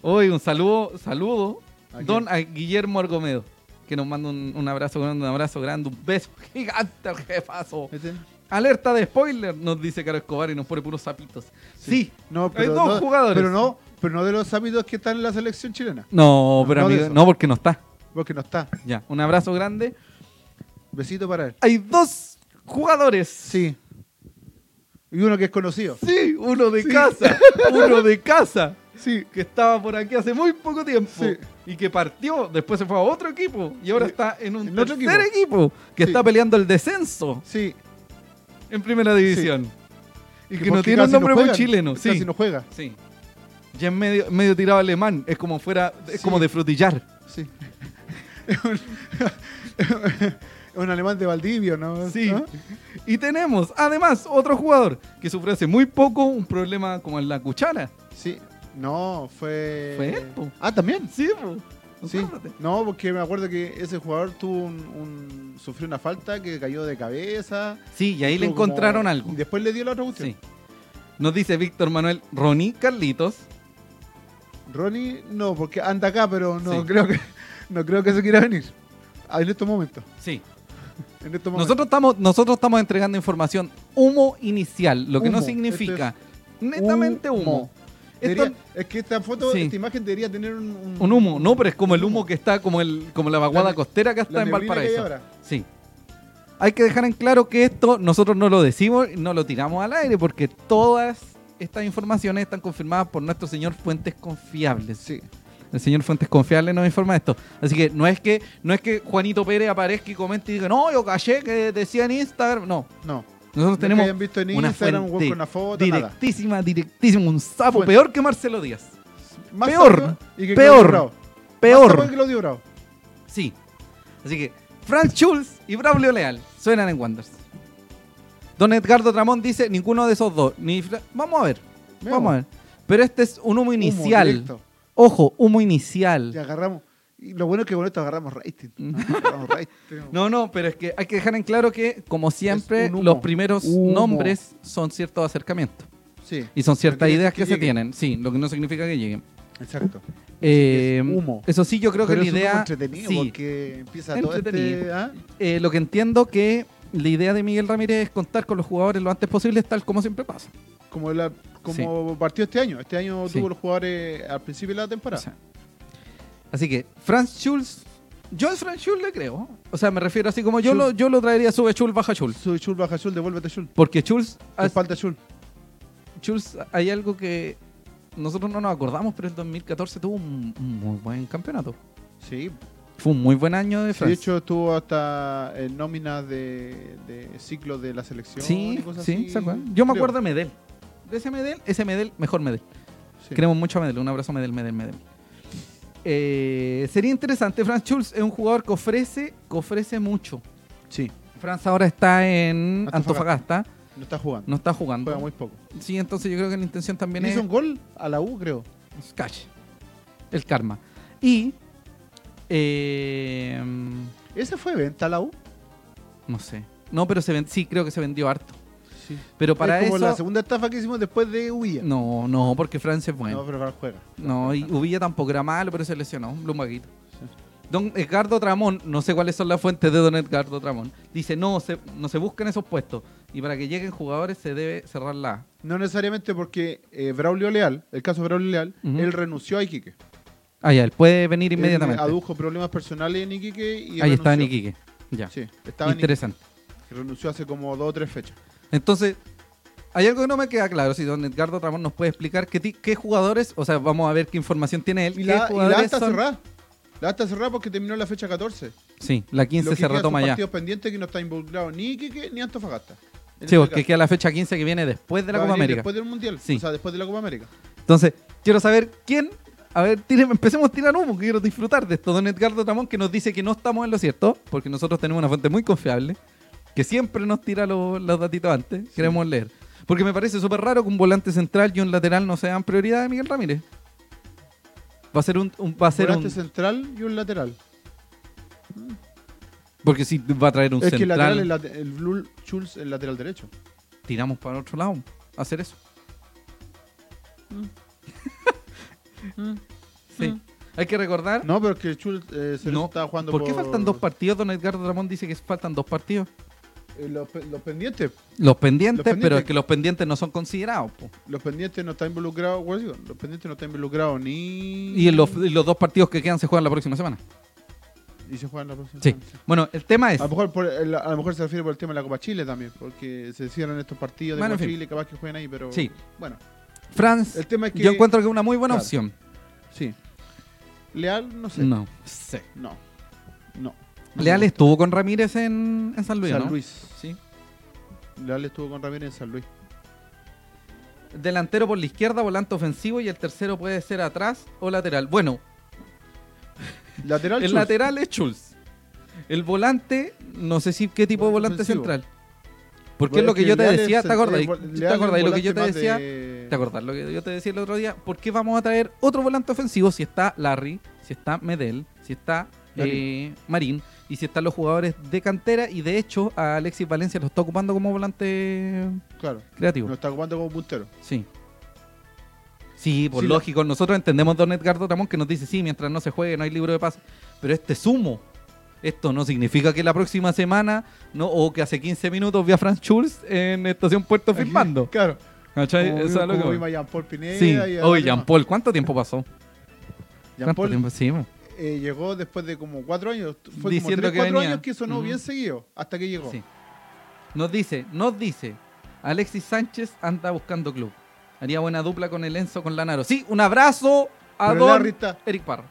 S2: Hoy un saludo, saludo,
S5: ¿A quién?
S2: don a Guillermo Argomedo, que nos manda un, un abrazo grande, un abrazo grande, un beso gigante, jefazo.
S5: ¿Viste?
S2: Alerta de spoiler, nos dice Caro Escobar y nos pone puros zapitos. Sí.
S5: No,
S2: Hay dos
S5: no,
S2: jugadores.
S5: Pero no, pero no de los ámbitos que están en la selección chilena,
S2: No, pero
S5: No de
S2: amigo,
S5: eso.
S2: no porque no está.
S5: porque no está.
S2: Ya, un abrazo grande.
S5: Besito para él.
S2: Hay dos jugadores.
S5: Sí. Y uno que es conocido.
S2: Sí, uno de casa, uno de casa,
S5: Sí.
S2: que estaba por aquí hace muy poco tiempo
S5: Sí.
S2: y que partió, después se fue a otro equipo y ahora
S5: Y-
S2: está en un
S5: en otro
S2: tercer equipo, que
S5: Sí.
S2: está peleando el descenso
S5: Sí.
S2: en primera división y que no
S5: porque
S2: tiene un
S5: casi
S2: nombre muy
S5: juegan,
S2: chileno. Sí,
S5: Casi no juega.
S2: sí. Ya es medio, medio tirado alemán, es como fuera, es
S5: Sí.
S2: como de frutillar.
S5: Sí. Es un- es un alemán de Valdivio, ¿no?
S2: Sí.
S5: ¿No?
S2: Y tenemos, además, otro jugador que sufrió hace muy poco un problema como en la cuchara.
S5: Sí. No, fue.
S2: Fue él, po.
S5: Ah, también.
S2: Sí, po.
S5: Sí.
S2: Acuérdate.
S5: No, porque me acuerdo que ese jugador tuvo un, un- sufrió una falta que cayó de cabeza.
S2: Sí, y ahí le
S5: Tuvo como-
S2: encontraron algo.
S5: y Después le dio la otra cuestión.
S2: Sí. Nos dice Víctor Manuel Ronnie Carlitos.
S5: Ronnie, no, porque anda acá, pero no
S2: Sí.
S5: creo que no creo que se quiera venir. Ah, En estos momentos.
S2: Sí.
S5: En estos momentos.
S2: Nosotros estamos, nosotros estamos entregando información humo inicial, lo que no
S5: Humo.
S2: significa netamente humo.
S5: Humo.
S2: Esto-
S5: Debería- es que esta foto,
S2: Sí.
S5: esta imagen debería tener un, un-
S2: un humo, no, pero es como el
S5: un
S2: humo que está como el como la vaguada
S5: La-
S2: costera que
S5: la
S2: está en
S5: neblina que hay
S2: Valparaíso.
S5: ahora.
S2: Sí. Hay que dejar en claro que esto nosotros no lo decimos, y no lo tiramos al aire, porque todas estas informaciones están confirmadas por nuestro señor Fuentes Confiables.
S5: Sí.
S2: El señor Fuentes Confiables nos informa esto. Así que no es que no es que Juanito Pérez aparezca y comente y diga, no, yo callé que decía en Instagram. No,
S5: No.
S2: nosotros
S5: No que
S2: tenemos
S5: hayan visto en
S2: una
S5: Instagram, un
S2: fuente
S5: hueco, una foto, nada.
S2: directísima, directísima, un sapo
S5: Fuente.
S2: peor que Marcelo Díaz.
S5: Más
S2: Peor,
S5: sabio y que
S2: peor,
S5: Claudio Bravo. Más sabio
S2: Peor.
S5: que Claudio Bravo.
S2: Sí. Así que Frank Schulz y Braulio Leal suenan en Wonders. Don Edgardo Tramón dice ninguno de esos dos. Ni Fra- Vamos a ver.
S5: Veamos.
S2: Vamos a ver. Pero este es un humo
S5: Humo,
S2: inicial.
S5: directo.
S2: Ojo, humo inicial.
S5: Y agarramos. Y lo bueno es que con esto agarramos rating. ¿no? agarramos rating.
S2: Mm. No, no, pero es que hay que dejar en claro que, como siempre,
S5: Es un humo.
S2: los primeros
S5: Humo.
S2: nombres son ciertos acercamientos.
S5: Sí.
S2: Y son ciertas
S5: Pero
S2: ideas
S5: tiene
S2: que,
S5: que
S2: se
S5: llegue.
S2: tienen. Sí, lo que no significa que lleguen.
S5: Exacto.
S2: Eh,
S5: es humo.
S2: Eso sí, yo creo
S5: Pero
S2: que
S5: es
S2: la
S5: un
S2: idea.
S5: humo entretenido
S2: sí,
S5: porque empieza todo este.
S2: Entretenido.
S5: ¿ah?
S2: eh, lo que entiendo que la idea de Miguel Ramírez es contar con los jugadores lo antes posible, tal como siempre pasa.
S5: Como, la, como partió este año. Este año
S2: Sí.
S5: tuvo los jugadores al principio de la temporada.
S2: Sí. Así que, Franz Schulz. Yo a Franz Schulz le creo. O sea, me refiero así como yo,
S5: Schulz.
S2: lo, yo lo traería sube Schulz, baja Schulz.
S5: Sube Chul, baja Chul, devuélvete Chul.
S2: Porque Schulz,
S5: Te falta Chul.
S2: Jules, hay algo que nosotros no nos acordamos, pero el 2014 tuvo un un muy buen campeonato.
S5: Sí.
S2: Fue un muy buen año de
S5: De
S2: Francia.
S5: hecho, estuvo hasta en nómina de, de ciclo de la selección.
S2: sí,
S5: y cosas
S2: sí,
S5: así,
S2: ¿se acuerdan? Yo me
S5: creo.
S2: acuerdo de Medel. De ese Medel, ese Medel, mejor Medel.
S5: Sí.
S2: Queremos mucho a Medel. Un abrazo a Medel, Medel, Medel. Eh, sería interesante. Franz Schulz es un jugador que ofrece, que ofrece mucho.
S5: Sí,
S2: Franz ahora está en Antofagasta.
S5: Antofagasta. no está jugando.
S2: No está jugando.
S5: Juega muy poco.
S2: Sí, entonces yo creo que la intención también es...
S5: Hizo un gol a la U, creo.
S2: Cash. El karma. Y. eh, mm,
S5: ¿Ese fue venta a la U?
S2: no sé. No, pero se ven- sí, creo que se vendió harto.
S5: Sí.
S2: Pero para
S5: es como la
S2: eso.
S5: segunda estafa que hicimos después de Huilla.
S2: No, no, porque Francia es
S5: No,
S2: bueno.
S5: pero para juega.
S2: No, y Uvilla tampoco era malo, pero se lesionó. Un lumbaguito. Don Edgardo Tramón, no sé cuáles son las fuentes de Don Edgardo Tramón, dice: no se, no se buscan esos puestos. Y para que lleguen jugadores se debe cerrar la A.
S5: No necesariamente porque eh, Braulio Leal, el caso de Braulio Leal,
S2: Ujú.
S5: él renunció a Iquique.
S2: Ah, ya, él puede venir inmediatamente.
S5: Él Eh, adujo problemas personales en Iquique y
S2: Ahí estaba en
S5: renunció.
S2: Iquique. Ya.
S5: Sí, estaba en Iquique.
S2: Interesante.
S5: Renunció hace como dos o tres fechas.
S2: Entonces, hay algo que no me queda claro. Si don Edgardo Ramón nos puede explicar qué, ti- qué jugadores, o sea, vamos a ver qué información tiene él.
S5: Y
S2: qué
S5: la, y la
S2: jugadores
S5: alta
S2: son-
S5: cerrada. La alta cerrada porque terminó la fecha 14.
S2: Sí, la 15 se retoma ya.
S5: partidos pendientes que no está involucrado ni Iquique ni Antofagasta. En
S2: Sí,
S5: este
S2: porque
S5: caso.
S2: queda la fecha 15 que viene después de la
S5: Va a
S2: Copa
S5: venir
S2: América.
S5: Después del Mundial.
S2: Sí.
S5: O sea, después de la Copa América.
S2: Entonces, quiero saber quién a ver, tíreme- empecemos a tirar humo, que quiero disfrutar de esto. Don Edgardo Tramón que nos dice que no estamos en lo cierto, porque nosotros tenemos una fuente muy confiable, que siempre nos tira lo- los datitos antes, queremos leer. Porque me parece súper raro que un volante central y un lateral no sean prioridad de Miguel Ramírez. Va a ser un... un- va a ser
S5: Volante
S2: un
S5: central y un lateral.
S2: porque si va a traer un
S5: es que el
S2: central,
S5: lateral, es late- el Blue Schultz, el lateral derecho.
S2: tiramos para otro lado. a Hacer eso. sí. Hay que recordar
S5: No, pero es que Schultz eh, se
S2: No,
S5: estaba jugando
S2: ¿Por qué faltan dos partidos? Don Edgardo Ramón dice que faltan dos partidos.
S5: Eh, los, pe- los pendientes.
S2: Los pendientes,
S5: Los pendientes.
S2: pero es que los pendientes no son considerados. po.
S5: Los pendientes no están involucrados, güey, digo, los pendientes no están involucrados ni...
S2: Y los, y los dos partidos que quedan se juegan la próxima semana.
S5: Y se juegan la próxima
S2: Sí.
S5: semana.
S2: Bueno, el tema es.
S5: A lo, mejor por el- a lo mejor se refiere por el tema de la Copa Chile también, porque se cierran estos partidos de
S2: Bueno, en
S5: Copa
S2: fin.
S5: Chile, capaz que juegan ahí, pero
S2: Sí.
S5: bueno,
S2: Franz,
S5: el tema es que
S2: yo encuentro que es una muy buena
S5: Claro.
S2: opción.
S5: sí. Leal no sé.
S2: No. sé.
S5: No. No.
S2: Leal estuvo con Ramírez en, en San Luis.
S5: San
S2: ¿no?
S5: Luis.
S2: Sí.
S5: Leal estuvo con Ramírez en San Luis.
S2: Delantero por la izquierda, volante ofensivo y el tercero puede ser atrás o lateral. Bueno,
S5: Lateral
S2: el
S5: Schultz.
S2: lateral es Schulz. El volante, no sé si qué tipo de
S5: Volante
S2: volante
S5: ofensivo.
S2: central. Porque es lo que yo te
S5: Leal es
S2: decía, ¿te
S5: cent-
S2: acordás?
S5: eh, vol-
S2: ¿Te
S5: Leal es
S2: acordás
S5: un
S2: lo que yo te
S5: volante más
S2: decía?
S5: de-
S2: ¿Te acordás lo que yo te decía el otro día? ¿Por qué vamos a traer otro volante ofensivo si está Larry, si está Medel, si está eh, Marín y si están los jugadores de cantera? Y de hecho, a Alexis Valencia lo está ocupando como volante
S5: Claro.
S2: creativo.
S5: Nos está ocupando como puntero.
S2: Sí. Sí, por
S5: Sí, la-
S2: lógico. Nosotros entendemos, don Edgardo Ramón, que nos dice, sí, mientras no se juegue no hay libro de paz. Pero este sumo, esto no significa que la próxima semana, no o que hace 15 minutos vi a Franz Schulz en Estación Puerto firmando.
S5: Claro.
S2: ¿Cachai?
S5: como
S2: Eso es
S5: vimos-
S2: lo que
S5: como
S2: voy.
S5: vimos a Jean-Paul Pineda
S2: Sí,
S5: y a-
S2: oye, Jean Paul, ¿cuánto tiempo pasó?
S5: Jean
S2: ¿Cuánto
S5: Paul
S2: tiempo? Sí, mo.
S5: eh, llegó después de como cuatro años. Fue
S2: Diciendo
S5: como
S2: que
S5: tres, cuatro
S2: venía.
S5: años que sonó
S2: Ujú.
S5: bien seguido hasta que llegó.
S2: Sí. Nos dice, nos dice, Alexis Sánchez anda buscando club. Haría buena dupla con el Enzo, con Lanaro. Sí, un abrazo a
S5: Pero
S2: don
S5: Larry está-
S2: Eric Parra.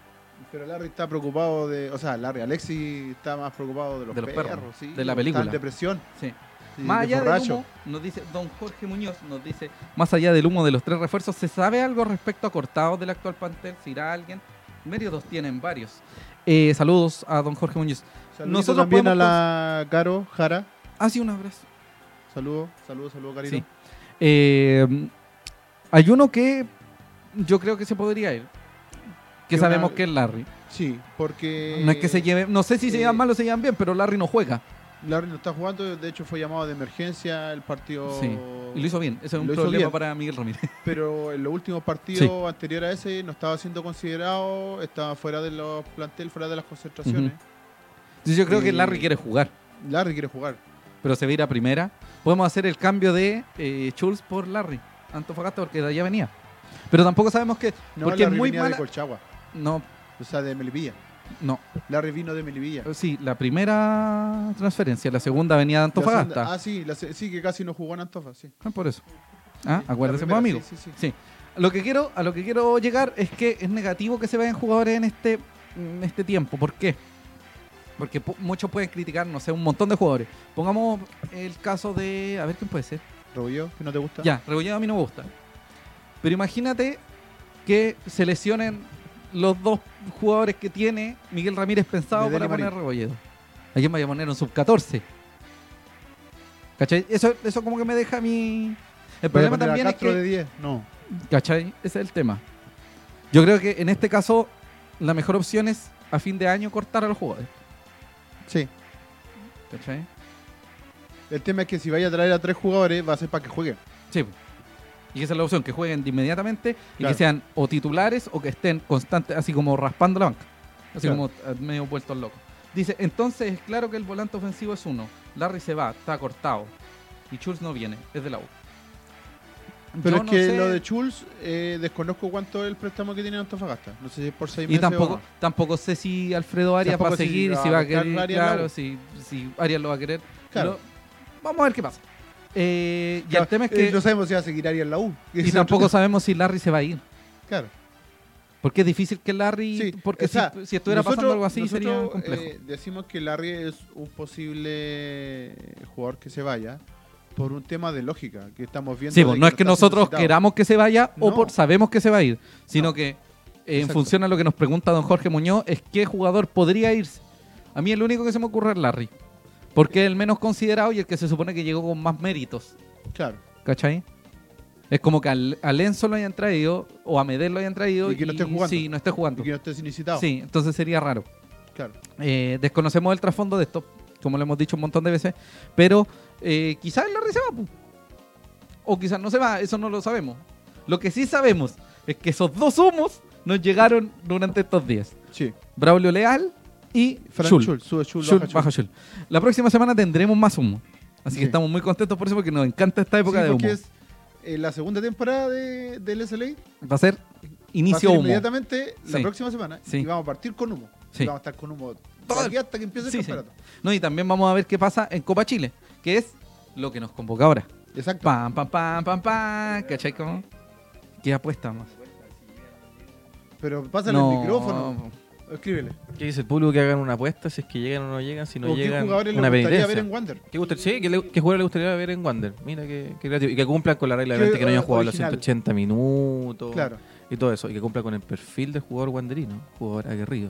S5: Pero Larry está preocupado de. O sea, Larry, Alexi está más preocupado de los,
S2: De los
S5: perros,
S2: perros,
S5: sí,
S2: de la
S5: está
S2: película.
S5: en depresión.
S2: Sí.
S5: sí,
S2: más
S5: de
S2: allá del
S5: borracho.
S2: humo, nos dice don Jorge Muñoz, nos dice, más allá del humo de los tres refuerzos, ¿se sabe algo respecto a cortados del actual plantel? ¿Si irá alguien? Méritos tienen varios. Eh, saludos a don Jorge Muñoz.
S5: Saludito
S2: Nosotros
S5: también a
S2: podemos
S5: la Caro Jara.
S2: Ah, sí, un abrazo.
S5: Saludos, saludos, saludos, cariño.
S2: Sí. Eh, hay uno que yo creo que se podría ir. Que
S5: Y una-
S2: sabemos que es Larry.
S5: Sí, porque.
S2: no es que se lleve. No sé si se
S5: eh,
S2: llevan mal o se llevan bien, pero Larry no juega.
S5: Larry no está jugando, de hecho fue llamado de emergencia el partido.
S2: Sí, Y lo hizo bien. Ese es un
S5: lo hizo
S2: problema
S5: bien.
S2: para Miguel Ramírez.
S5: Pero en los últimos partidos anteriores a ese no estaba siendo considerado, estaba fuera de los plantel, fuera de las concentraciones.
S2: Entonces yo creo que
S5: Eh,
S2: Larry quiere jugar,
S5: Larry quiere jugar.
S2: pero se va a ir a primera. Podemos hacer el cambio de eh, Schultz por Larry. Antofagasta, porque de allá venía. Pero tampoco sabemos que.
S5: No,
S2: porque es
S5: Larry
S2: muy
S5: venía
S2: mala.
S5: de Colchagua,
S2: No,
S5: o sea, de Melipilla.
S2: no.
S5: Larry vino de Melipilla.
S2: Sí, la primera transferencia. La segunda venía de
S5: La segunda-
S2: Antofagasta.
S5: Ah, sí, la se- sí, que casi no jugó en Antofa, sí.
S2: Ah, por eso. Ah,
S5: Sí,
S2: acuérdense,
S5: la
S2: pues,
S5: primera,
S2: amigos.
S5: sí, sí, sí.
S2: Sí. Lo que quiero, a lo que quiero llegar es que es negativo que se vayan jugadores en este, en este tiempo. ¿Por qué? Porque pu- muchos pueden criticar, no sé, un montón de jugadores. Pongamos el caso de. A ver quién puede ser.
S5: Rubio, que no te gusta.
S2: Ya, Rebolledo a mí no me gusta. Pero imagínate que se lesionen los dos jugadores que tiene Miguel Ramírez pensado
S5: Medel y
S2: para poner a
S5: Marín.
S2: Rebolledo. ¿A quién vaya a poner un sub-14? ¿Cachai? Eso, eso como que me deja mi... El
S5: Voy a
S2: problema
S5: poner a
S2: también es
S5: Castro
S2: que...
S5: de 10. No.
S2: ¿Cachai? Ese es el tema. Yo creo que en este caso la mejor opción es a fin de año cortar a los jugadores.
S5: Sí.
S2: ¿Cachai?
S5: El tema es que si vaya a traer a tres jugadores, va a ser para que jueguen.
S2: Sí. Y esa es la opción, que jueguen de inmediatamente y
S5: Claro.
S2: que sean o titulares o que estén constantes, así como raspando la banca. Así
S5: Claro.
S2: como eh, medio vueltos locos. Dice, entonces es claro que el volante ofensivo es uno. Larry se va, está cortado. Y Schultz no viene, es de la U. Yo
S5: Pero es
S2: no
S5: que
S2: sé-
S5: lo de Chulz, eh, desconozco cuánto es el préstamo que tiene Antofagasta. No sé si es por seis
S2: Y
S5: meses.
S2: tampoco,
S5: o no.
S2: tampoco sé si Alfredo Arias
S5: Tampoco
S2: va a
S5: si
S2: seguir,
S5: va
S2: si
S5: a
S2: va a
S5: buscar
S2: querer,
S5: Arias
S2: claro,
S5: luego.
S2: si, si Arias lo va a querer.
S5: Claro.
S2: Pero vamos a ver qué pasa. Eh, y
S5: Claro,
S2: el tema es
S5: eh,
S2: que...
S5: no sabemos si va a seguir Arias en la U.
S2: y
S5: Ese
S2: tampoco
S5: otro tema.
S2: sabemos si Larry se va a ir.
S5: Claro.
S2: Porque es difícil que Larry...
S5: Sí,
S2: porque
S5: o sea,
S2: si, si estuviera
S5: nosotros-
S2: pasando algo así
S5: nosotros,
S2: sería complejo.
S5: eh, decimos que Larry es un posible jugador que se vaya por un tema de lógica que estamos viendo.
S2: Sí,
S5: de
S2: pues, no es que
S5: está siendo
S2: nosotros
S5: citado.
S2: queramos que se vaya o
S5: No.
S2: por sabemos que se va a ir, sino
S5: No.
S2: que en función a lo que nos pregunta don Jorge Muñoz, es qué jugador podría irse. A mí el único que se me ocurre es Larry, porque es el menos considerado y el que se supone que llegó con más méritos.
S5: Claro.
S2: ¿Cachai? Es como que al- a Lenzo lo hayan traído o a Medel lo hayan traído
S5: Y que no esté jugando.
S2: Sí, no esté
S5: Y
S2: jugando.
S5: que no esté solicitado.
S2: Sí, entonces sería raro.
S5: Claro.
S2: Eh, desconocemos el trasfondo de esto, como lo hemos dicho un montón de veces, pero eh, quizás Larry se va. pu. O quizás no se va, eso no lo sabemos. Lo que sí sabemos es que esos dos humos nos llegaron durante estos días.
S5: Sí.
S2: Braulio Leal y
S5: Frank
S2: Schul.
S5: Schul, sube Schul,
S2: Schul,
S5: baja Schul.
S2: baja Schul. La próxima semana tendremos más humo. Así que
S5: Sí.
S2: estamos muy contentos por eso porque nos encanta esta época
S5: Sí,
S2: de humo.
S5: porque es eh, la segunda temporada de, del SLA.
S2: Va a ser
S5: va a ser
S2: inicio humo.
S5: inmediatamente la
S2: Sí.
S5: próxima semana.
S2: Sí.
S5: Y vamos a partir con humo.
S2: Sí.
S5: Y vamos a estar con humo
S2: Todo
S5: todo
S2: el-
S5: aquí hasta que empiece el
S2: Sí, sí.
S5: campeonato.
S2: No, y también vamos a ver qué pasa en Copa Chile, que es lo que nos convoca ahora.
S5: Exacto.
S2: Pam, pam, pam, pam, pam. ¿Cachai cómo? ¿Qué apuesta más?
S5: Pero pásale el micrófono. Escríbele.
S6: ¿Qué dice el público que hagan una apuesta? Si es que llegan o no llegan, si no
S5: ¿O
S6: llegan,
S5: qué jugadores
S6: una
S5: le gustaría ver
S6: penitencia.
S5: en Wander?
S6: ¿Qué, gusta- sí, ¿qué, le- qué jugador le gustaría ver en Wander? Mira que, creativo. Y que cumplan con la regla,
S5: Qué,
S6: obviamente, que no hayan
S5: eh,
S6: jugado
S5: original.
S6: los 180 minutos
S5: Claro.
S6: y todo eso. Y que cumplan con el perfil del jugador wanderino, jugador aguerrido.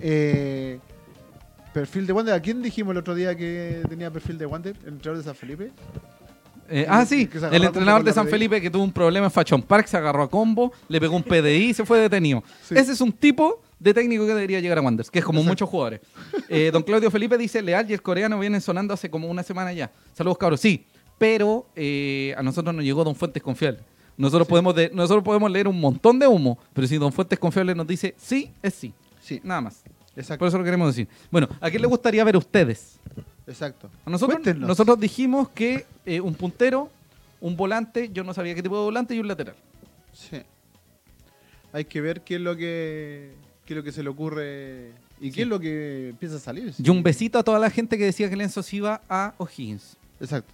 S5: Eh, perfil de Wander. ¿A quién dijimos el otro día que tenía perfil de Wander? El entrenador de San Felipe.
S2: Eh, ah, sí,
S5: Que se agarró
S2: el
S5: a
S2: entrenador
S5: combo
S2: de
S5: con
S2: San
S5: Larry.
S2: Felipe que tuvo un problema en Fashion Park, se agarró a combo, le pegó un PDI y se fue detenido.
S5: Sí.
S2: Ese es un tipo de técnico que debería llegar a Wanderers, que es como muchos jugadores. Eh, don Claudio Felipe dice, Leal y el coreano vienen sonando hace como una semana ya. Saludos, cabros. Sí, pero eh, a nosotros nos llegó Don Fuentes Confiable. Nosotros, podemos de- nosotros podemos leer un montón de humo, pero si Don Fuentes Confiable nos dice sí, es sí.
S5: Sí.
S2: Nada más.
S5: Exacto.
S2: Por eso lo queremos decir. Bueno, ¿a quién le gustaría ver ustedes?
S5: Exacto.
S2: A Nosotros,
S5: Cuéntenos.
S2: nosotros dijimos que eh, un puntero, un volante, yo no sabía qué tipo de volante y un lateral.
S5: Sí. Hay que ver qué es lo que, qué es lo que se le ocurre y qué es lo que empieza a salir. sí.
S2: Y un besito a toda la gente que decía que Lenzo se iba a O'Higgins.
S5: Exacto.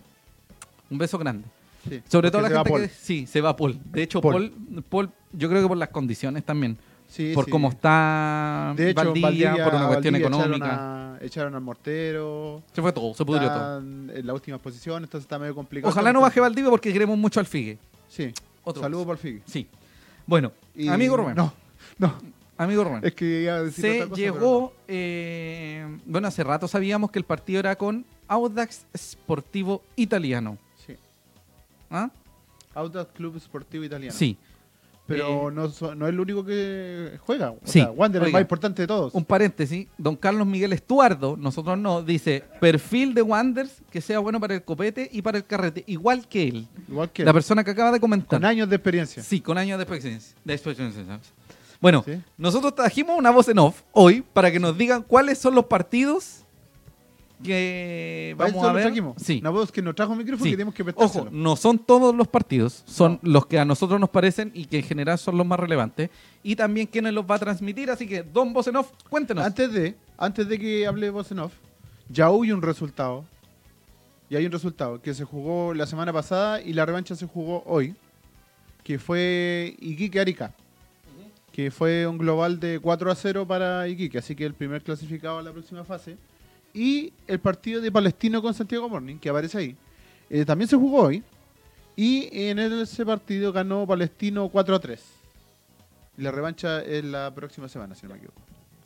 S2: Un beso grande.
S5: sí.
S2: Sobre todo
S5: Porque
S2: la
S5: se va
S2: gente
S5: Paul.
S2: que sí, se va Paul. De hecho, Paul.
S5: Paul.
S2: Paul, yo creo que por las condiciones también,
S5: Sí,
S2: por
S5: sí.
S2: cómo está
S5: De hecho,
S2: Valdivia, por una
S5: a
S2: cuestión
S5: Valdivia
S2: económica.
S5: Echaron, a- echaron al mortero.
S2: Se fue todo, se pudrió todo.
S5: Están en la última posición, entonces está medio complicado.
S2: Ojalá no baje Valdivia porque queremos mucho al Figue.
S5: Sí.
S2: Otro
S5: Saludos
S2: beso.
S5: para el Figue.
S2: Sí. Bueno,
S5: Y-
S2: amigo Rubén.
S5: No, no.
S2: Amigo Rubén.
S5: Es que iba a decir
S2: se
S5: otra cosa,
S2: llegó, eh, bueno, hace rato sabíamos que el partido era con Audax Sportivo Italiano.
S5: pero no. Sí.
S2: ¿ah?
S5: Audax Club Sportivo Italiano.
S2: Sí, Eh,
S5: Pero no, so- no es el único que juega. O
S2: Sí.
S5: sea, Wander es el
S2: Oiga.
S5: más importante de todos.
S2: un paréntesis. Don Carlos Miguel Estuardo, nosotros no, dice, perfil de Wanders que sea bueno para el copete y para el carrete, igual que él.
S5: Igual que
S2: La
S5: él,
S2: persona que acaba de comentar.
S5: con años de experiencia.
S2: Sí, con años de experiencia. de experiencia. Bueno,
S5: Sí.
S2: nosotros trajimos una voz en off hoy para que nos digan cuáles son los partidos que vamos
S5: Eso
S2: a
S5: lo
S2: ver.
S5: trajimos.
S2: Sí.
S5: Una voz que nos trajo un micrófono
S2: Sí.
S5: que tenemos que prestárselo.
S2: Ojo, no son todos los partidos, son los que a nosotros nos parecen y que en general son los más relevantes. Y también quiénes los va a transmitir, así que Don Bosenov, cuéntenos.
S5: Antes de, antes de que hable Bosenov, ya hubo un resultado. Y hay un resultado que se jugó la semana pasada y la revancha se jugó hoy. Que fue Iquique Arica. Que fue un global de 4 a 0 para Iquique. Así que el primer clasificado a la próxima fase. Y el partido de Palestino con Santiago Morning, que aparece ahí. eh, también se jugó hoy. Y en ese partido ganó Palestino 4 a 3. La revancha es la próxima semana, si no me equivoco.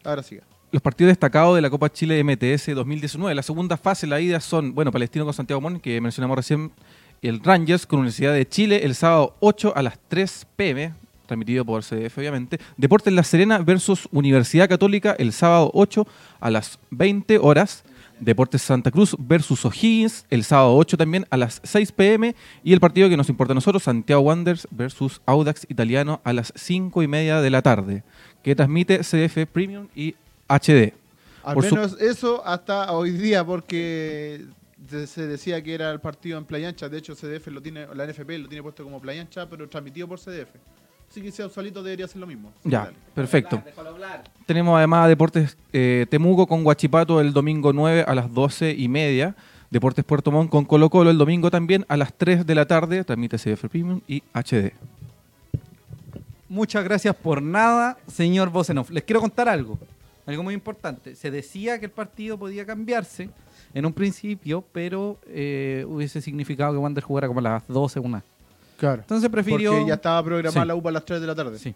S5: Ahora siga.
S7: Los partidos destacados de la Copa Chile MTS 2019. La segunda fase, la ida son, bueno, Palestino con Santiago Morning, que mencionamos recién, y el Rangers con Universidad de Chile el sábado 8 a las 3 pm, transmitido por CDF obviamente. Deportes La Serena versus Universidad Católica el sábado 8 a las 20 horas. Deportes Santa Cruz versus O'Higgins el sábado 8 también a las 6 pm. Y el partido que nos importa a nosotros, Santiago Wanderers versus Audax Italiano a las 5 y media de la tarde, que transmite CDF Premium y HD.
S5: Al
S7: Por su-
S5: menos eso hasta hoy día, porque de- se decía que era el partido en Playa Ancha. De hecho, CDF lo tiene, la NFP lo tiene puesto como Playa Ancha, pero transmitido por CDF. Así que sea solito debería hacer lo mismo. Sí,
S7: Ya,
S5: dale.
S7: perfecto. Tenemos además a Deportes eh, Temuco con Guachipato el domingo 9 a las 12 y media. Deportes Puerto Montt con Colo Colo el domingo también a las 3 de la tarde. Transmite CDF Premium y HD.
S2: Muchas gracias por nada, señor Bosenov. Les quiero contar algo, algo muy importante. Se decía que el partido podía cambiarse en un principio, pero eh, hubiese significado que Wander jugara como a las 12, una.
S5: Claro.
S2: Entonces prefirió...
S5: Porque ya estaba programada
S2: Sí.
S5: la U para las 3 de la tarde.
S2: Sí.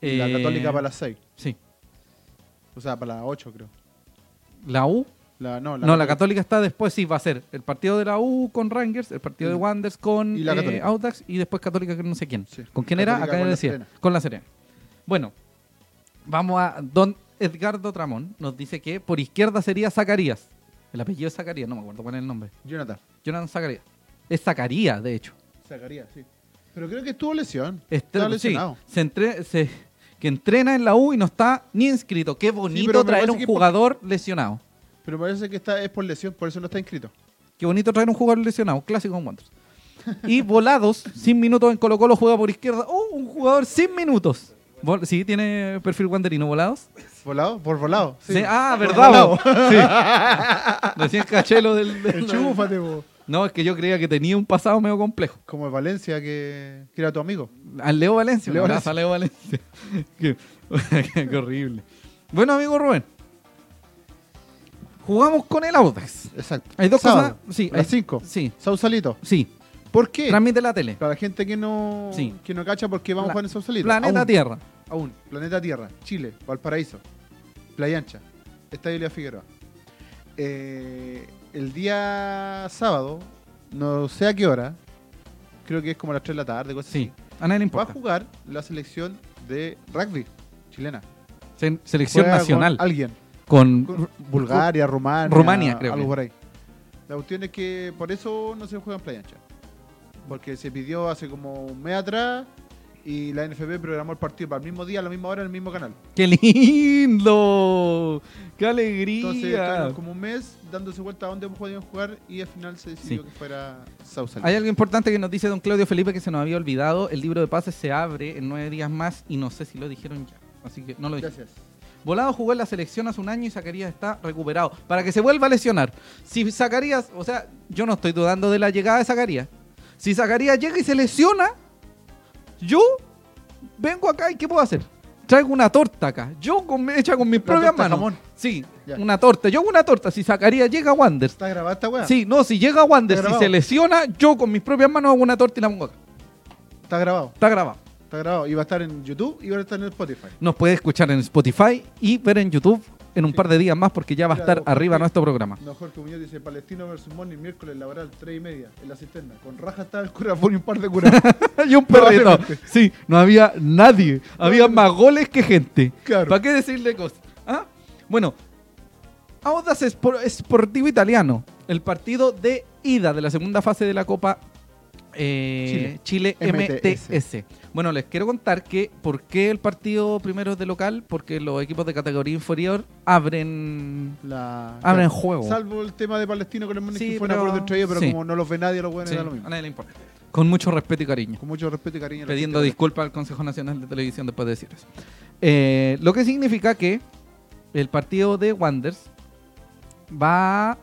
S5: Y La
S2: Eh,
S5: Católica para las 6.
S2: Sí.
S5: O sea, para las 8 creo.
S2: La U.
S5: La, no,
S2: no, la Católica está después, sí, va a ser el partido de la U con Rangers, el partido de
S5: Y-
S2: Wanders con
S5: Mm. y la
S2: eh,
S5: Católica.
S2: Audax y después Católica con no sé quién.
S5: Sí,
S2: ¿Con quién era?
S5: Católica
S2: Acá
S5: con
S2: le
S5: La
S2: decía.
S5: Serena.
S2: Con la Serena. Bueno, vamos a. Don Edgardo Tramón nos dice que por izquierda sería Zacarías. El apellido es Zacarías, no me acuerdo cuál es el nombre.
S5: Jonathan.
S2: Jonathan Zacarías. Es Zacarías, de hecho.
S5: Zacarías, sí. Pero creo que estuvo lesión.
S2: Este-
S5: Estaba
S2: sí,
S5: lesionado.
S2: se entre- se- que entrena en la U y no está ni inscrito. Qué bonito
S5: pero me
S2: traer
S5: parece
S2: un
S5: que es
S2: jugador lesionado.
S5: Pero parece que está, es por lesión, por eso no está inscrito.
S2: Qué bonito traer un jugador lesionado, clásico en Wanderers. Y volados, sin minutos en Colo Colo juega por izquierda. ¡Oh, un jugador sin minutos! Vol- Sí, tiene perfil wanderino volados.
S5: ¿Volado? Por volado. Sí.
S2: Sí, Ah,
S5: Por
S2: verdad.
S5: volado.
S2: vos. Sí. Recién caché lo del... del-
S5: Enchúfate, vos.
S2: No, es que yo creía que tenía un pasado medio complejo.
S5: Como el Valencia, que, que era tu amigo.
S2: Al Leo Valencia.
S5: Leo
S2: un abrazo a Leo Valencia. qué, qué horrible. Bueno, amigo Rubén. Jugamos con el Audax.
S5: Exacto.
S2: Hay dos
S5: Sábado,
S2: cosas- sí,
S5: a las
S2: hay-
S5: 5.
S2: sí.
S5: Sausalito.
S2: Sí,
S5: ¿Por qué?
S2: transmite la tele.
S5: Para la gente que no,
S2: Sí.
S5: que no cacha, porque vamos
S2: Pla-
S5: a jugar en Sausalito.
S2: Planeta
S5: Aún.
S2: Tierra.
S5: Aún, Planeta Tierra, Chile, Valparaíso, Playa Ancha, Estadio Elia Figueroa. Eh, el día sábado, no sé a qué hora, creo que es como a las 3 de la tarde, cosas
S2: Sí,
S5: así.
S2: a nadie le
S5: Va a
S2: importa.
S5: jugar la selección de rugby chilena.
S2: Se- selección
S5: Juega con
S2: nacional.
S5: alguien.
S2: Con,
S5: Con Bulgaria, Rumania.
S2: Rumania, creo
S5: Algo
S2: que.
S5: por ahí. La cuestión es que por eso no se juega en Playa Ancha. Porque se pidió hace como un mes atrás y la NFP programó el partido para el mismo día, a la misma hora, en el mismo canal.
S2: ¡Qué lindo! ¡Qué
S5: Entonces
S2: alegría!
S5: estaban como un mes dándose vuelta a dónde podían jugar y al final se decidió
S2: Sí.
S5: que fuera Sausalito.
S2: Hay algo importante que nos dice don Claudio Felipe que se nos había olvidado. El libro de pases se abre en nueve días más y no sé si lo dijeron ya. Así que no lo dijeron.
S5: Gracias.
S2: Volado jugó en la selección hace un año y Zacarías está recuperado. Para que se vuelva a lesionar. Si Zacarías, o sea, yo no estoy dudando de la llegada de Zacarías. Si Zacarías llega y se lesiona, yo vengo acá y ¿qué puedo hacer? Traigo una torta acá. Yo con, hecha con mis propias
S5: torta de
S2: manos.
S5: jamón.
S2: Sí,
S5: Ya.
S2: una torta. Yo hago una torta. Si Zacarías llega a Wander.
S5: ¿Está grabada esta weá?
S2: Sí, no, si llega a Wander,
S5: Está
S2: si
S5: grabado.
S2: se lesiona, yo con mis propias manos hago una torta y la pongo acá.
S5: Está grabado.
S2: Está grabado.
S5: Está grabado. Y va a estar en YouTube y va a estar en Spotify.
S2: Nos puede escuchar en Spotify y ver en YouTube en un par de días más porque ya va a
S5: Mira, eh,
S2: estar
S5: don Jorge.
S2: arriba nuestro programa.
S5: No, Jorge Muñoz dice Palestino versus Morning, miércoles laboral, 3 y media, en la cisterna. Con raja estaba el cura, pone un par de curas.
S2: y un perrito. Sí, no había nadie. Había más goles que gente.
S5: Claro.
S2: ¿Para qué decirle cosas? ¿Ah? Bueno, Audas Sportivo Italiano. El partido de ida de la segunda fase de la Copa eh, Chile,
S5: MTS.
S2: MTS. Bueno, les quiero contar que por qué el partido primero es de local, porque los equipos de categoría inferior abren,
S5: La...
S2: abren juego.
S5: Salvo el tema de Palestino con el Morning,
S2: Sí,
S5: que fue
S2: pero-
S5: un acuerdo entre ellos, pero
S2: sí.
S5: como no los ve nadie, los buenos
S2: Sí,
S5: da lo mismo.
S2: a nadie le importa. Con mucho respeto y cariño.
S5: Con mucho respeto y cariño. a la
S2: pidiendo
S5: gente.
S2: disculpas al Consejo Nacional de Televisión después de decir eso. Eh, lo que significa que el partido de Wanders va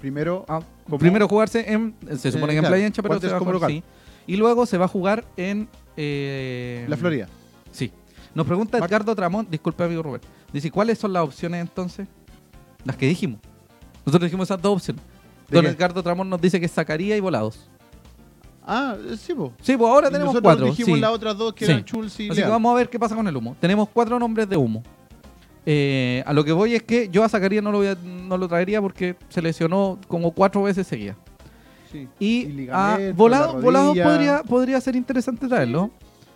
S5: Primero,
S2: a
S5: ¿Cómo?
S2: primero jugarse en. Se supone
S5: Eh,
S2: que en
S5: claro,
S2: Playa Ancha, pero se
S5: Wanderers
S2: va a
S5: como
S2: jugar,
S5: local.
S2: sí. Y luego se va a jugar en. eh,
S5: la Florida.
S2: Sí. Nos pregunta
S5: Mar-
S2: Edgardo Tramón, disculpe amigo Robert. Dice, ¿cuáles son las opciones entonces? Las que dijimos. Nosotros dijimos esas dos opciones.
S5: ¿De
S2: Don
S5: qué?
S2: Edgardo Tramón nos dice que sacaría y volados.
S5: Ah, eh, sí, po.
S2: Sí, pues ahora tenemos
S5: Nosotros
S2: cuatro.
S5: dijimos
S2: sí.
S5: las otras dos que
S2: Sí.
S5: eran Chulsi y
S2: Así que
S5: Leal.
S2: vamos a ver qué pasa con el humo. Tenemos cuatro nombres de humo. Eh, a lo que voy es que yo a Zacarías no lo, voy a- no lo traería porque se lesionó como cuatro veces seguida.
S5: Sí.
S2: Y,
S5: Y
S2: a
S5: ligamento,
S2: Volado,
S5: la
S2: Volado
S5: rodilla.
S2: podría, podría ser interesante traerlo.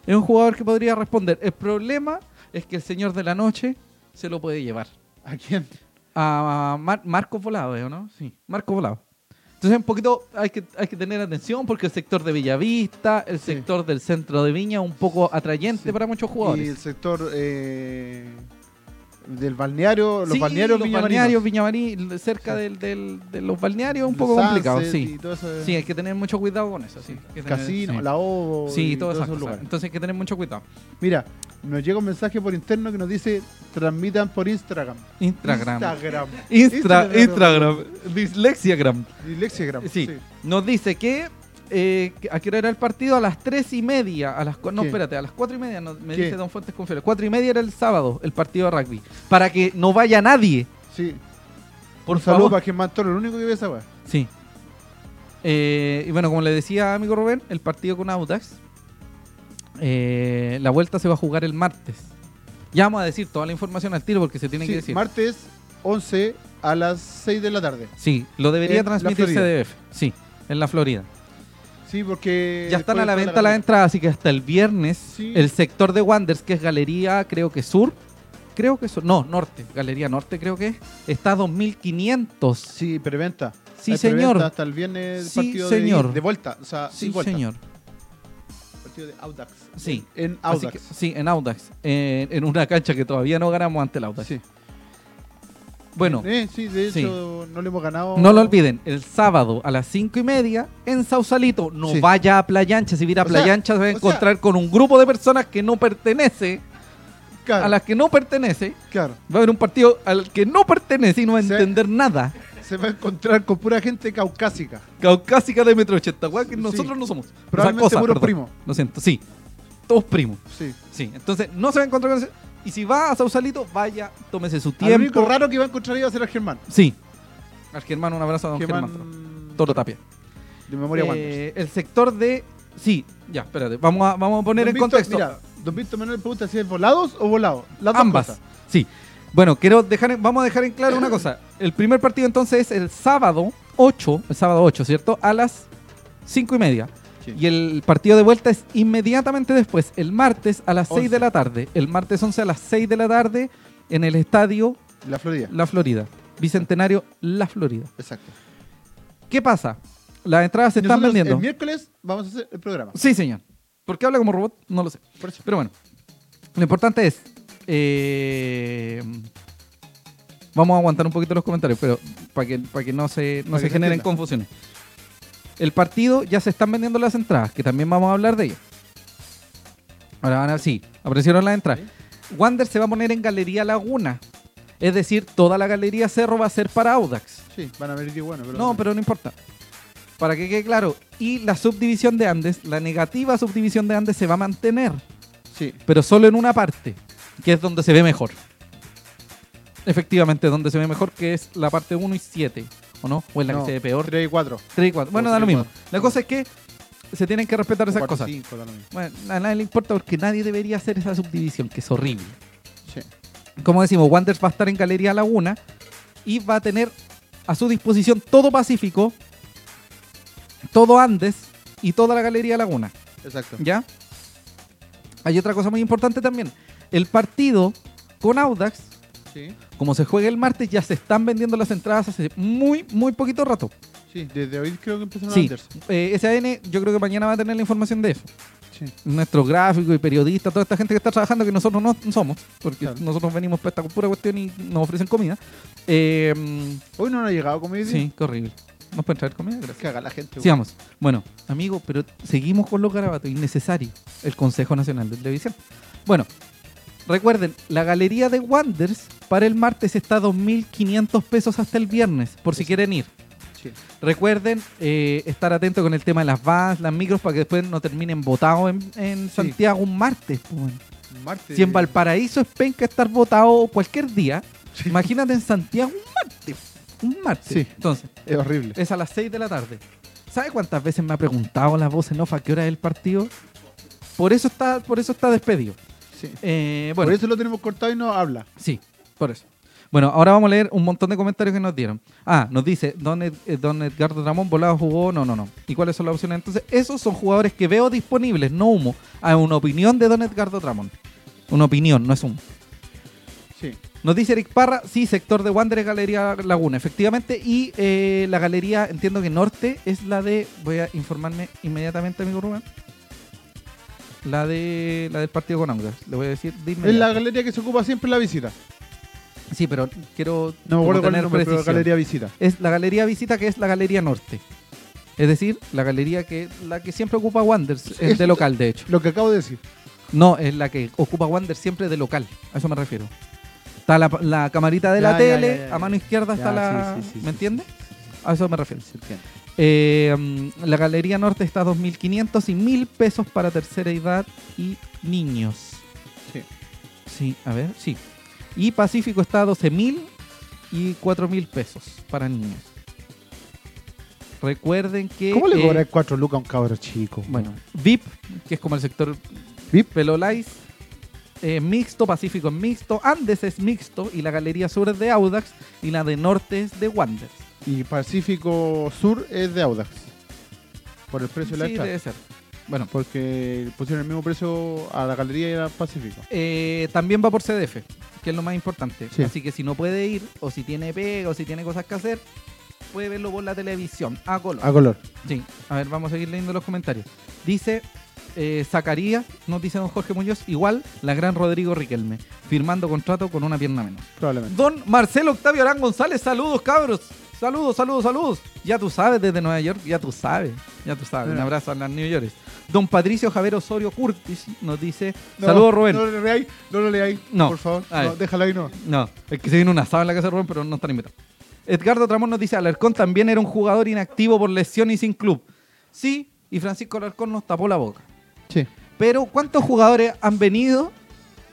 S2: Es un jugador que podría responder. El problema es que el señor de la noche se lo puede llevar.
S5: ¿A quién?
S2: A Mar- Marcos Volado, ¿eh, ¿o no? Sí, Marcos Volado. Entonces un poquito hay que, hay que tener atención porque el sector de Villavista, el
S5: Sí.
S2: sector del centro de Viña, un poco atrayente
S5: Sí.
S2: para muchos jugadores.
S5: Y el sector eh, del balneario, los
S2: Sí,
S5: balnearios
S2: los
S5: viñamarinos.
S2: balnearios Viñamarín, cerca del, del- de los balnearios, un poco
S5: Sunset
S2: complicado,
S5: y
S2: sí.
S5: todo eso.
S2: Sí, hay que tener mucho cuidado con eso. Sí, Hay que tener-
S5: Casino,
S2: sí.
S5: la O.
S2: Sí,
S5: y
S2: todas esas
S5: esos
S2: cosas.
S5: lugares.
S2: Entonces hay que tener mucho cuidado.
S5: Mira, nos llega un mensaje por interno que nos dice: transmitan por Instagram.
S2: Instagram.
S5: Instagram.
S2: Instra, Instagram. Dislexiagram.
S5: Dilexiagram.
S2: Sí. Nos dice que. eh, que- ¿A qué hora era el partido? A las tres y media. A las, cua- no,
S5: ¿Qué?
S2: espérate, a las cuatro y media. nos- me
S5: ¿Qué?
S2: dice Don Fuentes Confiero. Cuatro y media era el sábado, el partido de rugby. Para que no vaya nadie.
S5: sí.
S2: Por
S5: Un saludo
S2: favor.
S5: para Germán Toro, el único que ve esa weá.
S2: Sí. Eh, y bueno, como le decía amigo Rubén, el partido con Audax. eh, la vuelta se va a jugar el martes. Ya vamos a decir toda la información al tiro porque se tiene
S1: Sí,
S2: que decir.
S1: martes 11 a las 6 de la tarde.
S2: Sí, lo debería
S1: En la
S2: transmitir
S1: Florida. Eh,
S2: CDF. Sí, en la Florida.
S1: Sí, porque.
S2: Ya están
S1: después
S2: a la
S1: está
S2: venta las entradas, así que hasta el viernes
S1: Sí.
S2: el sector de Wanders, que es Galería, creo que Sur, creo que Sur, no, Norte, Galería Norte creo que es, está a 2.500. Sí,
S1: Sí, preventa. Hay
S2: señor.
S1: preventa Hasta el viernes
S2: Sí,
S1: partido
S2: señor.
S1: De, de vuelta. O sea,
S2: Sí,
S1: sin Ah, vuelta.
S2: señor.
S1: Partido de Audax.
S2: Sí.
S1: En
S2: Así
S1: Audax.
S2: que- sí, en Audax. En, en una cancha que todavía no ganamos ante el Audax.
S1: Sí.
S2: Bueno,
S1: Eh, sí, de
S2: Sí.
S1: hecho, no le hemos ganado.
S2: no lo olviden, el sábado a las cinco y media en Sausalito. No
S1: Sí.
S2: vaya a Playa Ancha. Si viera a
S1: O
S2: Playa
S1: sea,
S2: Ancha, se va a
S1: o sea-
S2: encontrar con un grupo de personas que no pertenece,
S1: Claro,
S2: a las que no pertenece.
S1: claro.
S2: Va a haber un partido al que no pertenece y no va a
S1: Sí.
S2: entender nada.
S1: Se va a encontrar con pura gente caucásica.
S2: Caucásica de metro ochenta, weá, que
S1: Sí.
S2: nosotros no somos.
S1: Probablemente
S2: Esas cosas,
S1: puros
S2: perdón.
S1: primos.
S2: Lo siento, sí. Todos primos.
S1: Sí.
S2: Sí, entonces no se va a encontrar con ese. Y si va a Sausalito, vaya, tómese su
S1: Lo único
S2: tiempo.
S1: raro que iba a encontrar iba a ser a Germán.
S2: Sí. Al Germán, un abrazo a don Germán.
S1: Germán.
S2: Toro Tapia.
S1: De memoria
S2: Eh,
S1: Wanderers.
S2: el sector de. Sí, ya, espérate. Vamos a, vamos a poner
S1: Don
S2: en
S1: Víctor-
S2: contexto.
S1: Mira, don Víctor Manuel pregunta si es volados o volados. Las dos
S2: Ambas.
S1: cosas.
S2: Sí. Bueno, quiero dejar en- vamos a dejar en claro una cosa. El primer partido entonces es el sábado 8, el sábado 8, ¿cierto? A las 5 y media.
S1: Sí.
S2: Y el partido de vuelta es inmediatamente después, el martes a las 6 de
S1: Once.
S2: la tarde. El martes 11 a las 6 de la tarde en el estadio
S1: La Florida.
S2: La Florida. Bicentenario La Florida.
S1: Exacto.
S2: ¿Qué pasa? Las entradas se están
S1: Nosotros
S2: vendiendo.
S1: El miércoles vamos a hacer el programa.
S2: Sí, señor. ¿Por qué habla como robot? No lo sé.
S1: Por eso.
S2: Pero bueno, lo importante es. eh, vamos a aguantar un poquito los comentarios, pero para que, para que no se, no
S1: Para
S2: se
S1: que se
S2: generen
S1: entienda.
S2: confusiones. El partido ya se están vendiendo las entradas, que también vamos a hablar de ellas. Ahora van a sí, aparecieron las entradas. Wander se va a poner en Galería Laguna. Es decir, toda la Galería Cerro va a ser para Audax.
S1: Sí, van a venir y bueno. Pero
S2: No, pero no importa. Para que quede claro. Y la subdivisión de Andes, la negativa subdivisión de Andes se va a mantener
S1: Sí.
S2: pero solo en una parte, que es donde se ve mejor. Efectivamente, donde se ve mejor, que es la parte 1 y 7, ¿o no? O es la
S1: No,
S2: que se ve peor.
S1: 3 y 4.
S2: 3 y 4. Bueno,
S1: O
S2: da lo
S1: tres y
S2: mismo.
S1: cuatro.
S2: La cosa es que se tienen que respetar esas cosas. Bueno, a nadie le importa porque nadie debería hacer esa subdivisión, que es horrible.
S1: Sí.
S2: Como decimos, Wanderers va a estar en Galería Laguna y va a tener a su disposición todo Pacífico, todo Andes y toda la Galería Laguna.
S1: Exacto.
S2: ¿Ya? Hay otra cosa muy importante también. El partido con Audax,
S1: Sí.
S2: como se juega el martes, ya se están vendiendo las entradas hace muy, muy poquito rato.
S1: Sí, desde hoy creo que empezaron
S2: Sí,
S1: Anders.
S2: eh, SAN, yo creo que mañana va a tener la información de eso.
S1: Sí.
S2: Nuestros gráficos y periodistas, toda esta gente que está trabajando, que nosotros no somos, porque
S1: Claro.
S2: nosotros venimos para esta pura cuestión y nos ofrecen comida. Eh, mm,
S1: Hoy no nos ha llegado comida.
S2: sí, qué horrible. ¿Nos pueden traer comida? Gracias.
S1: Caga la gente. güey.
S2: Sigamos. Bueno, amigo, pero seguimos con los garabatos. Innecesario. El Consejo Nacional de Televisión. Bueno, recuerden, la galería de Wonders para el martes está a 2.500 pesos hasta el viernes, por si quieren ir.
S1: Sí.
S2: Recuerden eh, estar atentos con el tema de las vans, las micros, para que después no terminen botados en, en Santiago un martes. pues, po, weón.
S1: Martes.
S2: Si en Valparaíso es penca estar votado cualquier día, imagínate en Santiago un martes. Un martes.
S1: Sí.
S2: Entonces,
S1: Es horrible.
S2: es a las 6 de la tarde. ¿Sabe cuántas veces me ha preguntado la voz en off a qué hora es el partido? Por eso está, por eso está despedido.
S1: Sí.
S2: Eh, bueno,
S1: Por eso lo tenemos cortado y no habla.
S2: sí, por eso. Bueno, ahora vamos a leer un montón de comentarios que nos dieron. Ah, nos dice, don, Ed- eh, don Edgardo Ramón, volado jugó, no, no, no. ¿Y cuáles son las opciones? Entonces, esos son jugadores que veo disponibles, no humo. A una opinión de don Edgardo Ramón. Una opinión, no es humo.
S1: Sí.
S2: Nos dice Eric Parra, sí, sector de Wanderer Galería Laguna, efectivamente. Y eh, la galería, entiendo que norte, es la de. Voy a informarme inmediatamente, amigo Rubén. La de la del partido con Audas. Le voy a decir, dime.
S1: Es la galería que se ocupa siempre en la visita.
S2: Sí, pero quiero.
S1: No me
S2: como
S1: acuerdo cuál es
S2: tener
S1: el nombre, pero
S2: precisión.
S1: galería visita.
S2: Es la galería visita, que es la galería norte. Es decir, la galería que la que siempre ocupa Wanderers, es de local, de hecho.
S1: Lo que acabo de decir.
S2: No, es la que ocupa Wander siempre de local. A eso me refiero. Está la, la camarita de
S1: Ya,
S2: la
S1: ya,
S2: tele,
S1: ya, ya,
S2: a mano
S1: ya.
S2: izquierda está
S1: Ya,
S2: la.
S1: sí, sí, sí, sí,
S2: ¿Me entiendes?
S1: sí, sí, sí,
S2: A eso me refiero.
S1: sí, entiendo.
S2: Eh, mm, la Galería Norte está a 2.500 y 1.000 pesos para tercera edad y niños.
S1: Sí.
S2: Sí, a ver, sí. Y Pacífico está a 12.000 y 4.000 pesos para niños. Recuerden que...
S1: ¿Cómo
S2: eh,
S1: le cobras 4 lucas a un cabro chico?
S2: bueno, VIP, que es como el sector
S5: VIP.
S2: Pelolais eh, mixto, Pacífico es mixto, Andes es mixto y la Galería Sur es de Audax y la de Norte es de Wander.
S5: Y Pacífico Sur es de Audax. Por el precio de la
S2: Sí,
S5: entrada.
S2: debe ser. Bueno,
S5: Porque pusieron el mismo precio a la galería y a Pacífico.
S2: eh, también va por CDF, que es lo más importante.
S5: Sí.
S2: Así que si no puede ir, o si tiene pega, o si tiene cosas que hacer, puede verlo por la televisión, a color.
S5: A color.
S2: Sí, a ver, vamos a seguir leyendo los comentarios. Dice eh, Zacarías, nos dice don Jorge Muñoz, igual la gran Rodrigo Riquelme, firmando contrato con una pierna menos.
S5: Probablemente.
S2: Don Marcelo Octavio Arán González, saludos cabros. Saludos, saludos, saludos. Ya tú sabes desde Nueva York, ya tú sabes, ya tú sabes. Un
S5: Ah.
S2: abrazo a las New Yorkers. Don Patricio Javier Osorio Curtis nos dice,
S5: No,
S2: saludos Rubén.
S5: No lo leáis, no lo leáis.
S2: No. Ah,
S5: Por favor.
S2: A ver.
S5: No, déjalo ahí, no.
S2: No, es que se viene un asado en la casa de Rubén, pero no están invitados. Edgardo Tramón nos dice, Alarcón también era un jugador inactivo por lesión y sin club. Sí, y Francisco Alarcón nos tapó la boca.
S5: Sí.
S2: Pero ¿cuántos jugadores han venido?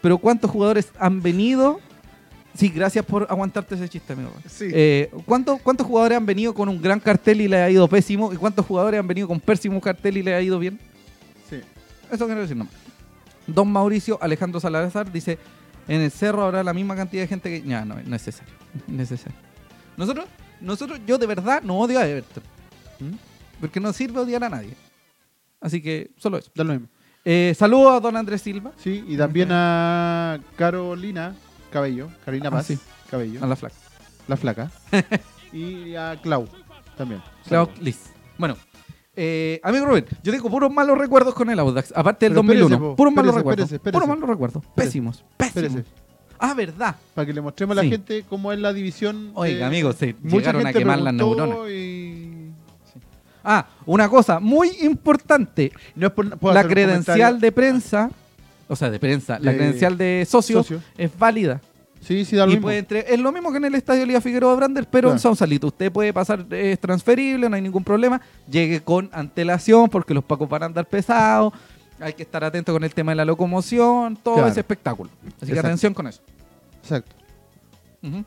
S2: Pero ¿cuántos jugadores han venido? Sí, gracias por aguantarte ese chiste, amigo.
S5: Sí.
S2: Eh, ¿cuántos, ¿Cuántos jugadores han venido con un gran cartel y le ha ido pésimo? ¿Y cuántos jugadores han venido con pésimo cartel y le ha ido bien?
S5: Sí.
S2: Eso quiero decir nomás. Don Mauricio Alejandro Salazar dice, en el cerro habrá la misma cantidad de gente que... Ya, no, es necesario. Necesario. Nosotros, nosotros, yo de verdad no odio a Everton. ¿Mm? Porque no sirve odiar a nadie. Así que solo eso.
S5: Da lo mismo.
S2: Eh, saludos a don Andrés Silva,
S5: Sí, y también a Carolina Cabello. Carolina
S2: Ah,
S5: Paz.
S2: sí.
S5: Cabello.
S2: a
S5: La,
S2: la flaca.
S5: flaca. y a Clau. También.
S2: Clau
S5: Saludos.
S2: Liz. Bueno, eh, amigo Rubén, yo tengo puros malos recuerdos con el Audax, aparte del
S5: Pero espérese,
S2: 2001.
S5: po,
S2: puros malos
S5: espérese,
S2: recuerdos.
S5: espérese, espérese.
S2: Puros malos recuerdos.
S5: Espérese.
S2: Pésimos. Pésimos.
S5: Espérese.
S2: Ah, verdad.
S5: Para que le mostremos a la
S2: Sí.
S5: gente cómo es la división.
S2: Oiga,
S5: de-
S2: amigo, se
S5: Eh, Mucha
S2: llegaron a
S5: gente
S2: quemar las
S5: preguntó
S2: neuronas.
S5: y-
S2: Ah, una cosa muy importante.
S5: No es por- puedo
S2: la
S5: hacer un
S2: credencial
S5: comentario.
S2: de prensa, o sea, de prensa, la
S5: De-
S2: credencial de socio,
S5: socio.
S2: es válida.
S5: Sí, sí, da lo
S2: Y
S5: mismo.
S2: puede entre- es lo mismo que en el estadio Liga Figueroa Brander, pero en
S5: Claro.
S2: Sausalito. Usted puede pasar, es transferible, no hay ningún problema. Llegue con antelación porque los pacos van a andar pesados. Hay que estar atento con el tema de la locomoción, todo
S5: Claro.
S2: ese espectáculo. Así que
S5: Exacto.
S2: atención con eso.
S5: Exacto.
S2: Ujú.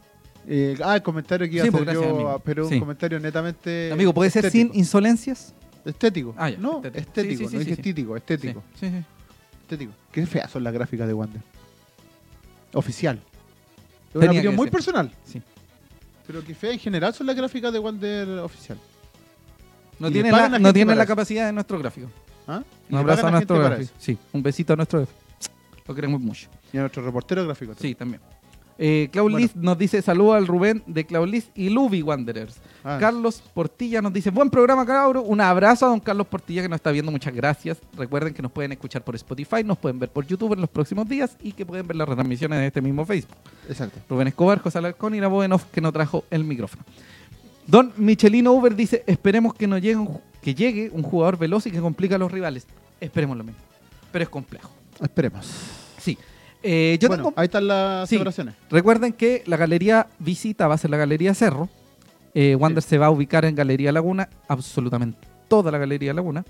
S5: Eh, ah, el comentario que iba
S2: Sí,
S5: a
S2: pues,
S5: hacer
S2: gracias,
S5: yo,
S2: amigo.
S5: pero
S2: Sí.
S5: un comentario netamente.
S2: Amigo, ¿puede ser
S5: Eh, estético.
S2: sin insolencias?
S5: Estético.
S2: Ah, ya,
S5: No,
S2: estético.
S5: estético.
S2: Sí, sí, sí,
S5: no
S2: sí,
S5: dije
S2: sí.
S5: estético, estético.
S2: Sí, sí, sí.
S5: Estético. Qué feas son las gráficas de Wander. Oficial. Es
S2: Tenía
S5: una opinión
S2: que
S5: muy
S2: ser.
S5: personal.
S2: Sí.
S5: Pero que fea en general son las gráficas de Wander oficial.
S2: No
S5: Y le
S2: tiene,
S5: pagan
S2: la,
S5: a
S2: no
S5: gente
S2: tiene
S5: para
S2: la
S5: eso.
S2: capacidad de nuestro gráfico.
S5: ¿Ah? Y
S2: Un
S5: le
S2: abrazo
S5: pagan
S2: a nuestro
S5: gente para
S2: gráfico. Sí, un besito a nuestro gráfico. Lo queremos mucho.
S5: eso. Y a nuestro reportero gráfico.
S2: Sí, también. Eh, Clau
S5: Bueno.
S2: Liz nos dice saludo al Rubén de Clau Liz y Luby Wanderers.
S5: Ah.
S2: Carlos Portilla nos dice buen programa, cabro. Un abrazo a don Carlos Portilla que nos está viendo. Muchas gracias. Recuerden que nos pueden escuchar por Spotify, nos pueden ver por YouTube en los próximos días y que pueden ver las retransmisiones de este mismo Facebook.
S5: Exacto.
S2: Rubén Escobar, José Alarcón y la voz en off que no trajo el micrófono. Don Michelino Uber dice, esperemos que, no llegue, un, ju- que llegue un jugador veloz y que complica a los rivales. Esperemos lo mismo. Pero es complejo.
S5: Esperemos.
S2: Sí. Eh, yo
S5: bueno,
S2: tengo-
S5: ahí están las
S2: Sí.
S5: celebraciones.
S2: Recuerden que la galería visita va a ser la galería Cerro. Eh, Wander se va a ubicar en Galería Laguna, absolutamente toda la Galería Laguna.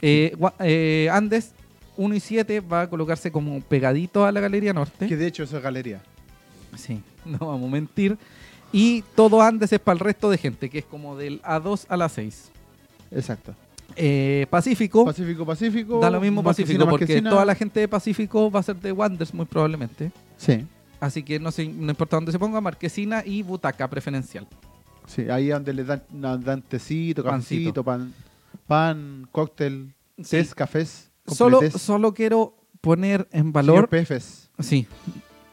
S2: Eh, Gua- eh, Andes 1 y 7 va a colocarse como pegadito a la Galería Norte.
S5: Que de hecho esa galería.
S2: Sí, no vamos a mentir. Y todo Andes es para el resto de gente, que es como del A2 a la 6.
S5: Exacto.
S2: Eh, Pacífico,
S5: Pacífico, Pacífico.
S2: da lo mismo Pacífico, porque
S5: Marquesina.
S2: toda la gente de Pacífico va a ser de Wanders muy probablemente.
S5: Sí,
S2: Así que no, se- no importa dónde se ponga, Marquesina y Butaca preferencial.
S5: sí. Ahí donde le dan, na- dan tecito,
S2: Pancito.
S5: cafecito, pan, pan, cóctel,
S2: Sí.
S5: tés, cafés,
S2: Solo,
S5: completes.
S2: solo quiero poner en valor...
S5: Señor Pefes.
S2: Sí.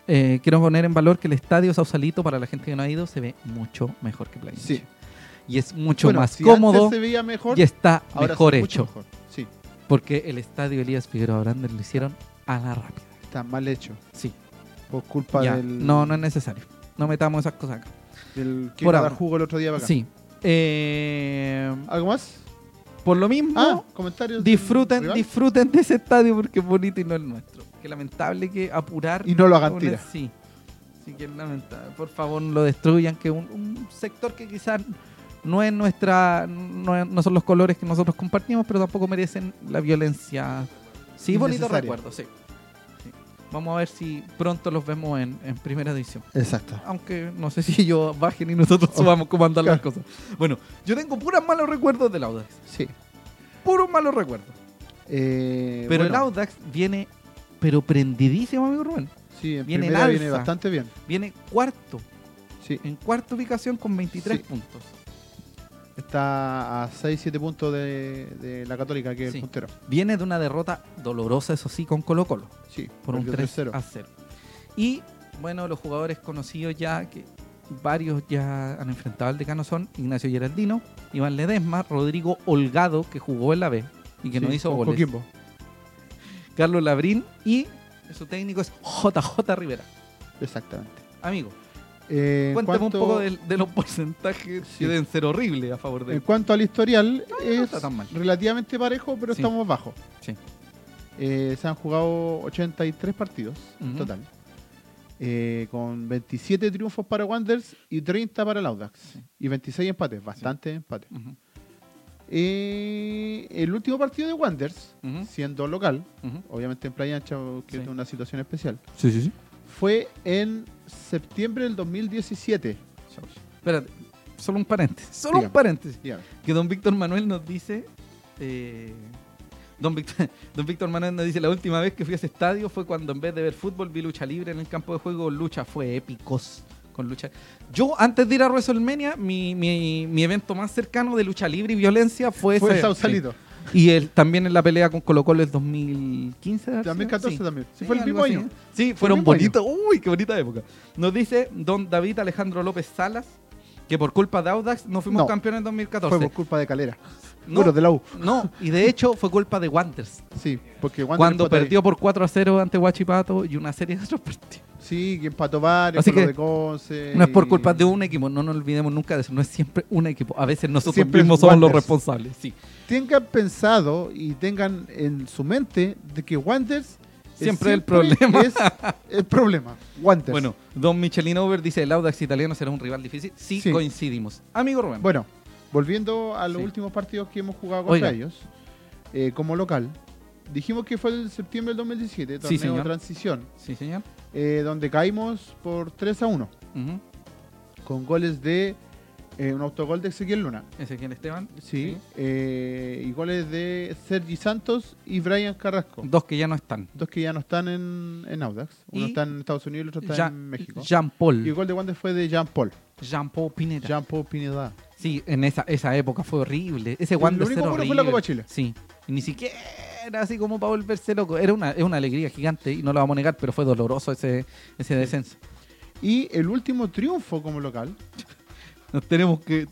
S2: Eh, quiero poner en valor que el estadio Sausalito, para la gente que no ha ido, se ve mucho mejor que Playa.
S5: Sí.
S2: Y es mucho
S5: Bueno,
S2: más
S5: si
S2: cómodo
S5: Antes se veía mejor.
S2: y está
S5: ahora
S2: mejor
S5: se ve
S2: hecho.
S5: mucho mejor. Sí,
S2: Porque el estadio Elías Figueroa Brander lo hicieron a la rápida.
S5: está mal hecho.
S2: Sí.
S5: Por culpa
S2: Ya,
S5: del.
S2: No, no es necesario. No metamos esas cosas acá.
S5: Del que
S2: por
S5: iba a dar
S2: ahora.
S5: jugo el otro día para acá.
S2: Sí. Eh,
S5: ¿Algo más?
S2: por lo mismo,
S5: Ah, comentarios. del
S2: disfruten,
S5: rival.
S2: disfruten de ese estadio porque es bonito y no el nuestro. Qué lamentable que apurar.
S5: Y no lo hagan
S2: una-
S5: tira.
S2: Sí. Sí, que es lamentable. Por favor, no lo destruyan. Que un, un sector que quizás no es nuestra. No, es- no son los colores que nosotros compartimos, pero tampoco merecen la violencia. Sí, bonito
S5: Innecesaria.
S2: recuerdo, sí. Sí. Vamos a ver si pronto los vemos en, en primera edición.
S5: Exacto.
S2: Aunque no sé si yo bajen y nosotros
S5: Oh.
S2: subamos cómo andan las cosas. Bueno, yo tengo puros malos recuerdos del Audax.
S5: Sí.
S2: Puros malos recuerdos.
S5: Eh,
S2: Pero el
S5: bueno,
S2: Audax viene pero prendidísimo, amigo Rubén.
S5: Sí, en
S2: Viene en
S5: primera viene
S2: alza.
S5: bastante bien.
S2: Viene cuarto,
S5: Sí,
S2: en cuarta ubicación con 23
S5: Sí.
S2: puntos.
S5: está a 6-7 puntos de, de la Católica, que es
S2: Sí.
S5: el puntero.
S2: Viene de una derrota dolorosa, eso sí, con Colo Colo,
S5: Sí,
S2: por un
S5: perdió
S2: 3
S5: 3-0.
S2: a 0. Y bueno, los jugadores conocidos ya, que varios ya han enfrentado al decano son Ignacio Geraldino, Iván Ledesma, Rodrigo Holgado, que jugó en la B y que no
S5: Sí,
S2: hizo
S5: con
S2: goles,
S5: Coquimbo.
S2: Carlos Labrín y su técnico es JJ Rivera.
S5: Exactamente.
S2: Amigo,
S5: Eh, en
S2: cuéntame
S5: cuanto-
S2: un poco del- de, los porcentajes
S5: Sí.
S2: que deben ser horribles a favor de
S5: En cuanto al historial, es
S2: está tan mal.
S5: relativamente parejo, pero
S2: Sí.
S5: estamos bajo.
S2: Sí.
S5: Eh, se han jugado 83 partidos en
S2: Ujú.
S5: total, eh, con 27 triunfos para Wanderers y 30 para el Audax. Y 26 empates, bastante empates.
S2: Ujú,
S5: Eh, el último partido de Wanderers,
S2: ujú,
S5: siendo local,
S2: ujú.
S5: obviamente en Playa Ancha, que
S2: Sí.
S5: es una situación especial,
S2: Sí, sí, sí.
S5: fue en septiembre del 2017.
S2: Espérate, solo un paréntesis. Solo un
S5: Dígame.
S2: paréntesis.
S5: Dígame.
S2: Que don Víctor Manuel nos dice. eh, don, Víctor, don Víctor Manuel nos dice: La última vez que fui a ese estadio fue cuando en vez de ver fútbol vi lucha libre en el campo de juego. Lucha fue épicos. Con lucha. Yo, antes de ir a WrestleMania, mi, mi, mi evento más cercano de lucha libre y violencia fue,
S5: Fue
S2: ese.
S5: Sausalito,
S2: Y el, también en la pelea con Colo Colo el 2015. ¿verdad?
S5: también 14
S2: Sí.
S5: también. Sí,
S2: Sí,
S5: fue el
S2: algo
S5: mismo
S2: así,
S5: año.
S2: ¿no? Sí,
S5: el
S2: fueron
S5: mismo año.
S2: bonitos. Uy, qué bonita época. Nos dice don David Alejandro López Salas que por culpa de Audax no fuimos
S5: No.
S2: campeones en 2014.
S5: Fue por culpa de Calera.
S2: no,
S5: Bueno, de la U.
S2: no, y de hecho fue culpa de Wanderers.
S5: Sí, porque Wander
S2: Cuando
S5: empató ahí.
S2: perdió por 4 a 0 ante Huachipato y una serie de otros partidos.
S5: Sí, que empató varios,
S2: Así
S5: con lo
S2: que
S5: de Conce.
S2: No es por
S5: y-
S2: culpa de un equipo, no nos olvidemos nunca de eso. No es siempre un equipo. A veces nosotros
S5: Siempre es
S2: mismos somos los
S5: Wanderers.
S2: responsables. Sí,
S5: Tengan pensado y tengan en su mente de que Wanderers es
S2: Siempre el problema.
S5: Es el problema. Wanderers.
S2: Bueno, don Michelin Over dice: el Audax italiano será un rival difícil. Sí,
S5: Sí.
S2: coincidimos. Amigo Rubén.
S5: Bueno, volviendo a los
S2: Sí.
S5: últimos partidos que hemos jugado contra
S2: Oiga.
S5: ellos, eh, como local. Dijimos que fue el septiembre del 2017, torneo
S2: Sí, señor.
S5: transición,
S2: Sí, señor.
S5: eh, donde caímos por 3 a 1,
S2: Ujú.
S5: con goles de eh, un autogol de Ezequiel Luna.
S2: Ezequiel Esteban.
S5: Sí, eh, y goles de Sergi Santos y Brian Carrasco.
S2: Dos que ya no están.
S5: Dos que ya no están en, en Audax. Uno
S2: Y-
S5: está en Estados Unidos y el otro está
S2: Ja-
S5: en México.
S2: Jean
S5: Y el
S2: Paul.
S5: gol de Wander fue de Jean Paul.
S2: Jean Paul Pineda.
S5: Jean Paul Pineda.
S2: Sí, en esa, esa época fue horrible. Ese
S5: Lo
S2: Wander
S5: único
S2: era
S5: bueno
S2: horrible.
S5: fue la Copa Chile.
S2: Sí. Y ni siquiera así como para volverse loco. Era una, es una alegría gigante y no la vamos a negar, pero fue doloroso ese, ese descenso.
S5: Y el último triunfo como local.
S2: Nos tenemos que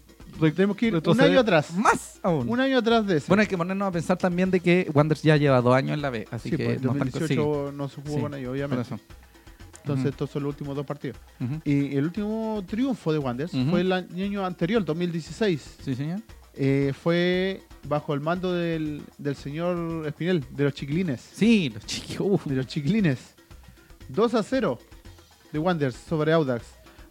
S5: Tenemos que ir un
S2: retroceder
S5: año atrás.
S2: más aún.
S5: Un año atrás de ese.
S2: Bueno, hay que ponernos a pensar también de que Wander ya lleva dos años en la B, así
S5: Sí,
S2: que
S5: pues, el
S2: no están sí,
S5: 2018 no se jugó
S2: Sí,
S5: con ellos,
S2: por
S5: obviamente.
S2: eso.
S5: Entonces
S2: Ujú.
S5: estos son los últimos dos partidos.
S2: Ujú.
S5: Y el último triunfo de Wander
S2: Ujú.
S5: fue el año anterior, 2016.
S2: Sí, señor.
S5: Eh, fue bajo el mando del, del señor Espinel, de los chiquilines.
S2: Sí, los chiquillos. uf.
S5: De los chiquilines. 2 a 0 de Wanderers sobre Audax.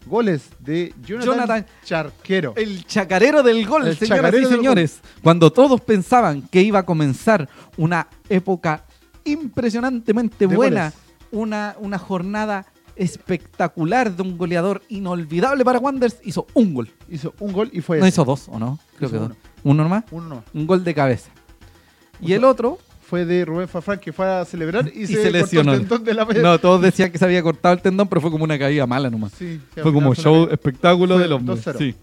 S5: Goles de Jonathan,
S2: Jonathan.
S5: Charquero.
S2: El chacarero del gol,
S5: El
S2: señoras
S5: chacarero
S2: y
S5: del
S2: señores. Cuando todos pensaban que iba a comenzar una época impresionantemente
S5: De
S2: buena,
S5: goles.
S2: una, una jornada espectacular de un goleador inolvidable para Wanderers, hizo un gol.
S5: Hizo un gol y fue
S2: No
S5: ese.
S2: hizo dos, ¿o no? Creo
S5: Pues,
S2: que dos.
S5: Hizo uno.
S2: Uno nomás.
S5: Uno nomás.
S2: Un gol de cabeza. Y
S5: Hizo-
S2: el otro,
S5: Fue de Rubén Fafrán que fue a celebrar y,
S2: Y
S5: se,
S2: se
S5: cortó el
S2: lesionó.
S5: tendón de la
S2: no, todos decían que se había cortado el tendón, pero fue como una caída mala nomás.
S5: Sí, sí,
S2: Fue
S5: al final
S2: como
S5: una-
S2: show, espectáculo
S5: fue
S2: del hombre.
S5: 2-0.
S2: Sí.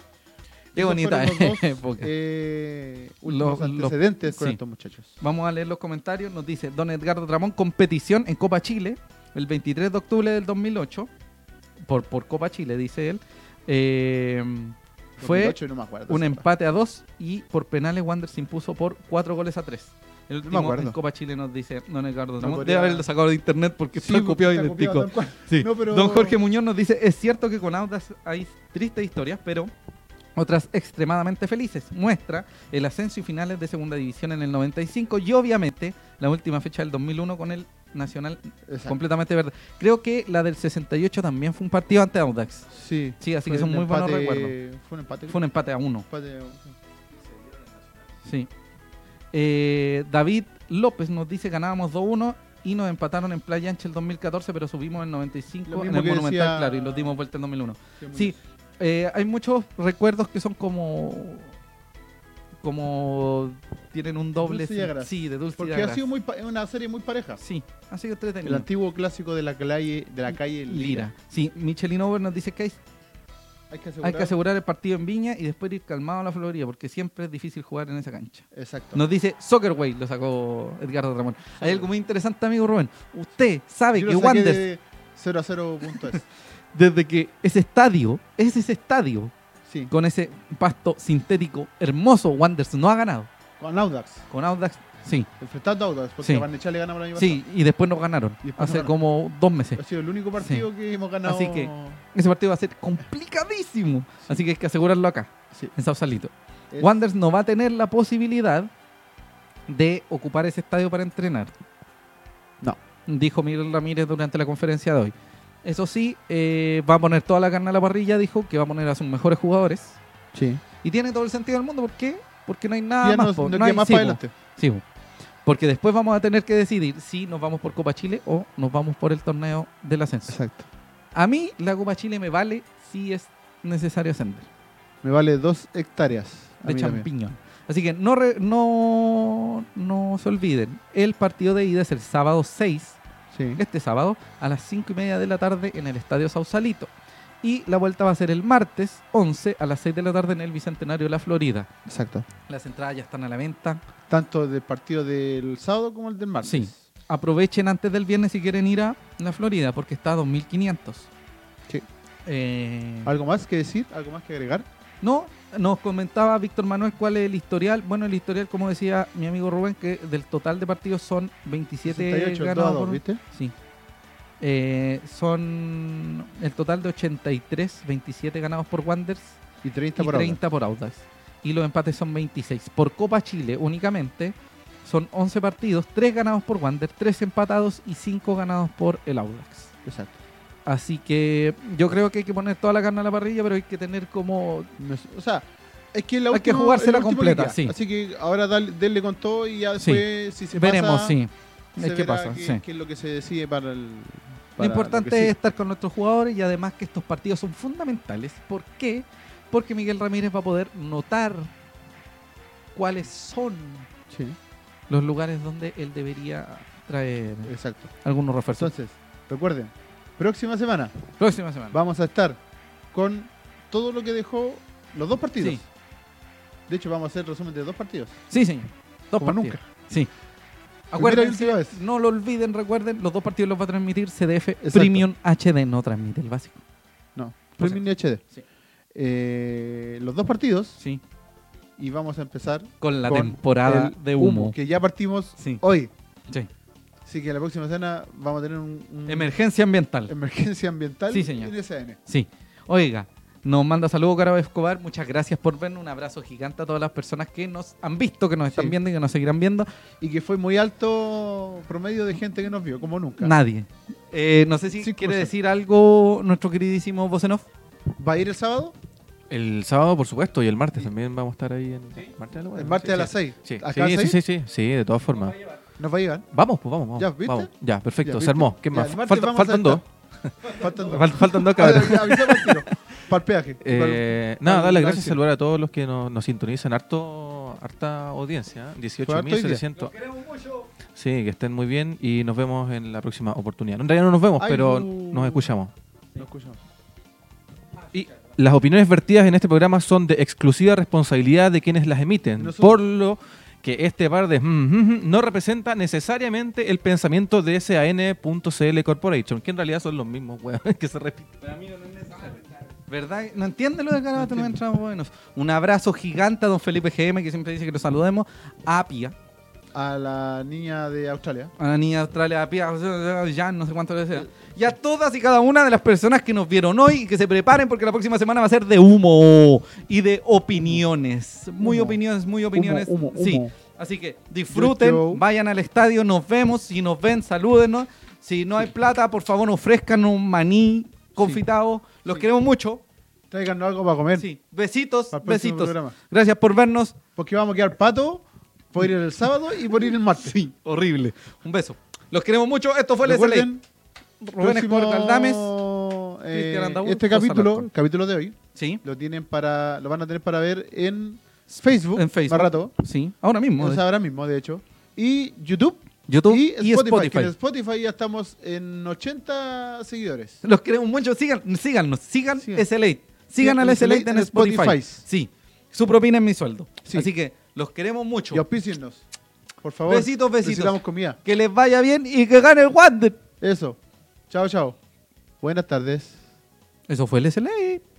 S2: Qué
S5: Esos
S2: bonita
S5: fueron los dos,
S2: época.
S5: eh,
S2: Los-
S5: últimos
S2: los-
S5: antecedentes con
S2: sí.
S5: estos muchachos.
S2: Vamos a leer los comentarios. Nos dice Don Edgardo Tramón, competición en Copa Chile, el 23 de octubre del 2008, por, por Copa Chile, dice él. Eh, fue
S5: 2008 y no me acuerdo,
S2: un
S5: sí,
S2: empate a dos y por penales Wander se impuso por cuatro goles a tres. El
S5: me
S2: último
S5: acuerdo.
S2: en Copa Chile nos dice Don Edgardo Tramón.
S5: podría-
S2: Debe haberlo sacado de internet porque
S5: Sí, pues,
S2: está copiado y
S5: está copiado
S2: idéntico.
S5: tal cual.
S2: Sí.
S5: No, pero-
S2: Don Jorge Muñoz nos dice, es cierto que con Audas hay tristes historias, pero otras extremadamente felices. Muestra el ascenso y finales de segunda división en el 95 y obviamente la última fecha del 2001 con el Nacional
S5: Exacto.
S2: completamente verde. Creo que la del 68 también fue un partido ante Audax.
S5: Sí.
S2: Sí, así
S5: Fue
S2: que son
S5: un
S2: muy buenos
S5: empate-
S2: recuerdos.
S5: Fue un empate.
S2: Fue un em- empate a uno.
S5: empate.
S2: Sí. Eh, David López nos dice ganábamos 2-1 y nos empataron en Playa Ancha el 2014, pero subimos en el 95
S5: Lo
S2: en
S5: mismo
S2: el
S5: que
S2: Monumental,
S5: decía-
S2: claro, y los dimos vuelta en 2001.
S5: Sí, muy
S2: Sí, eh, hay muchos recuerdos que son como como tienen un doble.
S5: Dulce y Agraz.
S2: Sí, de dulce y
S5: Porque ha
S2: Agraz.
S5: sido muy pa- una serie muy pareja.
S2: Sí, ha sido
S5: El
S2: entretenido.
S5: antiguo clásico de la calle, de la calle Lira.
S2: Lira. Sí, Michelin Over nos dice que hay,
S5: Hay que
S2: hay
S5: asegurar.
S2: que asegurar el partido en Viña y después ir calmado a la Florida porque siempre es difícil jugar en esa cancha.
S5: Exacto.
S2: Nos dice Soccerway, lo sacó Edgardo Ramón. Hay algo muy interesante, amigo Rubén. Usted sabe
S5: Yo
S2: que
S5: lo saqué
S2: Wander,
S5: de 0 a 0.es.
S2: desde que ese estadio, es ese estadio,
S5: Sí.
S2: con ese pasto sintético hermoso, Wanders no ha ganado.
S5: Con Audax.
S2: Con Audax, sí.
S5: Enfrentando a Audax. Porque
S2: Sí.
S5: Barnechea le ganaba la misma.
S2: Sí, y después nos ganaron.
S5: Y después
S2: Hace
S5: nos ganaron. Pues
S2: como dos meses.
S5: Ha sido el único partido que hemos ganado.
S2: Así que- Ese partido va a ser complicadísimo. Así que hay que asegurarlo acá,
S5: Sí.
S2: en Sausalito.
S5: Es-
S2: Wanderers no va a tener la posibilidad de ocupar ese estadio para entrenar.
S5: No.
S2: Dijo Miguel Ramírez durante la conferencia de hoy. Eso sí, eh, va a poner toda la carne a la parrilla, dijo, que va a poner a sus mejores jugadores.
S5: Sí.
S2: Y tiene todo el sentido del mundo. ¿Por qué? Porque no hay nada
S5: Ya
S2: más.
S5: no,
S2: po,
S5: no
S2: no
S5: queda
S2: hay-
S5: más
S2: sí,
S5: para
S2: po,
S5: adelante.
S2: sí, po. Porque después vamos a tener que decidir si nos vamos por Copa Chile o nos vamos por el torneo del ascenso.
S5: Exacto.
S2: A mí la Copa Chile me vale si es necesario ascender
S5: Me vale dos hectáreas. a
S2: de
S5: mí también.
S2: champiñón. Así que no, re- no, no se olviden, el partido de ida es el sábado 6,
S5: Sí.
S2: este sábado, a las 5 y media de la tarde en el Estadio Sausalito. Y la vuelta va a ser el martes 11 a las 6 de la tarde en el Bicentenario de la Florida.
S5: Exacto.
S2: Las entradas ya están a la venta.
S5: Tanto del partido del sábado como el del martes.
S2: Sí. Aprovechen antes del viernes si quieren ir a la Florida porque está a 2.500.
S5: Sí.
S2: Eh,
S5: ¿Algo más que decir? ¿Algo más que agregar?
S2: No, nos comentaba Víctor Manuel cuál es el historial. Bueno, el historial, como decía mi amigo Rubén, que del total de partidos son 27
S5: 68,
S2: ganados.
S5: 2 a 2,
S2: por-
S5: ¿viste?
S2: Sí. Eh, son el total de 83, 27 ganados por Wanderers
S5: Y 30
S2: y
S5: por ahora.
S2: 30 por Audax. Y los empates son 26. Por Copa Chile únicamente son 11 partidos, 3 ganados por Wanderers, 3 empatados y 5 ganados por el Audax.
S5: Exacto.
S2: Así que yo creo que hay que poner toda la carne a la parrilla, pero hay que tener como
S5: No es- o sea, es que la
S2: Hay que
S5: última-
S2: jugársela
S5: el último que
S2: completa,
S5: queda.
S2: sí.
S5: Así que ahora dale- denle con todo y ya
S2: Sí.
S5: después, si se
S2: Veremos,
S5: pasa,
S2: sí.
S5: se
S2: Es que
S5: verá
S2: pasa,
S5: qué-
S2: sí.
S5: qué es lo que se decide para el.
S2: Lo
S5: para que
S2: importante
S5: sigue.
S2: es estar con nuestros jugadores y además que estos partidos son fundamentales. ¿Por qué? Porque Miguel Ramírez va a poder notar cuáles son
S5: Sí,
S2: los lugares donde él debería traer
S5: exacto.
S2: algunos refuerzos.
S5: Entonces, recuerden, próxima semana
S2: Próxima semana.
S5: vamos a estar con todo lo que dejó los dos partidos.
S2: Sí.
S5: De hecho, vamos a hacer resumen de dos partidos.
S2: Sí, señor. Dos
S5: Como
S2: partidos.
S5: nunca.
S2: Sí.
S5: y
S2: Acuérdense,
S5: última vez.
S2: no lo olviden, recuerden, los dos partidos los va a transmitir CDF
S5: Exacto.
S2: Premium HD, no transmite el básico.
S5: No, Premium HD.
S2: Sí.
S5: Eh, los dos partidos
S2: Sí.
S5: y vamos a empezar
S2: Con la
S5: con
S2: temporada
S5: el
S2: de humo.
S5: que ya partimos
S2: Sí.
S5: hoy.
S2: Sí.
S5: Así que la próxima semana vamos a tener un, un-
S2: Emergencia ambiental.
S5: Em- emergencia ambiental
S2: Sí, señor.
S5: en SN.
S2: Sí. Oiga, nos manda saludos Caro Escobar. Muchas gracias por vernos. Un abrazo gigante a todas las personas que nos han visto, que nos están
S5: Sí.
S2: viendo y que nos seguirán viendo.
S5: Y que fue muy alto promedio de gente que nos vio, como nunca.
S2: Nadie. Eh, no sé si
S5: Sí,
S2: quiere
S5: curso.
S2: decir algo nuestro queridísimo Bosenov.
S5: ¿Va a ir el sábado?
S7: El sábado, por supuesto, y el martes también vamos a estar ahí en. ¿Martes a la hora?
S5: el martes
S7: Sí,
S5: a las
S7: sí.
S5: 6.
S7: Sí,
S5: ¿Acá
S7: sí,
S5: a
S7: sí,
S5: las
S7: sí,
S5: 6?
S7: sí, sí, de todas formas.
S5: Nos va a llevar.
S7: Vamos, pues vamos, vamos.
S5: ¿Ya, viste?
S7: vamos. Ya, perfecto,
S5: Ya,
S7: se
S5: ¿viste?
S7: armó. ¿Qué
S5: Ya,
S7: más?
S5: el martes
S7: Falta-
S5: vamos a
S7: faltan dos.
S5: estar- Faltan dos.
S7: Fal- Faltan dos, cabrón.
S5: Avi- avisamos al tiro. Para el peaje.
S7: Eh,
S5: Para-
S7: nada,
S5: para
S7: darle
S5: el
S7: gracias y
S5: taxi.
S7: saludar a todos los que nos, nos sintonizan. Harto, harta audiencia, ¿eh?
S5: Fue harto hoy día.
S7: 18.700. Sí, que estén muy bien y nos vemos en la próxima oportunidad. En realidad no nos vemos,
S5: Ay,
S7: pero
S5: no.
S7: nos escuchamos.
S5: Lo escuchamos.
S7: Y las opiniones vertidas en este programa son de exclusiva responsabilidad de quienes las emiten,
S5: Nosotros-
S7: por lo que este par de mm, mm, mm, no representa necesariamente el pensamiento de SAN.cl Corporation, que en realidad son los mismos huevones que se repiten.
S2: ¿Verdad? ¿No entiende lo de Caro Bosenov? Un abrazo gigante a don Felipe GM, que siempre dice que nos saludemos. Apia.
S5: A la niña de Australia.
S2: a la niña de Australia, a Pia, ya no sé cuánto le sea. Y a todas y cada una de las personas que nos vieron hoy y que se preparen porque la próxima semana va a ser de humo y de opiniones. Muy
S5: Humo.
S2: opiniones, muy opiniones.
S5: Humo, humo,
S2: Sí.
S5: humo.
S2: Así que disfruten,
S5: Yo, yo.
S2: vayan al estadio, nos vemos. Si nos ven, salúdenos. Si no hay plata, por favor, ofrezcan un maní confitado. Los queremos mucho.
S5: Tráiganos algo para comer.
S2: Sí. Besitos,
S5: Para el próximo
S2: besitos.
S5: programa.
S2: Gracias por vernos.
S5: Porque vamos a quedar pato por ir el sábado y por ir el martes.
S2: Sí, horrible. Un beso. Los queremos mucho. Esto fue el SLA.
S5: Recuerden,
S2: Rubén
S5: próximo,
S2: Escobar Galdames.
S5: eh,
S2: Cristian Andaud,
S5: este
S2: Rosa
S5: capítulo,
S2: Alarcón.
S5: capítulo de hoy,
S2: Sí.
S5: lo tienen para, lo van a tener para ver en Facebook,
S2: En Facebook.
S5: más rato.
S2: Sí, ahora mismo.
S5: O sea, ahora mismo, de hecho. Y YouTube.
S2: YouTube
S5: y
S2: y
S5: Spotify. que en
S2: Spotify.
S5: Spotify ya estamos en 80 seguidores.
S2: Los queremos mucho. Sigan, síganos. Sigan
S5: Sí.
S2: SLA. Sigan al
S5: el
S2: SLA
S5: SLA
S2: en
S5: en
S2: Spotify.
S5: Spotify.
S2: Sí. Su propina es mi sueldo.
S5: Sí.
S2: Así que los queremos mucho.
S5: Y auspíciennos. Por favor.
S2: Besitos, besitos.
S5: Necesitamos comida.
S2: Que les vaya bien y que gane el Wander.
S5: Eso. Chao, chao. Buenas tardes.
S2: Eso fue el E. SLA.